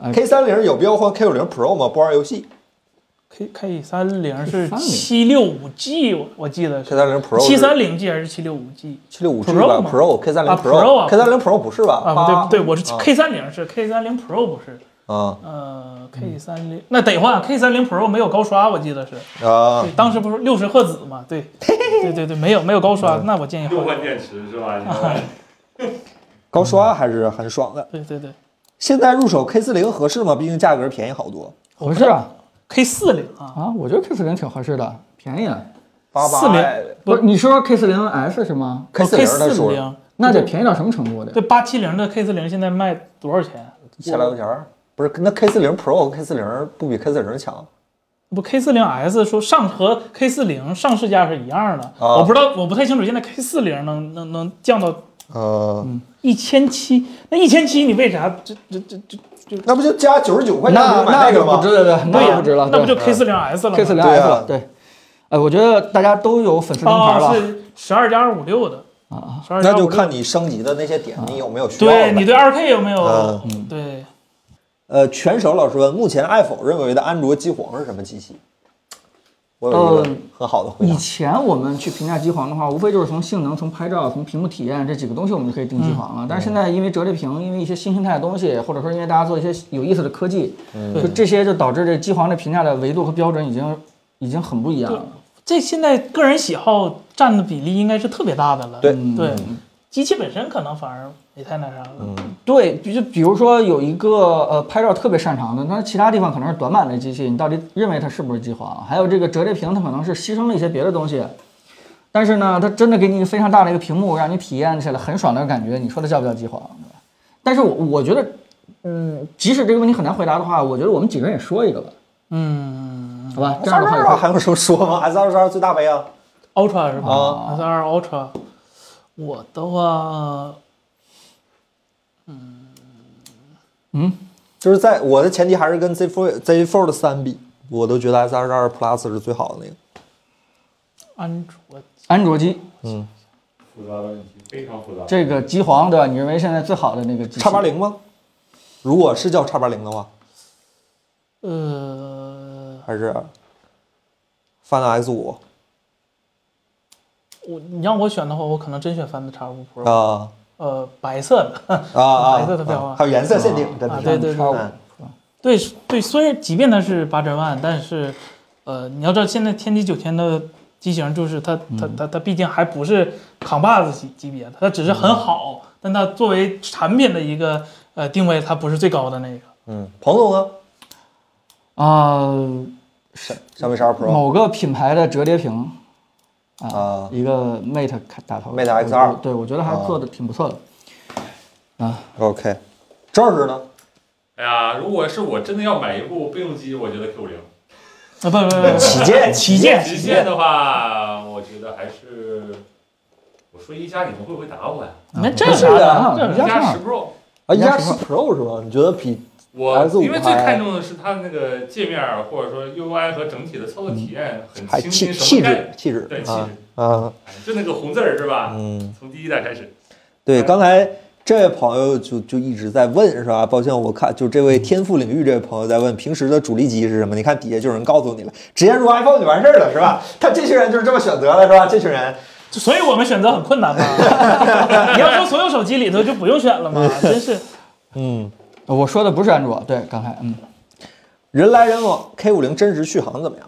S2: 哎
S1: ，K 三零有必要换 K 五零 Pro 吗？不玩游戏
S3: K K 三零是
S2: K30
S3: 七六五 G，我我记得
S1: ，K
S3: 是
S1: 三零 Pro
S3: 七三零 G 还是七六五 G
S1: 七六五 G
S3: Pro
S1: 吧
S3: 吗
S1: ，Pro K 三零
S3: 啊 Pro 啊
S1: K 三零 Pro 不是吧？
S3: 啊？不对不对，我是
S1: 啊
S3: K 三零是 K 三零 Pro 不是？
S1: 啊
S3: 呃，K 三零那得换 K 三零 Pro 没有高刷，我记得是，
S1: 啊
S3: 对，，当时不是六十赫兹嘛？对对对对，没有没有高刷，那我建议
S4: 又
S3: 换。
S4: 换电池是吧？你看
S1: 高刷还是很爽的。
S3: 对对对
S1: 现在入手 K 四零合适吗？毕竟价格便宜好多，
S2: 合适啊
S3: ，K 四零啊，
S2: 啊，我觉得 K 四零挺合适的，便宜啊。
S1: 八八
S3: 40
S2: 不是你说 K 四零 S 是吗？
S1: K 四
S3: 哦 K
S1: 零他
S3: 四
S1: 说
S3: 零，
S2: 那得便宜到什么程度的？
S3: 对八七零的 K 四零现在卖多少钱？
S1: 一千来块钱儿，不是那 K 四零 Pro 和 K 四零不比 K 四零强
S3: 不，K 四零 S 说上和 K 四零上市价是一样的，
S1: 啊
S3: 我不知道，我不太清楚现在 K 四零能能能降到
S1: 呃，
S3: 一千七，那一千七你为啥这这这这
S1: 那不就加九十九块钱
S2: 那
S1: 就买那
S2: 就
S1: 个
S2: 不
S1: 吗
S2: 值？了，
S3: 对
S2: 那
S3: 呀
S2: 不值了，
S3: 那不就
S2: 对
S3: K 四零 S 了
S2: K 四零
S1: 对
S2: S
S1: 啊
S2: 了？对，哎，我觉得大家都有粉丝灯牌
S3: 啊
S2: 了
S3: 是十二加五六的
S2: 啊，
S3: 十二
S1: 那就看你升级的那些点，你有没有需要
S3: 啊对
S1: 呗
S3: 你对二 K 有没有
S1: 嗯
S3: 对
S1: 呃，全手老师问，目前爱否认为的安卓机皇是什么机器？我有一个
S2: 嗯
S1: 很好的回答
S2: 以。前我们去评价机皇的话，无非就是从性能、从拍照、从屏幕体验这几个东西，我们就可以定机皇了。但是现在因为折叠屏，因为一些新形态的东西，或者说因为大家做一些有意思的科技，
S1: 嗯
S2: 就这些就导致这机皇的评价的维度和标准已经已经很不一样了。
S3: 这现在个人喜好占的比例应该是特别大的了，
S1: 对
S3: 对，机器本身可能反而没太那啥了，
S2: 对，就就比如说有一个呃拍照特别擅长的，那其他地方可能是短板的机器，你到底认为它是不是机皇？还有这个折叠屏，它可能是牺牲了一些别的东西，但是呢，它真的给你非常大的一个屏幕，让你体验起来很爽的感觉，你说它叫不叫机皇？对吧但是我我觉得，嗯，即使这个问题很难回答的话，我觉得我们几个人也说一个吧，
S3: 嗯
S2: 好吧？这
S1: 三
S2: 样的话
S1: 二
S2: 也
S1: 二
S2: 会
S1: 还有什么说吗？S 二十二最大杯啊！
S3: ，Ultra 是吧
S1: 啊
S3: ？S 二 Ultra，我的话
S1: 就是在我的前提还是跟 Z Fold Z Fold 三比，我都觉得 S 二十二 Plus 是最好的那个。
S3: 安卓
S2: 安卓机
S1: 嗯，
S4: 复杂的问题非常复杂。
S2: 这个机皇对吧？你认为现在最好的那个机器
S1: 叉八零吗？如果是叫叉八零的话，
S3: 呃，
S1: 还是 Find X 五
S3: 我你让我选的话，我可能真选 Find X5 Pro，、
S1: 啊
S3: 呃，白色的。
S1: 啊啊！
S3: 白色的标啊
S1: 啊还有颜色限定，真的
S3: 啊
S1: 是
S3: 对对对
S1: 嗯
S3: 对对，虽然即便它是八千万，但是，呃，你要知道现在天玑九千的机型，就是它它它它毕竟还不是扛把子级级别，它只是很好，但它作为产品的一个呃定位，它不是最高的那个。
S1: 嗯，彭总呢？
S2: 啊，
S1: 小米十二 Pro
S2: 某个品牌的折叠屏
S1: 啊
S2: 一个 Mate 打头
S1: Mate 啊 X2
S2: 我对我觉得还做的挺不错的。
S1: ，OK，这儿呢？
S4: 哎呀，如果是我真的要买一部备用机，我觉得 Q 零。
S3: 啊不不不不，
S1: 旗舰，旗舰
S4: 嗯旗舰的话，我觉得还是我说一加，你们会不会打我呀？
S3: 那这
S1: 不
S3: 有
S1: 是
S3: 啥
S1: 的
S3: 的？这
S2: 一加
S3: 有啊啥
S2: 上
S4: 一加十 Pro，
S1: 啊，一加
S2: 一加
S1: 十 Pro 是吧？你觉得比
S4: 我
S1: S5
S4: 因为最看重的是它的那个界面儿，或者说 UI 和整体的操作体验很
S1: 还
S4: 清
S1: 气
S4: 新，
S1: 气
S4: 什么概
S1: 质气质
S4: 对气
S1: 啊
S4: 质，
S1: 啊
S4: 哎就那个红字儿是吧？
S1: 嗯。
S4: 从第一代开始，
S1: 对，刚才这位朋友就就一直在问是吧？抱歉，我看就这位天赋领域这位朋友在问，平时的主力机是什么？你看底下就有人告诉你了，直接入 iPhone 就完事儿了是吧？他这群人就是这么选择了是吧？这群人
S3: 所以我们选择很困难嘛。 你要说所有手机里头就不用选了嘛，真是。
S2: 我说的不是安卓，对，刚才嗯，
S1: 人来人往，K 5 0真实续航怎么样？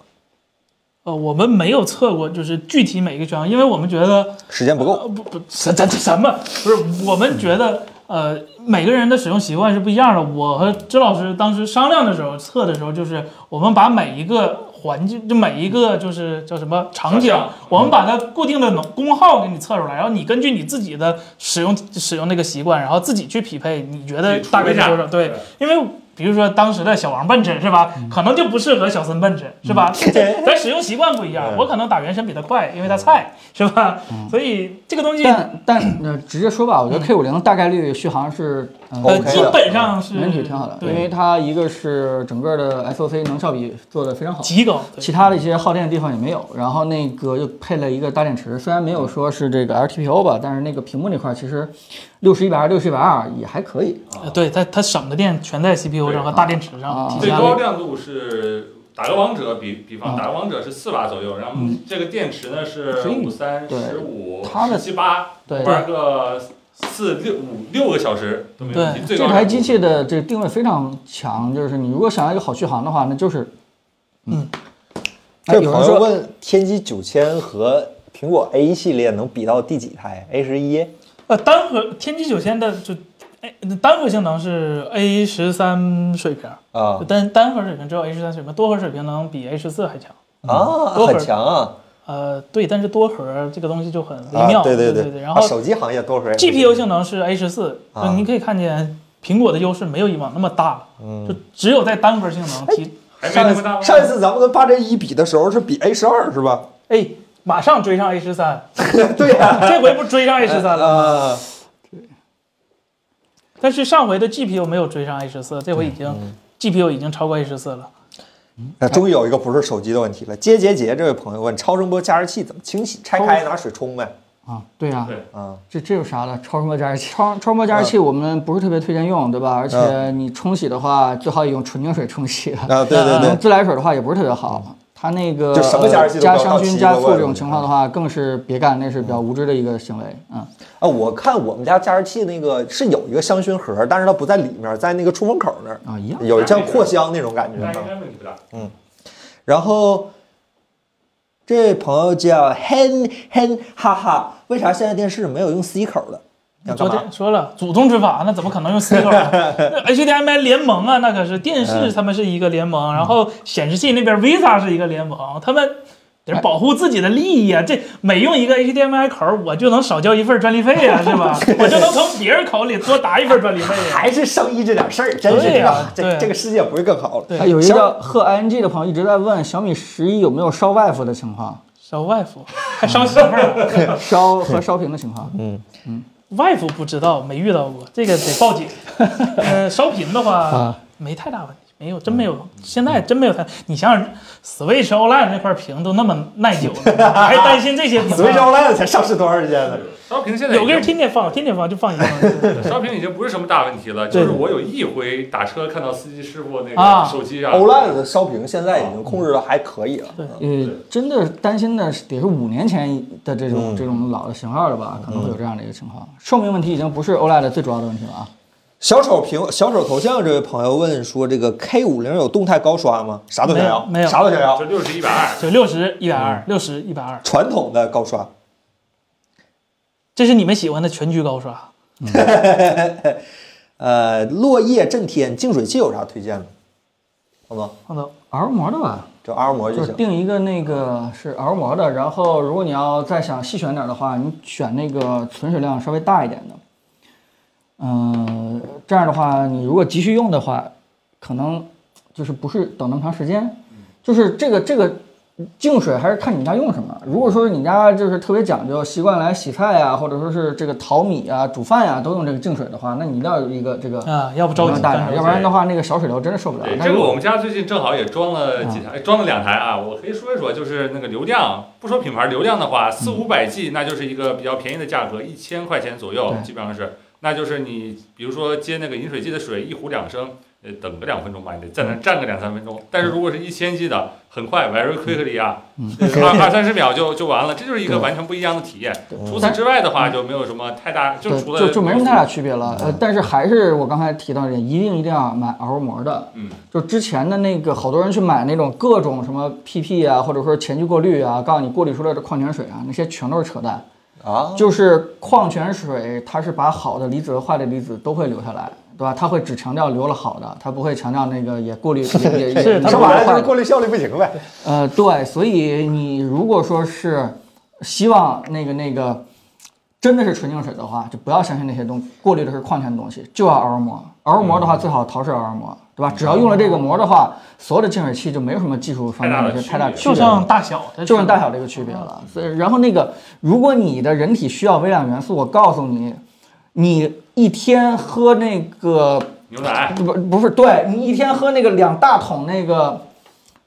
S3: 呃，我们没有测过，就是具体每个选项，因为我们觉得
S1: 时间不够，
S3: 呃不不什什什么不是，我们觉得呃每个人的使用习惯是不一样的。我和支老师当时商量的时候测的时候，就是我们把每一个环境，就每一个就是叫什么场景
S4: 小项，
S3: 我们把它固定的能功耗给你测出来，然后你根据你自己的使用使用那个习惯，然后自己去匹配，你觉得
S4: 自己
S3: 大
S4: 除
S3: 概
S4: 一
S3: 是
S4: 下
S3: 多少？对，因为比如说当时的小王奔驰是吧，
S1: 嗯
S3: 可能就不适合小森奔驰是吧？ 咱使用习惯不一样，
S1: 嗯
S3: 我可能打原神比他快，因为他菜是吧？所以这个东西
S2: 但但呃，直接说吧，我觉得 K 5 0大概率续航是
S1: 嗯
S2: 呃
S3: 呃
S1: OK 的
S3: 基本上是
S2: 整体挺好的，因为
S3: 对，
S2: 它一个是整个的 SOC 能效比做的非常好，
S3: 极高。对
S2: 其他的一些耗电的地方也没有。然后那个又配了一个大电池，虽然没有说是这个 LTPO 吧，但是那个屏幕那块儿其实六十一百二、六十一百二也还可以。
S3: 呃对它它省的电全在 CPU 上和大电池上，
S2: 啊
S3: 体
S4: 最
S3: 现
S4: 高
S3: 了
S4: 亮度是打个王者比比
S2: 啊
S4: 方打个王者是四瓦左右，然后这个电池呢是
S2: 可以
S4: 五三
S2: 对
S4: 十五
S2: 它的
S4: 十七八，
S2: 对
S4: 玩个四六五六个小时都没问题。最
S2: 这
S4: 高
S2: 台机器的这个定位非常强，就是你如果想要一个好续航的话，那就是嗯。哎
S1: 这
S2: 有人
S1: 朋友
S2: 说
S1: 问天玑九千和苹果 A 系列能比到第几台？A 十一
S3: 呃单核天玑九千的就哎单核性能是 A 十三水平，
S1: 啊
S3: 单单核水平只有 A 十三水平，多核水平能比 A 十四还强。
S1: 啊，
S3: 多会
S1: 很
S3: 儿
S1: 强啊！
S3: 呃，对，但是多核这个东西就很微
S1: 啊
S3: 妙，
S1: 对
S3: 对
S1: 对
S3: 对。然
S1: 啊
S3: 后
S1: 手机行业多会儿
S3: GPU 性能是 A 十四，
S1: 啊
S3: 你可以看见苹果的优势没有以往那么大了，
S1: 嗯
S3: 就只有在单核性能
S1: 哎
S3: 提，
S4: 还没
S1: 上
S4: 那
S1: 一
S4: 么
S1: 次
S4: 大吗？
S1: 上一次咱们跟八针一比的时候是比 A 十二是吧？
S3: 哎，马上追上 A 十三，
S1: 对呀，嗯
S3: 这回不追上 A 十三了，
S1: 了。
S3: 但是上回的 GPU 没有追上 A 十四，这回已经
S1: 嗯
S3: GPU 已经超过 A 十四了。
S1: 啊，终于有一个不是手机的问题了。杰杰杰这位朋友问：超声波加湿器怎么清洗？拆开拿水冲呗。
S2: 啊，对呀、
S4: 对
S1: 啊，
S2: 这这有啥的？超声波加湿器，超超声波加湿器我们不是特别推荐用，对吧？而且你冲洗的话，最好也用纯净水冲洗。
S1: 啊，对 对
S2: 用
S1: 对，
S2: 自来水的话也不是特别好，它那个
S1: 就什么加湿器都不
S2: 呃加
S1: 要
S2: 香
S1: 到
S2: 薰、
S1: 奇
S2: 加
S1: 怪
S2: 醋
S1: 怪
S2: 这种
S1: 的
S2: 情况的话，更是别干，那是比较无知的一个行为。嗯，
S1: 啊，我看我们家加湿器那个是有一个香薰盒，但是它不在里面，在那个出风口那儿
S2: 啊一样
S1: 有像扩香那种感觉
S4: 那应
S1: 啊。
S4: 该问题不大。
S1: 然后这位朋友叫 hen hen 哈哈，为啥现在电视没有用 C 口的？想
S3: 昨
S1: 干嘛
S3: 天说了，祖宗之法，那怎么可能用 C 口啊 那？HDMI 联盟啊，那可是电视
S1: 嗯
S3: 他们是一个联盟，然后显示器那边 Visa 是一个联盟，他们
S1: 哎
S3: 得保护自己的利益啊。这每用一个 HDMI 口，我就能少交一份专利费啊，是 吧？我就能从别人口里多拿一份专利费啊。
S1: 还是生意这点事儿，真是
S3: 对
S1: 这
S3: 呀
S1: 个
S3: 对
S1: 这这个世界不会更好了。
S3: 对
S2: 还有一个
S1: 小
S2: 叫贺 ing 的朋友一直在问小米十一有没有烧外服的情 况，
S3: 烧外服，还烧媳妇儿啊？
S2: 烧和烧屏的情况。
S3: 外服不知道，没遇到过，这个得报警。呃，烧屏的话
S2: 啊
S3: 没太大问题，没没有，真没
S2: 嗯
S3: 有，现在真没有太。你想想，Switch OLED 那块屏都那么耐久了，你 还担心这些屏
S1: Switch
S3: 吗？
S1: OLED 才上市多长时间呢？
S4: 烧屏现在
S3: 有个人
S4: 已经
S3: 天天放，天天放就放一放。
S4: 烧屏已经不是什么大问题了，
S3: 对
S4: 就是我有一回打车看到司机师傅那
S3: 啊
S4: 个手机上
S1: OLED 的烧屏现在已经控制的还可以
S3: 啊
S1: 了。
S5: 嗯，
S2: 呃真的担心的是得是五年前的这种、
S1: 嗯
S2: 这种老的型号了吧，可能会有这样的一个情况。寿命问题已经不是 OLED 最主要的问题了啊。
S1: 小丑屏小丑头像这位朋友问说，这个 K 五零有动态高刷吗？啥都想要，
S3: 没有没有
S1: 啥都想要
S4: 就。六十一百二，
S3: 就六十一百 二，六十一百二，
S1: 传统的高刷，
S3: 这是你们喜欢的全局高啊刷。
S1: 呃，落叶震天净水器有啥推荐的？好吗？
S3: 胖总，
S2: R 膜的吧，
S1: 就 R 膜
S2: 就
S1: 就是行。
S2: 定一个那个是 R 膜的，然后如果你要再想细选点的话，你选那个存水量稍微大一点的。嗯、这样的话，你如果急需用的话，可能就是不是等那么长时间，就是这个这个净水还是看你家用什么。如果说你家就是特别讲究，习惯来洗菜啊，或者说是这个淘米啊、煮饭呀、都用这个净水的话，那你一定要有一个这个
S3: 啊要不着急
S2: 容量大一点，
S3: 干
S2: 嗯要不然的话那个小水流真的受不了。
S4: 对，
S2: 那
S4: 这
S2: 如
S4: 个
S2: 果嗯
S4: 我们家最近正好也装了几台，哎装了两台啊。我可以说一说，就是那个流量，不说品牌流量的话，四
S2: 嗯
S4: 五百 G 那就是一个比较便宜的价格，一千块钱左右
S2: 对，
S4: 基本上是。那就是你比如说接那个饮水机的水，一壶两升，呃，等个两分钟吧，你得
S2: 嗯
S4: 在那站个两三分钟。但是如果是一千 G 的，很快，very quickly 啊，
S2: 嗯
S4: 二二三十秒就就完了，这就是一个完全不一样的体验。除此之外的话，就没有什么太大，就
S2: 嗯对，
S4: 除了嗯
S2: 就就没什么太大区别了。呃，但是还是我刚才提到的，一定一定要买熬膜的。
S4: 嗯，
S2: 就之前的那个，好多人去买那种各种什么 PP 啊，或者说前期过滤啊，告诉你过滤出来的矿泉水啊，那些全都是扯淡。
S1: 啊，
S2: 就是矿泉水，它是把好的离子和坏的离子都会留下来，对吧？它会只强调留了好的，它不会强调那个也过滤也 也也也
S3: 是它
S1: 说
S2: 把
S1: 白了就
S2: 坏
S1: 是
S2: 的。
S1: 过滤效率不 行呗。
S2: 呃，对，所以你如果说是希望那个那个真的是纯净水的话，就不要相信那些东过滤的是矿泉的东西，就要 R 膜。R 膜
S4: 嗯
S2: 的话，最好陶氏 R 膜，对吧？只要用了这个膜的话，所有的净水器就没有什么技术方面
S4: 太大
S2: 的
S4: 的
S2: 一些太大
S4: 区别
S2: 区
S3: 就
S2: 别
S3: 剩
S2: 了。
S3: 大小，
S2: 就剩大小这个区别了，所以然后那个，如果你的人体需要微量元素，我告诉你，你一天喝那个
S4: 牛 奶，
S2: 不不是，对你一天喝那个两大桶那个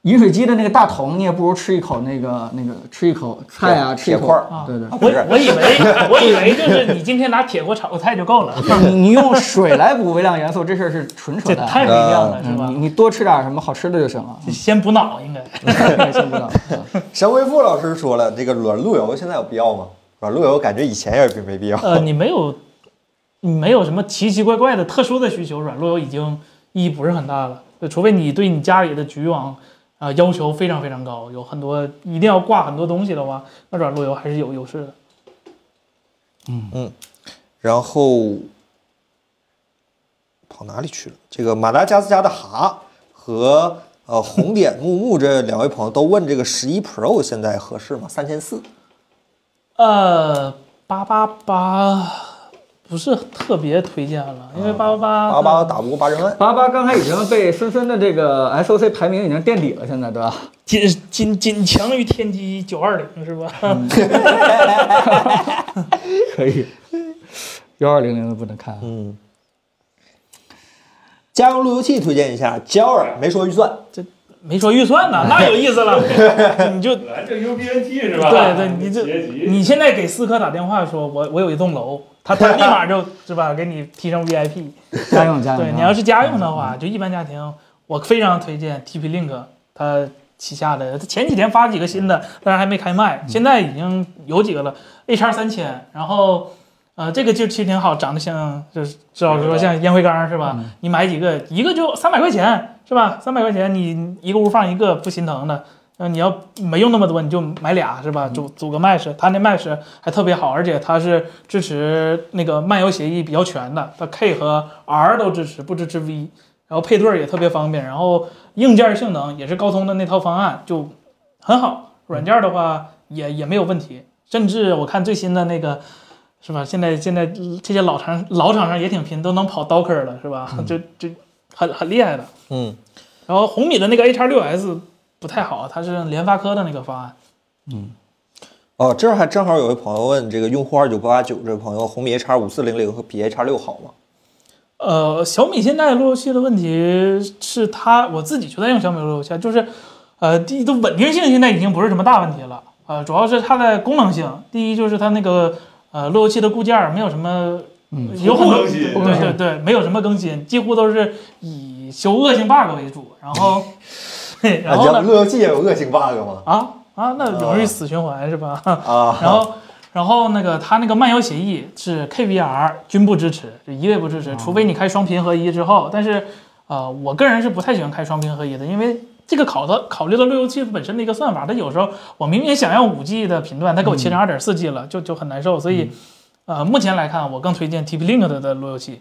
S2: 饮水机的那个大桶，你也不如吃一口那个那个吃一口菜啊，
S1: 铁
S2: 吃一口
S1: 铁块儿
S3: 啊
S2: 对对。
S1: 不是
S3: 我我以为我以为就是你今天拿铁锅炒个菜 就够了，
S2: 你你用水来补微量元素，这事儿是纯扯
S3: 这
S2: 淡。
S3: 太不一样了，是
S2: 嗯，
S3: 吧
S2: 你？你多吃点什么好吃的就行 了。啊
S3: 先补脑应该。
S2: 信不了。
S1: 神回复老师说了，这个软路由现在有必要吗？软路由感觉以前也并没必要。
S3: 呃，你没有，你没有什么奇奇怪怪的特殊的需求，软路由已经意义不是很大了。对，除非你对你家里的局域网啊、呃要求非常非常高，有很多一定要挂很多东西的话，那软路由还是有优势的。
S1: 然后跑哪里去了？这个马达加斯加的蛤和呃红点木木这两位朋友都问这个十一 Pro 现在合适吗？三千四，
S3: 呃，八八八不是特别推荐了，因为八八
S1: 八八打不过八千万。
S2: 八八刚才已经被森森的这个 SOC 排名已经垫底了，现在对吧？
S3: 仅仅仅强于天玑九二零是吧？
S2: 可以，幺二零零的不能看啊。
S1: 嗯，家用路由器推荐一下，焦耳没说预算，
S3: 没说预算呢，那有意思了， 你就
S4: 本来就 UBNT 是吧？
S3: 对对，你
S4: 结集
S3: 这你现在给思科打电话说，我我有一栋楼，他他立马 就是吧，给你提升 VIP。
S2: 家用家用。
S3: 对你要是家用的话，就一般家庭，我非常推荐 TP Link 它旗下的，它前几天发几个新的，但是还没开卖，现在已经有几个了，HR 三千，然后。呃，这个就其实挺好，长得像就是至少说像烟灰缸是嗯吧？你买几个，一个就三百块钱是吧？三百块钱你一个屋放一个不心疼的。那你要没用那么多，你就买俩是吧？组组个 Mesh，它那 Mesh 还特别好，而且它是支持那个漫游协议比较全的，它 K 和 R 都支持，不支持 V。然后配对儿也特别方便，然后硬件性能也是高通的那套方案，就很好。软件的话也也没有问题，甚至我看最新的那个是吧？现在现在这些老厂老厂商也挺拼，都能跑 Docker 了是吧？就就很很厉害的。
S1: 嗯，
S3: 然后红米的那个 H 六 S 不太好，它是联发科的那个方案。
S1: 哦，这儿还正好有位朋友问，这个用户二九八八九这位朋友，红米 H 五四零零和比 H 六好吗？
S3: 呃，小米现在路由器的问题是它，我自己觉得用小米路由器啊就是，呃，第一，都稳定性现在已经不是什么大问题了，呃，主要是它的功能性。第一就是它那个呃路由器的固件儿没有什么，
S2: 嗯
S3: 有很多
S4: 不更新
S3: 对对对，没有什么更新，几乎都是以修恶性 bug 为主，然后， 嘿，然后
S1: 啊
S3: 呢，
S1: 路由器也有恶性 bug 吗？
S3: 啊啊，那容易死循环是吧？
S1: 啊，
S3: 然后，然后那个它那个漫游协议是 KVR 均不支持，就一个也不支持，除非你开双频合一之后。但是，呃，我个人是不太喜欢开双频合一的，因为这个考的考虑到路由器本身的一个算法，它有时候我明明想要五 G 的频段，它给我切成二点四 G 了，就就很难受。所以，呃，目前来看，我更推荐 TP-Link 的的路由器。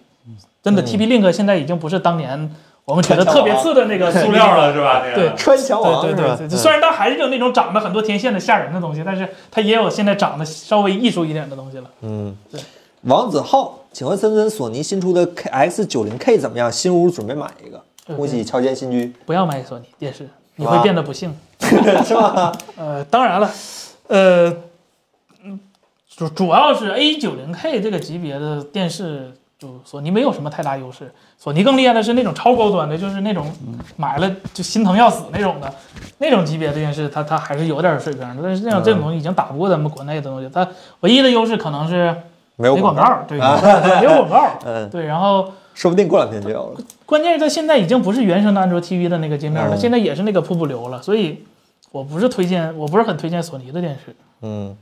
S3: 真的、TP-Link 现在已经不是当年我们觉得特别次的那个
S4: 塑料了是吧？那
S3: 对
S4: 个
S1: 穿墙王
S3: 对
S1: 是
S3: 对
S1: 吧嗯
S3: 对对，？虽然它还是有那种长了很多天线的吓人的东西，但是它也有现在长得稍微艺术一点的东西了。
S1: 嗯
S3: 对，
S1: 王子浩，请问森森，索尼新出的 K X 九零 K 怎么样？新屋准备买一个，
S3: 嗯
S1: 恭喜乔迁新居，
S3: 不要买索尼电视，你
S1: 哇
S3: 会变得不
S1: 啊
S3: 幸。
S1: 是吧？
S3: 呃，当然了，呃，嗯主主要是 A 九零 K 这个级别的电视，就索尼没有什么太大优势。索尼更厉害的是那种超高端的，就是那种买了就心疼要死那种的，那种级别的电视，它它还是有点水平的。但是这种这种东西已经打不过咱们国内的东西，它唯一的优势可能是
S1: 没有
S3: 没广，告，对，没有广告。
S1: 嗯，
S3: 对，然后
S1: 说不定过两天就有了。
S3: 关键是它现在已经不是原生的安卓 TV 的那个界面了，
S1: 嗯
S3: 现在也是那个瀑布流了，所以我不是推荐，我不是很推荐索尼的电视。
S1: 嗯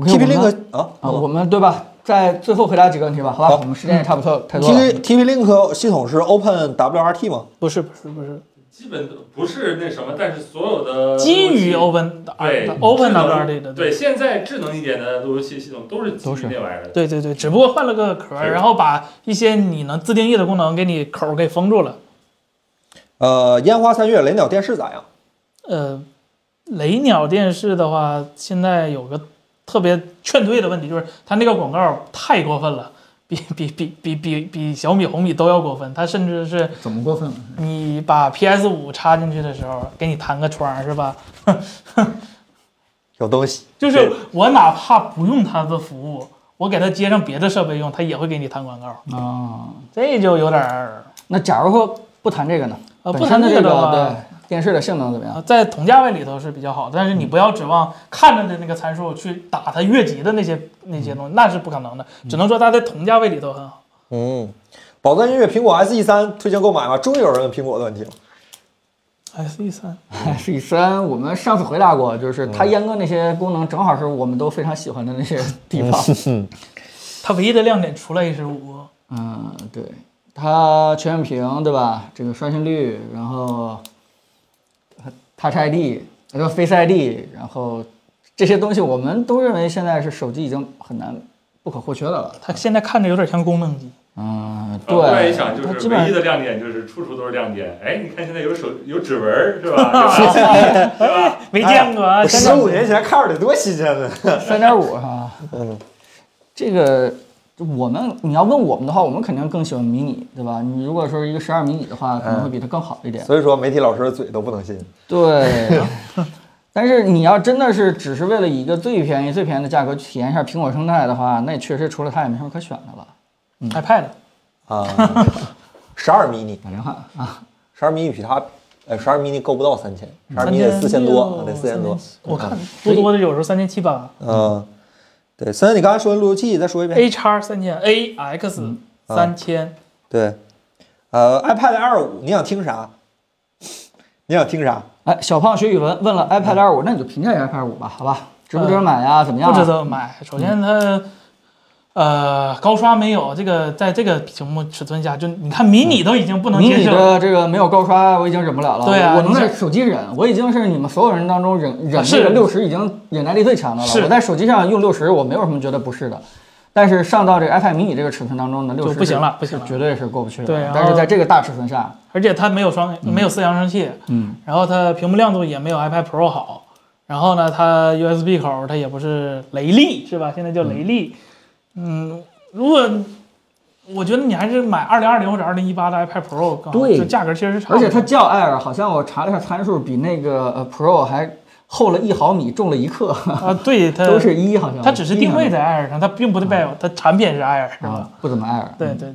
S2: OK，
S1: ，T
S2: 我
S1: P
S2: 们
S1: Link 啊
S2: 啊，我们对吧？在最后回答几个问题吧，好吧？
S1: 好
S2: 我们时间也差不多太
S1: T
S2: 多了。
S1: P T P Link 系统是 Open W R T 吗？
S3: 不是不是不是，
S4: 基本都不是那什么，但是所有的
S3: 基于
S4: 路由器
S3: Open 的
S4: 对
S3: Open
S4: 智能
S3: WRT 的，
S4: 对现在智能一点的路由器系统都是基
S2: 都是
S4: 于那玩意儿的。
S3: 对对对，只不过换了个壳，
S4: 是
S3: 然后把一些你能自定义的功能给你口儿给封住了。
S1: 呃，烟花三月雷鸟电视咋样？
S3: 呃，雷鸟电视的话，现在有个特别劝退的问题，就是它那个广告太过分了，比比比比比比小米、红米都要过分。它甚至是
S2: 怎么过分了？
S3: 你把 PS 五插进去的时候，给你弹个窗是吧？
S1: 有东西，
S3: 就是我哪怕不用它的服务，我给它接上别的设备用，它也会给你弹广告，
S2: 啊，
S3: 这就有点儿。
S2: 那假如说不谈这个呢？
S3: 呃
S2: 本
S3: 不
S2: 身
S3: 谈
S2: 的
S3: 这
S2: 这
S3: 个的
S2: 个
S3: 话
S2: 对电视的性能怎么样？
S3: 啊，在同价位里头是比较好的，但是你不要指望看着的那个参数去打它越级的那些那些东西，那是不可能的。只能说它在同价位里头很好。
S1: 嗯，宝藏音乐苹果 S E 三推荐购买吗？终于有人问苹果的问题了。
S3: S E 三，
S2: 是一三，我们上次回答过，就是它
S3: 嗯
S2: 阉割那些功能，正好是我们都非常喜欢的那 些地方。
S3: 它唯一的亮点除了 A 十五，
S2: 嗯，对，它全面屏对吧？这个刷新率，然后 Touch ID，然后 Face ID，然后这些东西我们都认为现在是手机已经很难不可或缺的了。
S3: 它现在看着有点像功能机。
S2: 嗯，
S4: 啊然后突然
S2: 对，
S4: 一呃想，就
S2: 它
S4: 是
S2: 基
S4: 唯一
S2: 本
S4: 的亮点就是处处都是亮点。哎，你看现在有手有指纹儿是吧？是吧对吧？
S3: 没见过啊，真
S1: 哎十
S3: 的
S1: 五年前看着得多新鲜呢！
S2: 三点五哈。嗯，这个我们你要问我们的话，我们肯定更喜欢迷你，对吧？你如果说一个十二迷你的话，可能会比它更好一点。
S1: 所以说媒体老师的嘴都不能信。
S2: 对，啊 但是你要真的是只是为了以一个最便宜、最便宜的价格去体验一下苹果生态的话，那也确实除了它也没什么可选的了。
S3: 嗯 iPad
S1: 啊，十二 mini，
S2: 打电话啊，
S1: 十二 mini 比它，呃，十二 mini 够不到三千，十二 mini
S2: 啊
S1: 得四千多，啊得四千多。
S3: 我看多多的有时候三千七八
S1: 嗯，对，森森，你刚才说的路由器，再说一遍。
S2: 哎
S3: ，A 叉三千，A X
S1: 嗯
S3: 三千，
S1: 对，呃，iPad Air 五，你想听啥？你想听啥？
S2: 哎，小胖学语文问了 iPad 二五，那你就评价一下 iPad 五吧，好吧？值不值得买呀？怎么样、
S3: 嗯
S2: 啊
S3: 不值。得买。首先它，呃，高刷没有，这个在这个屏幕尺寸下，就你看迷你都已经不能
S2: 迷
S3: 接
S2: 你
S3: 受。
S2: 的这个没有高刷，我已经忍不了了。
S3: 对啊
S2: 我能
S3: 你
S2: 在
S3: 这
S2: 手机忍，我已经是你们所有人当中忍忍这
S3: 是
S2: 个六十已经忍耐力最强的了。
S3: 是
S2: 我在手机上用六十，我没有什么觉得不适的。但是上到这个 iPad mini 这个尺寸当中呢，六
S3: 就
S2: 十
S3: 不行了不行了
S2: 绝对是过不去的。
S3: 对然后啊
S2: 但是在这个大尺寸下，
S3: 而且它没有双没有四扬声器，
S2: 嗯，
S3: 然后它屏幕亮度也没有 iPad Pro 好，然后呢，它 USB 口它也不是雷力是吧？现在叫雷力，嗯，如果我觉得你还是买2020或者2018的 iPad Pro 更好，
S2: 对
S3: 就价格其实是差不
S2: 而
S3: 多，
S2: 且它叫 Air，好像我查了一下参数，比那个呃 Pro 还厚了一毫米，重了一克，
S3: 啊，对它
S2: 都是一好像。嗯
S3: 它只是定位在 Air 上，它并不代表它产品是 Air 是吧？
S1: 嗯
S2: 啊，不怎么 Air。
S3: 对对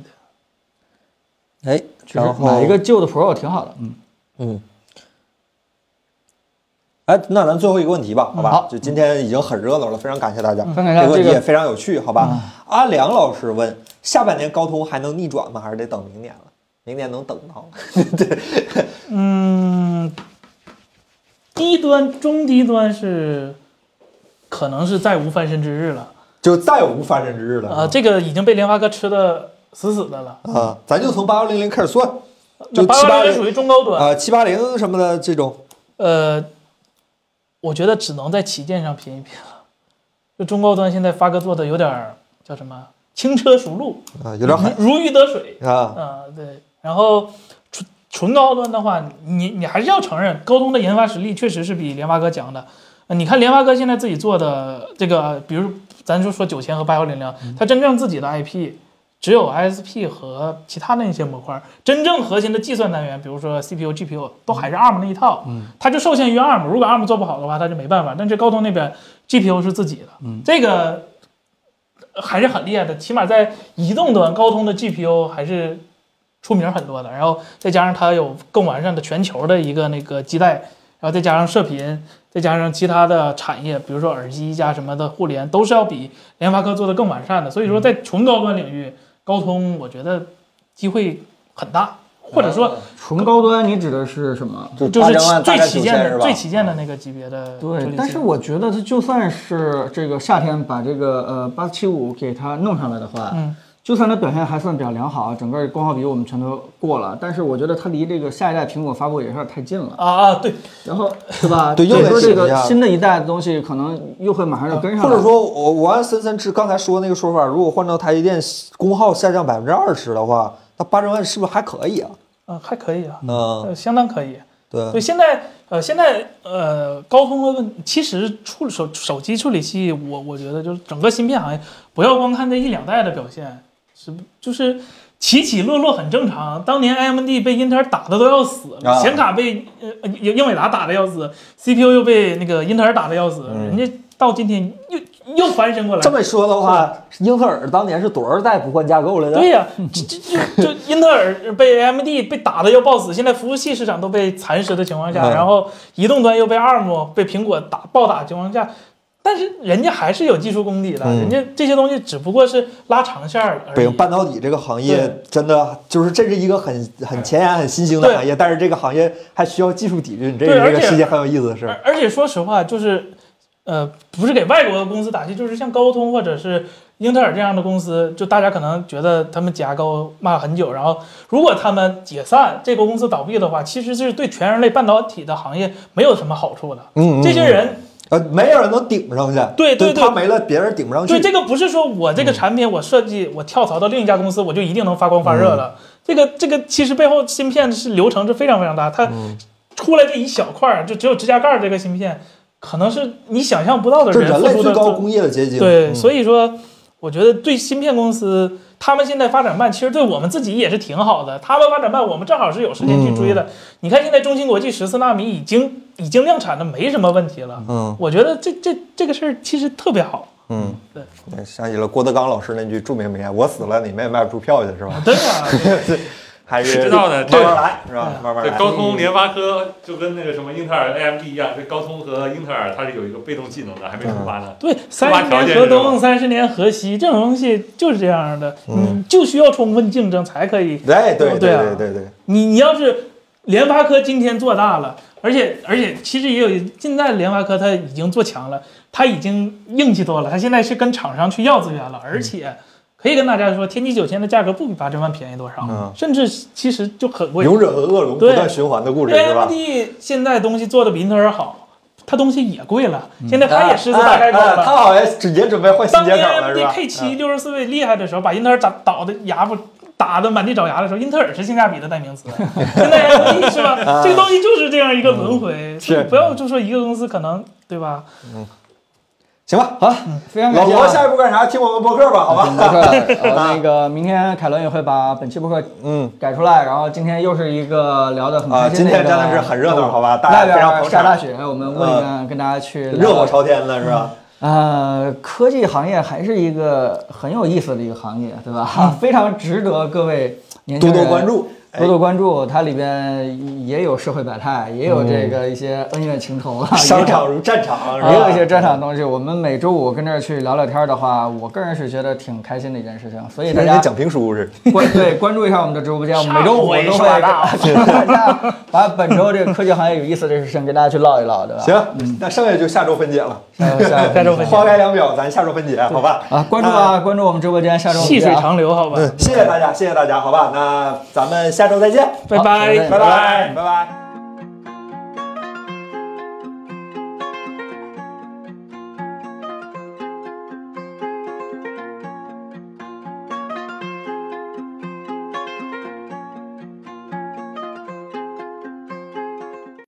S3: 对，
S1: 哎，
S2: 其实
S1: 然后
S2: 买一个旧的 Pro 挺好的，嗯，
S1: 嗯，哎，那咱最后一个问题吧，好吧？
S2: 嗯好嗯
S1: 就今天已经很热闹了，非常感谢大家。
S2: 非常感谢
S1: 这问
S2: 这
S1: 题
S2: 个嗯
S1: 也非常有趣，好吧？阿良老师问：下半年高通还能逆转吗？还是得等明年了？明年能等到吗？
S3: 嗯，低端、中低端是可能是再无翻身之日了
S1: 就再也无翻身之日了
S3: 啊、这个已经被联发科吃的死死的了。
S1: 啊！咱就从八幺零零开始算，就
S3: 那八八零
S1: 780
S3: 属于中高端，
S1: 啊，七八零什么的这种，
S3: 呃，我觉得只能在旗舰上拼一拼了。就中高端现在发哥做的有点儿叫什么轻车熟路，
S1: 啊，有点狠
S3: 如如鱼得水。
S1: 啊。
S3: 啊、对。然后纯纯高端的话，你你还是要承认，高通的研发实力确实是比联发科强的。呃你看联发科现在自己做的这个，比如咱就说九千和八幺零零，它真正自己的 IP 只有 ISP 和其他的一些模块，真正核心的计算单元，比如说 CPU、GPU 都还是 ARM 那一套，嗯，它就受限于 ARM。如果 ARM 做不好的话，它就没办法。但是高通那边 GPU 是自己的，嗯，这个还是很厉害的，起码在移动端，高通的 GPU 还是出名很多的，然后再加上它有更完善的全球的一个那个基带，然后再加上射频，再加上其他的产业，比如说耳机加什么的互联，都是要比联发科做的更完善的。所以
S2: 嗯
S3: 说，在纯高端领域，高通我觉得机会很大，
S2: 嗯
S3: 或者说
S2: 纯高端你指的是什么？
S1: 就
S3: 就是
S1: 8000万
S3: 最
S1: 大概
S3: 旗舰
S1: 9000是
S3: 的、
S1: 吧
S3: 最旗舰的那个级别的处理器。
S2: 对，但是我觉得它就算是这个夏天把这个呃八七五给它弄上来的话，
S3: 嗯，
S2: 就算它表现还算比较良好，啊整个光học比我们全都过了，但是我觉得它离这个下一代苹果发布也有点太近了。
S3: 啊啊，对，
S2: 然后是吧？
S1: 对又得
S2: 说
S1: 写
S2: 这
S1: 一
S2: 个
S1: 下
S2: 新的一代的东西可能又会马上就跟上来，
S1: 或者说我我按森森之刚才说那个说法，如果换成台积电功耗下降百分之二十的话，那八千万是不是还可以啊？
S3: 嗯、还可以啊，
S1: 嗯，
S3: 呃相当可以。所
S1: 对
S3: 以现在呃，现在呃，高通的问，其实处理手手机处理器，我我觉得就是整个芯片行业，不要光看这一两代的表现，是就是起起落落很正常。当年 AMD 被英特尔打的都要死，
S1: 啊
S3: 显卡被呃呃英英伟达打的要死，CPU 又被那个英特尔打的要死，人家到今天又又翻身过来
S1: 嗯这。么说的话，英特尔当年是多少代不换架构来着？
S3: 对呀、这这这这英特尔被 AMD 被打的要爆死，现在服务器市场都被蚕食的情况下，
S1: 嗯
S3: 然后移动端又被 ARM 被苹果打暴打的情况下，但是人家还是有技术功底的，
S1: 嗯
S3: 人家这些东西只不过是拉长线儿而
S1: 北
S3: 已
S1: 京。半导体这个行业
S3: 对
S1: 真的就是这是一个很很前沿、很新兴的
S3: 对
S1: 行业，但是这个行业还需要技术底蕴，这
S3: 对
S1: 是这个
S3: 而且
S1: 世界很有意思的事儿。
S3: 而而且说实话，就是呃，不是给外国的公司打气，就是像高通或者是英特尔这样的公司，就大家可能觉得他们牙膏骂很久，然后如果他们解散，这个公司倒闭的话，其实是对全人类半导体的行业没有什么好处的。
S1: 嗯，嗯
S3: 这些人
S1: 呃，没有人能顶上去，
S3: 对
S1: 就
S3: 对对
S1: 他没了，别人顶不上去。
S3: 对这个不是说我这个产品我设计我跳槽到另一家公司我就一定能发光发热
S1: 嗯
S3: 了，这个这个其实背后芯片是流程是非常非常大，它
S1: 嗯
S3: 出来这一小块儿就只有指甲盖儿这个芯片，可能是你想象不到的
S1: 这是人
S3: 付
S1: 类
S3: 出
S1: 最
S3: 的
S1: 高工业的结晶。
S3: 对，
S1: 嗯
S3: 所以说我觉得对芯片公司他们现在发展慢，其实对我们自己也是挺好的。他们发展慢，我们正好是有时间去
S1: 嗯
S3: 追的。你看现在中芯国际十四纳米已经已经量产的没什么问题了，
S1: 嗯
S3: 我觉得这这这个事儿其实特 别好。
S1: 嗯，
S3: 对，
S1: 我想起了郭德纲老师那句著名名言：“我死了，你们也卖不出票去，是吧
S3: 真的啊、
S1: 还是
S4: 谁知道呢
S1: 慢慢来，是吧？
S3: 对
S1: 慢慢
S4: 这
S1: 来。
S4: 高通、联发科就跟那个什么英特尔、AMD 一样，这高通和英特尔它是有一个被动技能的，还没触发呢。
S3: 对，
S4: 发
S3: 三十
S4: 条件
S3: 年
S4: 是
S3: 河
S4: 什
S3: 东，
S4: 么
S3: 三十年河西，这种东西就是这样的，嗯，就需要充分竞争才可以
S1: 哎，对
S3: 对
S1: 对
S3: 啊
S1: 对对对，
S3: 你你要是联发科今天做大了，而且而且其实也有现在联发科它已经做强了，它已经硬气多了，它现在是跟厂商去要资源了，
S1: 嗯
S3: 而且可以跟大家说，天玑九千的价格不比八千万便宜多少，
S1: 嗯
S3: 甚至其实就很贵。
S1: 勇者和恶龙不
S3: 对
S1: 断循环的故事，是吧
S3: AMD？现在东西做的比英特尔好，它东西也贵了，
S1: 嗯
S3: 现在
S4: 啊
S3: 它也狮子大开口
S1: 哎哎哎他
S3: 了。
S1: 好像是也准备换新
S3: 当
S1: 接口
S3: 年
S1: 了，是
S3: AMD
S1: 吧？嗯
S3: K 7六十四位厉害的时候，把英特尔打倒的牙不打的满地找牙的时候，英特尔是性价比的代 名词。现在 AMD 是吧？这个东西就是这样一个轮回，所以
S1: 啊嗯是
S3: 不要就说一个公司可能对吧？
S1: 行吧，好，
S2: 非常感
S1: 老
S2: 谢啊。嗯
S1: 罗下一步干啥？听我们播客吧，好吧？
S2: 播客，呃，那个明天凯伦也会把本期播客
S1: 嗯
S2: 改出来，然后今天又是一个聊得很
S1: 啊，
S2: 开
S1: 今
S2: 心的一个嗯
S1: 天真的是很热闹，好吧？大家非常
S2: 外边
S1: 捧
S2: 下大
S1: 场，呃
S2: 雪，哎我们问一问，跟大家去聊聊
S1: 热火朝天的是吧？
S2: 呃，科 技行业还是一个很有意思的一个行业，对吧？非常值得各位年轻
S1: 多
S2: 人
S1: 多关注，哎
S2: 多多关注，它里边也有社会百态，也有这个一些恩怨情仇啊，
S1: 嗯商场如战场，
S2: 也有也有一
S1: 是吧
S2: 些战场的东西。我们每周五跟这儿去聊聊天儿的话，我个人是觉得挺开心的一件事情，所以大
S1: 跟
S2: 家
S1: 人讲评书似的。
S2: 关 对关注一下我们的直播间，我们每周五都
S3: 上
S2: 会
S3: 回
S2: 给
S3: 是吧
S2: 大家把本周这个科技行业有意思的事情跟大家去唠一唠，对吧？
S1: 行，那剩下就 下周分解了。
S2: 下周，下
S3: 下周分解
S1: 花开两秒，咱下周分解，好吧？
S2: 啊，关注啊，关注我们直播间，下周五
S3: 细水
S2: 见啊
S3: 长流，
S1: 嗯
S3: 好吧，
S1: 谢谢大家，谢谢大家，好吧？那咱们下周再见，
S3: 拜
S2: 好再见
S1: 拜拜，拜拜。